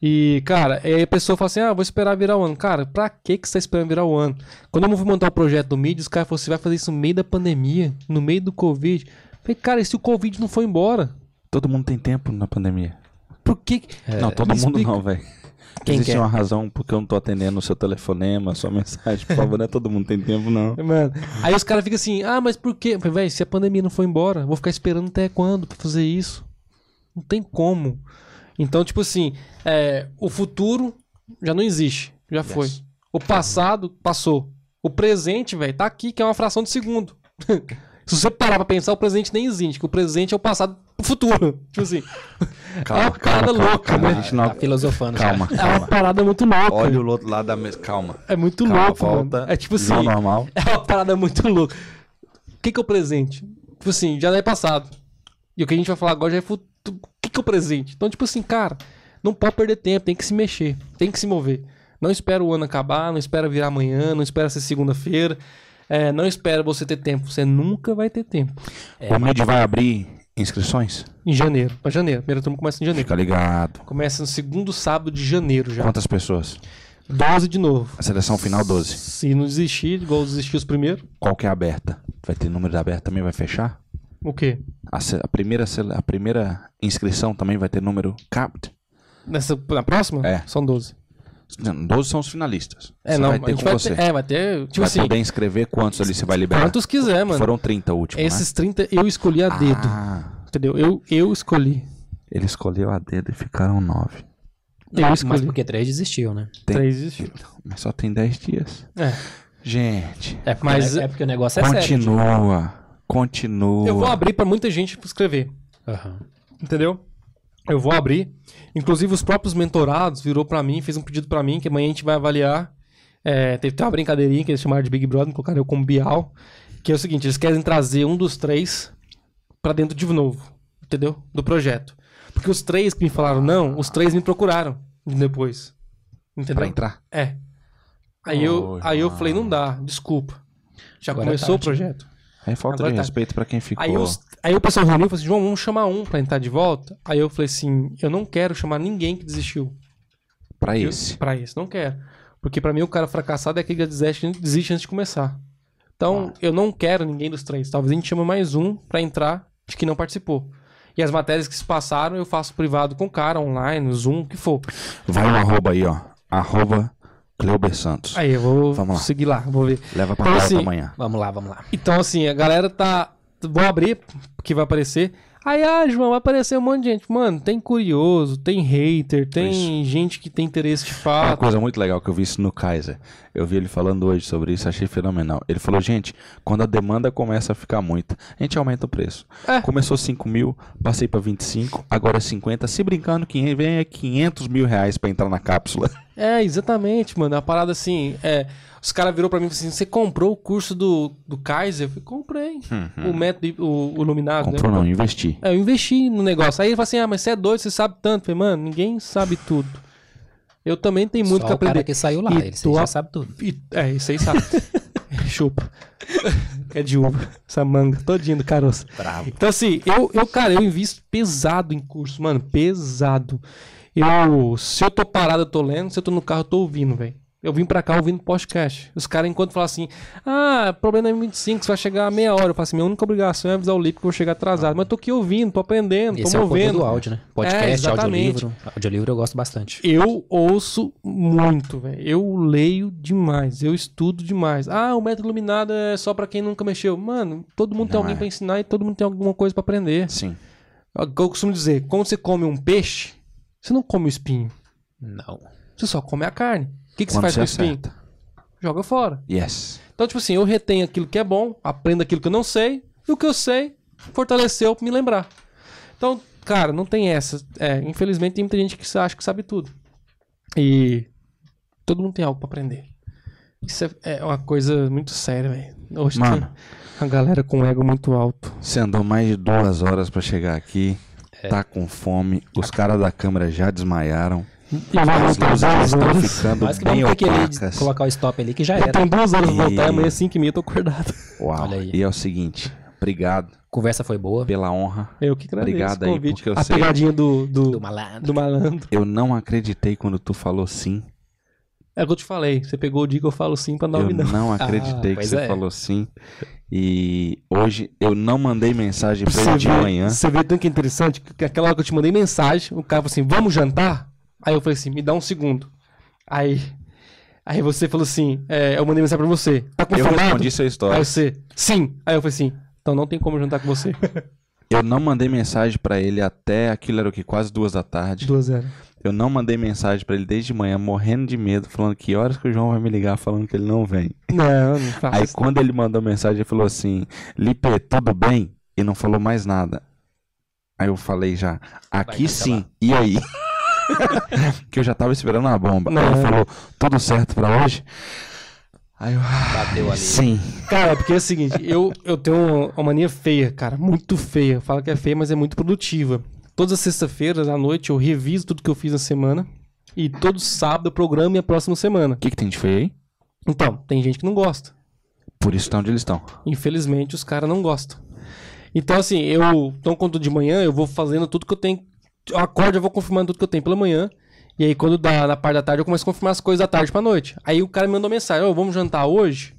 E, cara, aí a pessoa fala assim: ah, vou esperar virar o ano. Cara, pra que que você tá esperando virar o ano? Quando eu fui montar o projeto do mídia, os caras falaram: você vai fazer isso no meio da pandemia, no meio do Covid. Eu Falei, cara, e se o Covid não foi embora?
Todo mundo tem tempo na pandemia.
Por que. que-
não, todo
É, me
mundo
explica.
não, velho.
Quem
Existe
quer?
uma razão porque eu não tô atendendo o seu telefonema, a sua mensagem. Por favor, não é todo mundo tem tempo, não.
Mano, aí os caras ficam assim: ah, mas por quê? Eu Falei, velho, se a pandemia não foi embora, eu vou ficar esperando até quando pra fazer isso? Não tem como. Então, tipo assim, é, o futuro já não existe. Já foi. O passado passou. O presente, velho, tá aqui, que é uma fração de segundo. Se você parar pra pensar, o presente nem existe, que o presente é o passado pro futuro. Tipo assim. é uma parada louca,
calma,
né?
A gente não...
Tá filosofando. já.
Calma,
É uma
calma.
parada muito louca.
Olha o outro lado da mesa. Calma.
É muito
Calma,
louco, mano.
volta.
É tipo assim.
Não normal.
É uma parada muito louca. O que, que é o presente? Tipo assim, já é passado. E o que a gente vai falar agora já é futuro. O que, que é o presente? Então, tipo assim, cara, não pode perder tempo, tem que se mexer, tem que se mover. Não espera o ano acabar, não espera virar amanhã, não espera ser segunda-feira. é, não espera você ter tempo, você nunca vai ter tempo.
É. o MID vai abrir inscrições?
Em janeiro, pra janeiro. Primeira turma começa em janeiro.
Fica ligado.
Começa no segundo sábado de janeiro já.
Quantas pessoas?
12 de novo.
A seleção final 12.
Se não desistir, igual desistiu os primeiros,
Qual que é a aberta? Vai ter número da aberta também? Vai fechar?
o quê?
A, se- a primeira, sele- a primeira inscrição também vai ter número capped?
Nessa, na próxima?
É.
São 12.
Não, 12 são os finalistas.
É,
Você
não,
vai
a
ter
gente
com
vai
você.
ter- é, vai ter, tipo
vai
assim,
poder inscrever quantos ali você vai liberar?
quantos quiser, mano.
Foram 30 o último,
Esses 30 eu escolhi a
né?
dedo,
Ah,
entendeu? Eu, eu escolhi.
ele escolheu a dedo e ficaram 9.
eu
Mas
escolhi.
porque três desistiu, né?
Tem-
Três desistiram.
Então, Mas só tem 10 dias.
É.
Gente,
É porque,
Mas-
o ne- é porque o negócio é sério.
continua. Continua.
Eu vou abrir pra muita gente escrever,
Aham.
entendeu? Eu vou abrir. Inclusive, os próprios mentorados virou pra mim, fez um pedido pra mim, que amanhã a gente vai avaliar. É, teve até uma brincadeirinha que eles chamaram de Big Brother, colocaram eu como Bial. Que é o seguinte, eles querem trazer um dos três pra dentro de novo, entendeu? Do projeto. Porque os três que me falaram não, os três me procuraram depois. Entendeu?
Pra entrar.
É. Aí, eu,
Oi,
aí eu
mano.
falei, não dá, desculpa. Já
Agora é
começou o
tarde.
projeto.
Aí falta
Agora
de
tá.
respeito pra quem ficou.
Aí, os- aí o pessoal reuniu e falou assim, João, vamos chamar um pra entrar de volta? Aí eu falei assim, eu não quero chamar ninguém que desistiu
Pra esse.
pra isso, não quero. Porque pra mim o cara fracassado é aquele que desiste, desiste antes de começar. Então eu não quero ninguém dos três. Talvez a gente chame mais um pra entrar de que não participou. E as matérias que se passaram eu faço privado com o cara, online, no Zoom, o que for.
Vai um arroba aí, ó. Arroba Cleuber Santos.
Aí eu vou
Vamos lá.
seguir lá, vou ver.
Leva pra
Então,
pauta
assim,
amanhã.
Vamos lá, vamos lá.
Então, assim, a galera tá. Vou abrir, porque vai aparecer. Aí, ah, João, vai aparecer um monte de gente. Mano, tem curioso, tem hater, tem gente que tem interesse de
É Uma
fato.
coisa muito legal que eu vi isso no Kaiser. Eu vi ele falando hoje sobre isso, achei fenomenal. Ele falou, gente, quando a demanda começa a ficar muita, a gente aumenta o preço.
É.
Começou 5 mil, passei pra 25, agora 50. Se brincando, quem vem é 500 mil reais pra entrar na cápsula.
É, exatamente, mano. A parada assim, é. Os caras virou pra mim e falou assim: você comprou o curso do, do Kaiser? Eu falei, comprei. O método, o, o Luminado,
Uhum. Comprou
né?
não, investi.
É, eu investi no negócio. Aí ele falou assim: ah, mas você é doido, você sabe tanto. Eu falei, mano, ninguém sabe tudo. Eu também tenho muito
Só
que
o cara
aprender.
que saiu lá,
E
ele
tu
já
a-
sabe tudo.
E- é, isso aí sabe. Chupa. É de uva. Essa manga todinha do caroço.
Bravo.
Então, assim, eu, eu, cara, eu invisto pesado em curso, mano. Pesado. Eu, se eu tô parado, eu tô lendo. Se eu tô no carro, eu tô ouvindo, velho. Eu vim pra cá ouvindo podcast. Os caras, enquanto falam assim, ah, problema é 25, você vai chegar a meia hora. Eu falo assim, minha única obrigação é avisar o Lipe que eu vou chegar atrasado. Mas eu tô aqui ouvindo, tô aprendendo,
Esse
tô
é o poder
movendo.
do áudio, né?
É,
Podcast,
exatamente.
audiolivro. Audiolivro eu gosto bastante.
Eu ouço muito, velho. Eu leio demais, eu estudo demais. Ah, o método iluminado é só pra quem nunca mexeu. Mano, todo mundo tem
Não
alguém
é.
pra ensinar e todo mundo tem alguma coisa pra aprender.
Sim.
É o que Eu costumo dizer, quando você come um peixe, você não come o espinho,
Não.
você só come a carne. O que, que você
Quando
faz
você
com o espinho? Joga fora.
Yes.
Então, tipo assim, eu retenho aquilo que é bom, aprendo aquilo que eu não sei, e o que eu sei fortaleceu pra me lembrar. Então, cara, não tem essa. É, infelizmente tem muita gente que se acha que sabe tudo. E todo mundo tem algo pra aprender. Isso é, é uma coisa muito séria, velho. Hoje tem
Mano.
a galera com ego muito alto.
Você andou mais de duas horas pra chegar aqui.
É.
Tá com fome. Os caras da câmera já desmaiaram.
Eu
As luzes já estão ficando
Mas que
bem
vamos ter que ele
opacas.
colocar o stop ali que já
Eu
era.
tenho duas horas pra voltar,
É, E-
amanhã 5 e meia eu tô acordado.
Uau.
Olha aí.
E é o seguinte. Obrigado
Conversa foi boa.
pela honra.
Eu que agradeço
Obrigado
o
aí,
convite.
porque eu
a
sei-
pegadinha do, do,
Do malandro.
do malandro.
Eu não acreditei quando tu falou sim.
É o que eu te falei. Você pegou o dia que eu falo sim pra
Eu
nove não.
não
Ah,
acreditei que
pois
você
é.
falou sim. E hoje eu não mandei mensagem pra ele de
vê-
manhã.
Você vê tanto que é interessante que aquela hora que eu te mandei mensagem, o cara falou assim: vamos jantar? Aí eu falei assim: me dá um segundo. Aí. Aí você falou assim: é, eu mandei mensagem pra você. Tá
Eu
confirmado?
respondi sua
Aí
história.
você: sim. Aí eu falei assim: então não tem como jantar com você.
Eu não mandei mensagem pra ele até aquilo era o que quase duas da tarde.
2 0
Eu não mandei mensagem pra ele desde manhã, morrendo de medo, falando que horas que o João vai me ligar, falando que ele não vem.
Não, não faz.
Aí quando ele mandou mensagem, ele falou assim: Lipe, tudo bem? E não falou mais nada. Aí eu falei já, aqui
cancelar.
sim, e aí? que eu já tava esperando uma bomba. Aí
Não.
ele falou, tudo certo pra hoje? Aí eu,
Bateu ali.
sim.
Cara, porque é o seguinte, eu, eu tenho uma mania feia, cara, muito feia. Eu falo que é feia, mas é muito produtiva. Todas as sextas-feiras à noite eu reviso tudo que eu fiz na semana. E todo sábado eu programo minha próxima semana.
O que, que tem de feio aí?
Então, tem gente que não gosta.
Por isso estão onde eles estão.
Infelizmente, os caras não gostam. Então, assim, eu. Então, quando de manhã, eu vou fazendo tudo que eu tenho. Eu acordo, eu vou confirmando tudo que eu tenho pela manhã. E aí, quando dá na parte da tarde, eu começo a confirmar as coisas da tarde pra noite. Aí o cara me mandou mensagem: Ô, vamos jantar hoje?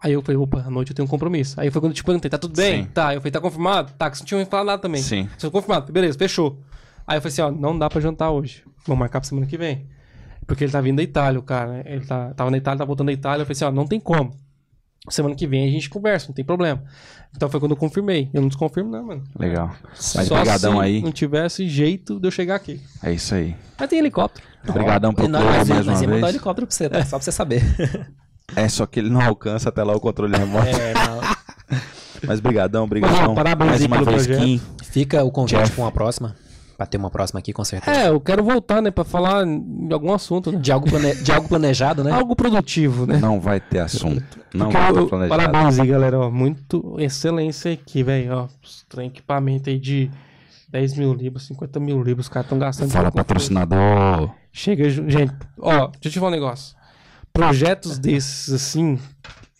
Aí eu falei: opa, à noite eu tenho um compromisso. Aí foi quando eu te perguntei: tá tudo bem?
Sim.
Tá. Eu falei: tá confirmado? Tá, que você não tinha me falado nada também.
Sim.
Você confirmado? Beleza, fechou. Aí eu falei assim: ó, não dá pra jantar hoje. Vamos marcar pra semana que vem. Porque ele tá vindo da Itália, o cara. Ele tá, tava na Itália, tá voltando da Itália. Eu falei assim: ó, não tem como. Semana que vem a gente conversa, não tem problema. Então foi quando eu confirmei. Eu não desconfirmo, não, mano.
Legal. Mas
Só
brigadão
se
aí.
assim.
não tivesse jeito de eu chegar aqui.
É isso aí.
Mas tem helicóptero.
Obrigadão por
E nós,
tudo
nós,
mais
nós,
uma
ia mandar o
vez.
helicóptero pra você, tá? Só pra você saber.
É, só que ele não alcança até lá o controle remoto. Mas brigadão,
Mas, ó,
brigadão.
parabéns
mais
aí
uma
pelo
vez,
projeto.
Kim.
Fica o convite
Jeff.
pra uma próxima. Pra ter uma próxima aqui, com certeza.
É, eu quero voltar, né, pra falar de algum assunto, né?
De algo, plane- de É. algo planejado, né?
Algo produtivo, né?
Não vai ter assunto. Não
Porque
vai
eu-
ter
eu-
planejado.
parabéns aí, galera. Ó, muito excelência aqui, velho. ó. Tem equipamento aí de 10 mil libras, 50 mil libras. Os caras estão gastando.
Fala patrocinador.
Chega, ju- gente. Ó, deixa eu te falar um negócio. Projetos desses, assim,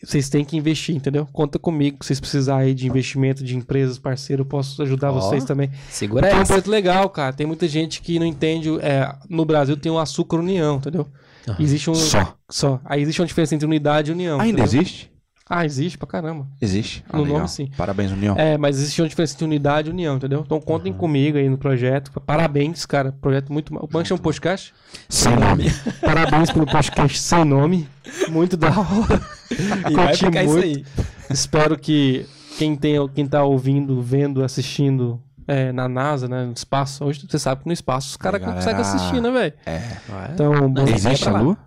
vocês têm que investir, entendeu? Conta comigo, se vocês precisarem aí de investimento de empresas, parceiro, eu posso ajudar
Ó.
vocês também.
Segura
É um
essa.
projeto legal, cara. Tem muita gente que não entende. é, no Brasil tem o açúcar união, entendeu?
Aham.
Existe um.
Só.
Só. Aí existe uma diferença entre unidade e união.
Ainda
entendeu?
existe?
Ah, existe pra caramba.
Existe. Ah,
No
legal.
nome, sim.
Parabéns, União.
É, mas existe uma diferença entre unidade e união, entendeu? Então contem comigo aí no projeto. Parabéns, cara. Projeto muito. ma- O Banco chama podcast?
Sem nome.
Parabéns pelo podcast sem nome. Muito da hora.
E vai
Curti
ficar isso
muito.
aí.
Espero que quem, tem, quem tá ouvindo, vendo, assistindo é, na NASA, né? No espaço. Hoje você sabe que no espaço os caras
Aí,
conseguem
galera.
assistir, né, velho?
É.
Então, bom-
Existe a
pra lá.
lua?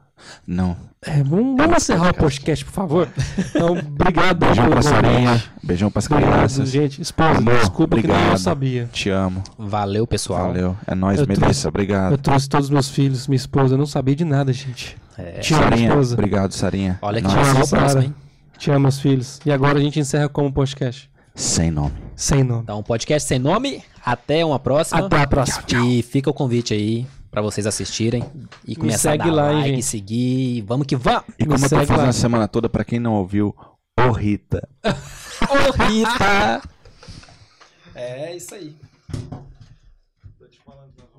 Não.
é, vamos, vamos encerrar o podcast, por favor. Então, obrigado.
Beijão
pelo
pra Sarinha.
convite.
Beijão pras
Obrigado,
crianças.
gente. Esposa,
Amor,
desculpa que não- eu não
obrigado.
sabia.
Te amo.
Valeu, pessoal.
Valeu. É nóis,
Eu tô-
Melissa. Obrigado.
Eu trouxe todos os meus filhos, minha esposa. Eu não sabia de nada, gente.
É.
Te amo,
Sarinha.
esposa.
Obrigado, Sarinha.
Olha que
Nós-
já saiu o
Nossa,
próximo,
cara.
hein?
Te amo, meus filhos. E agora a gente encerra como podcast?
Sem nome.
Sem nome.
Então, podcast sem nome. Até uma próxima.
Até a próxima.
E fica o convite aí pra vocês assistirem. E começar
segue
a dar
lá, hein,
like,
gente.
seguir. e Vamos que vamos.
E
Me
como eu tô
segue
fazendo
lá.
a semana toda, pra quem não ouviu, ô Rita.
Ô, Rita! É isso aí.
Tô te falando, nós vamos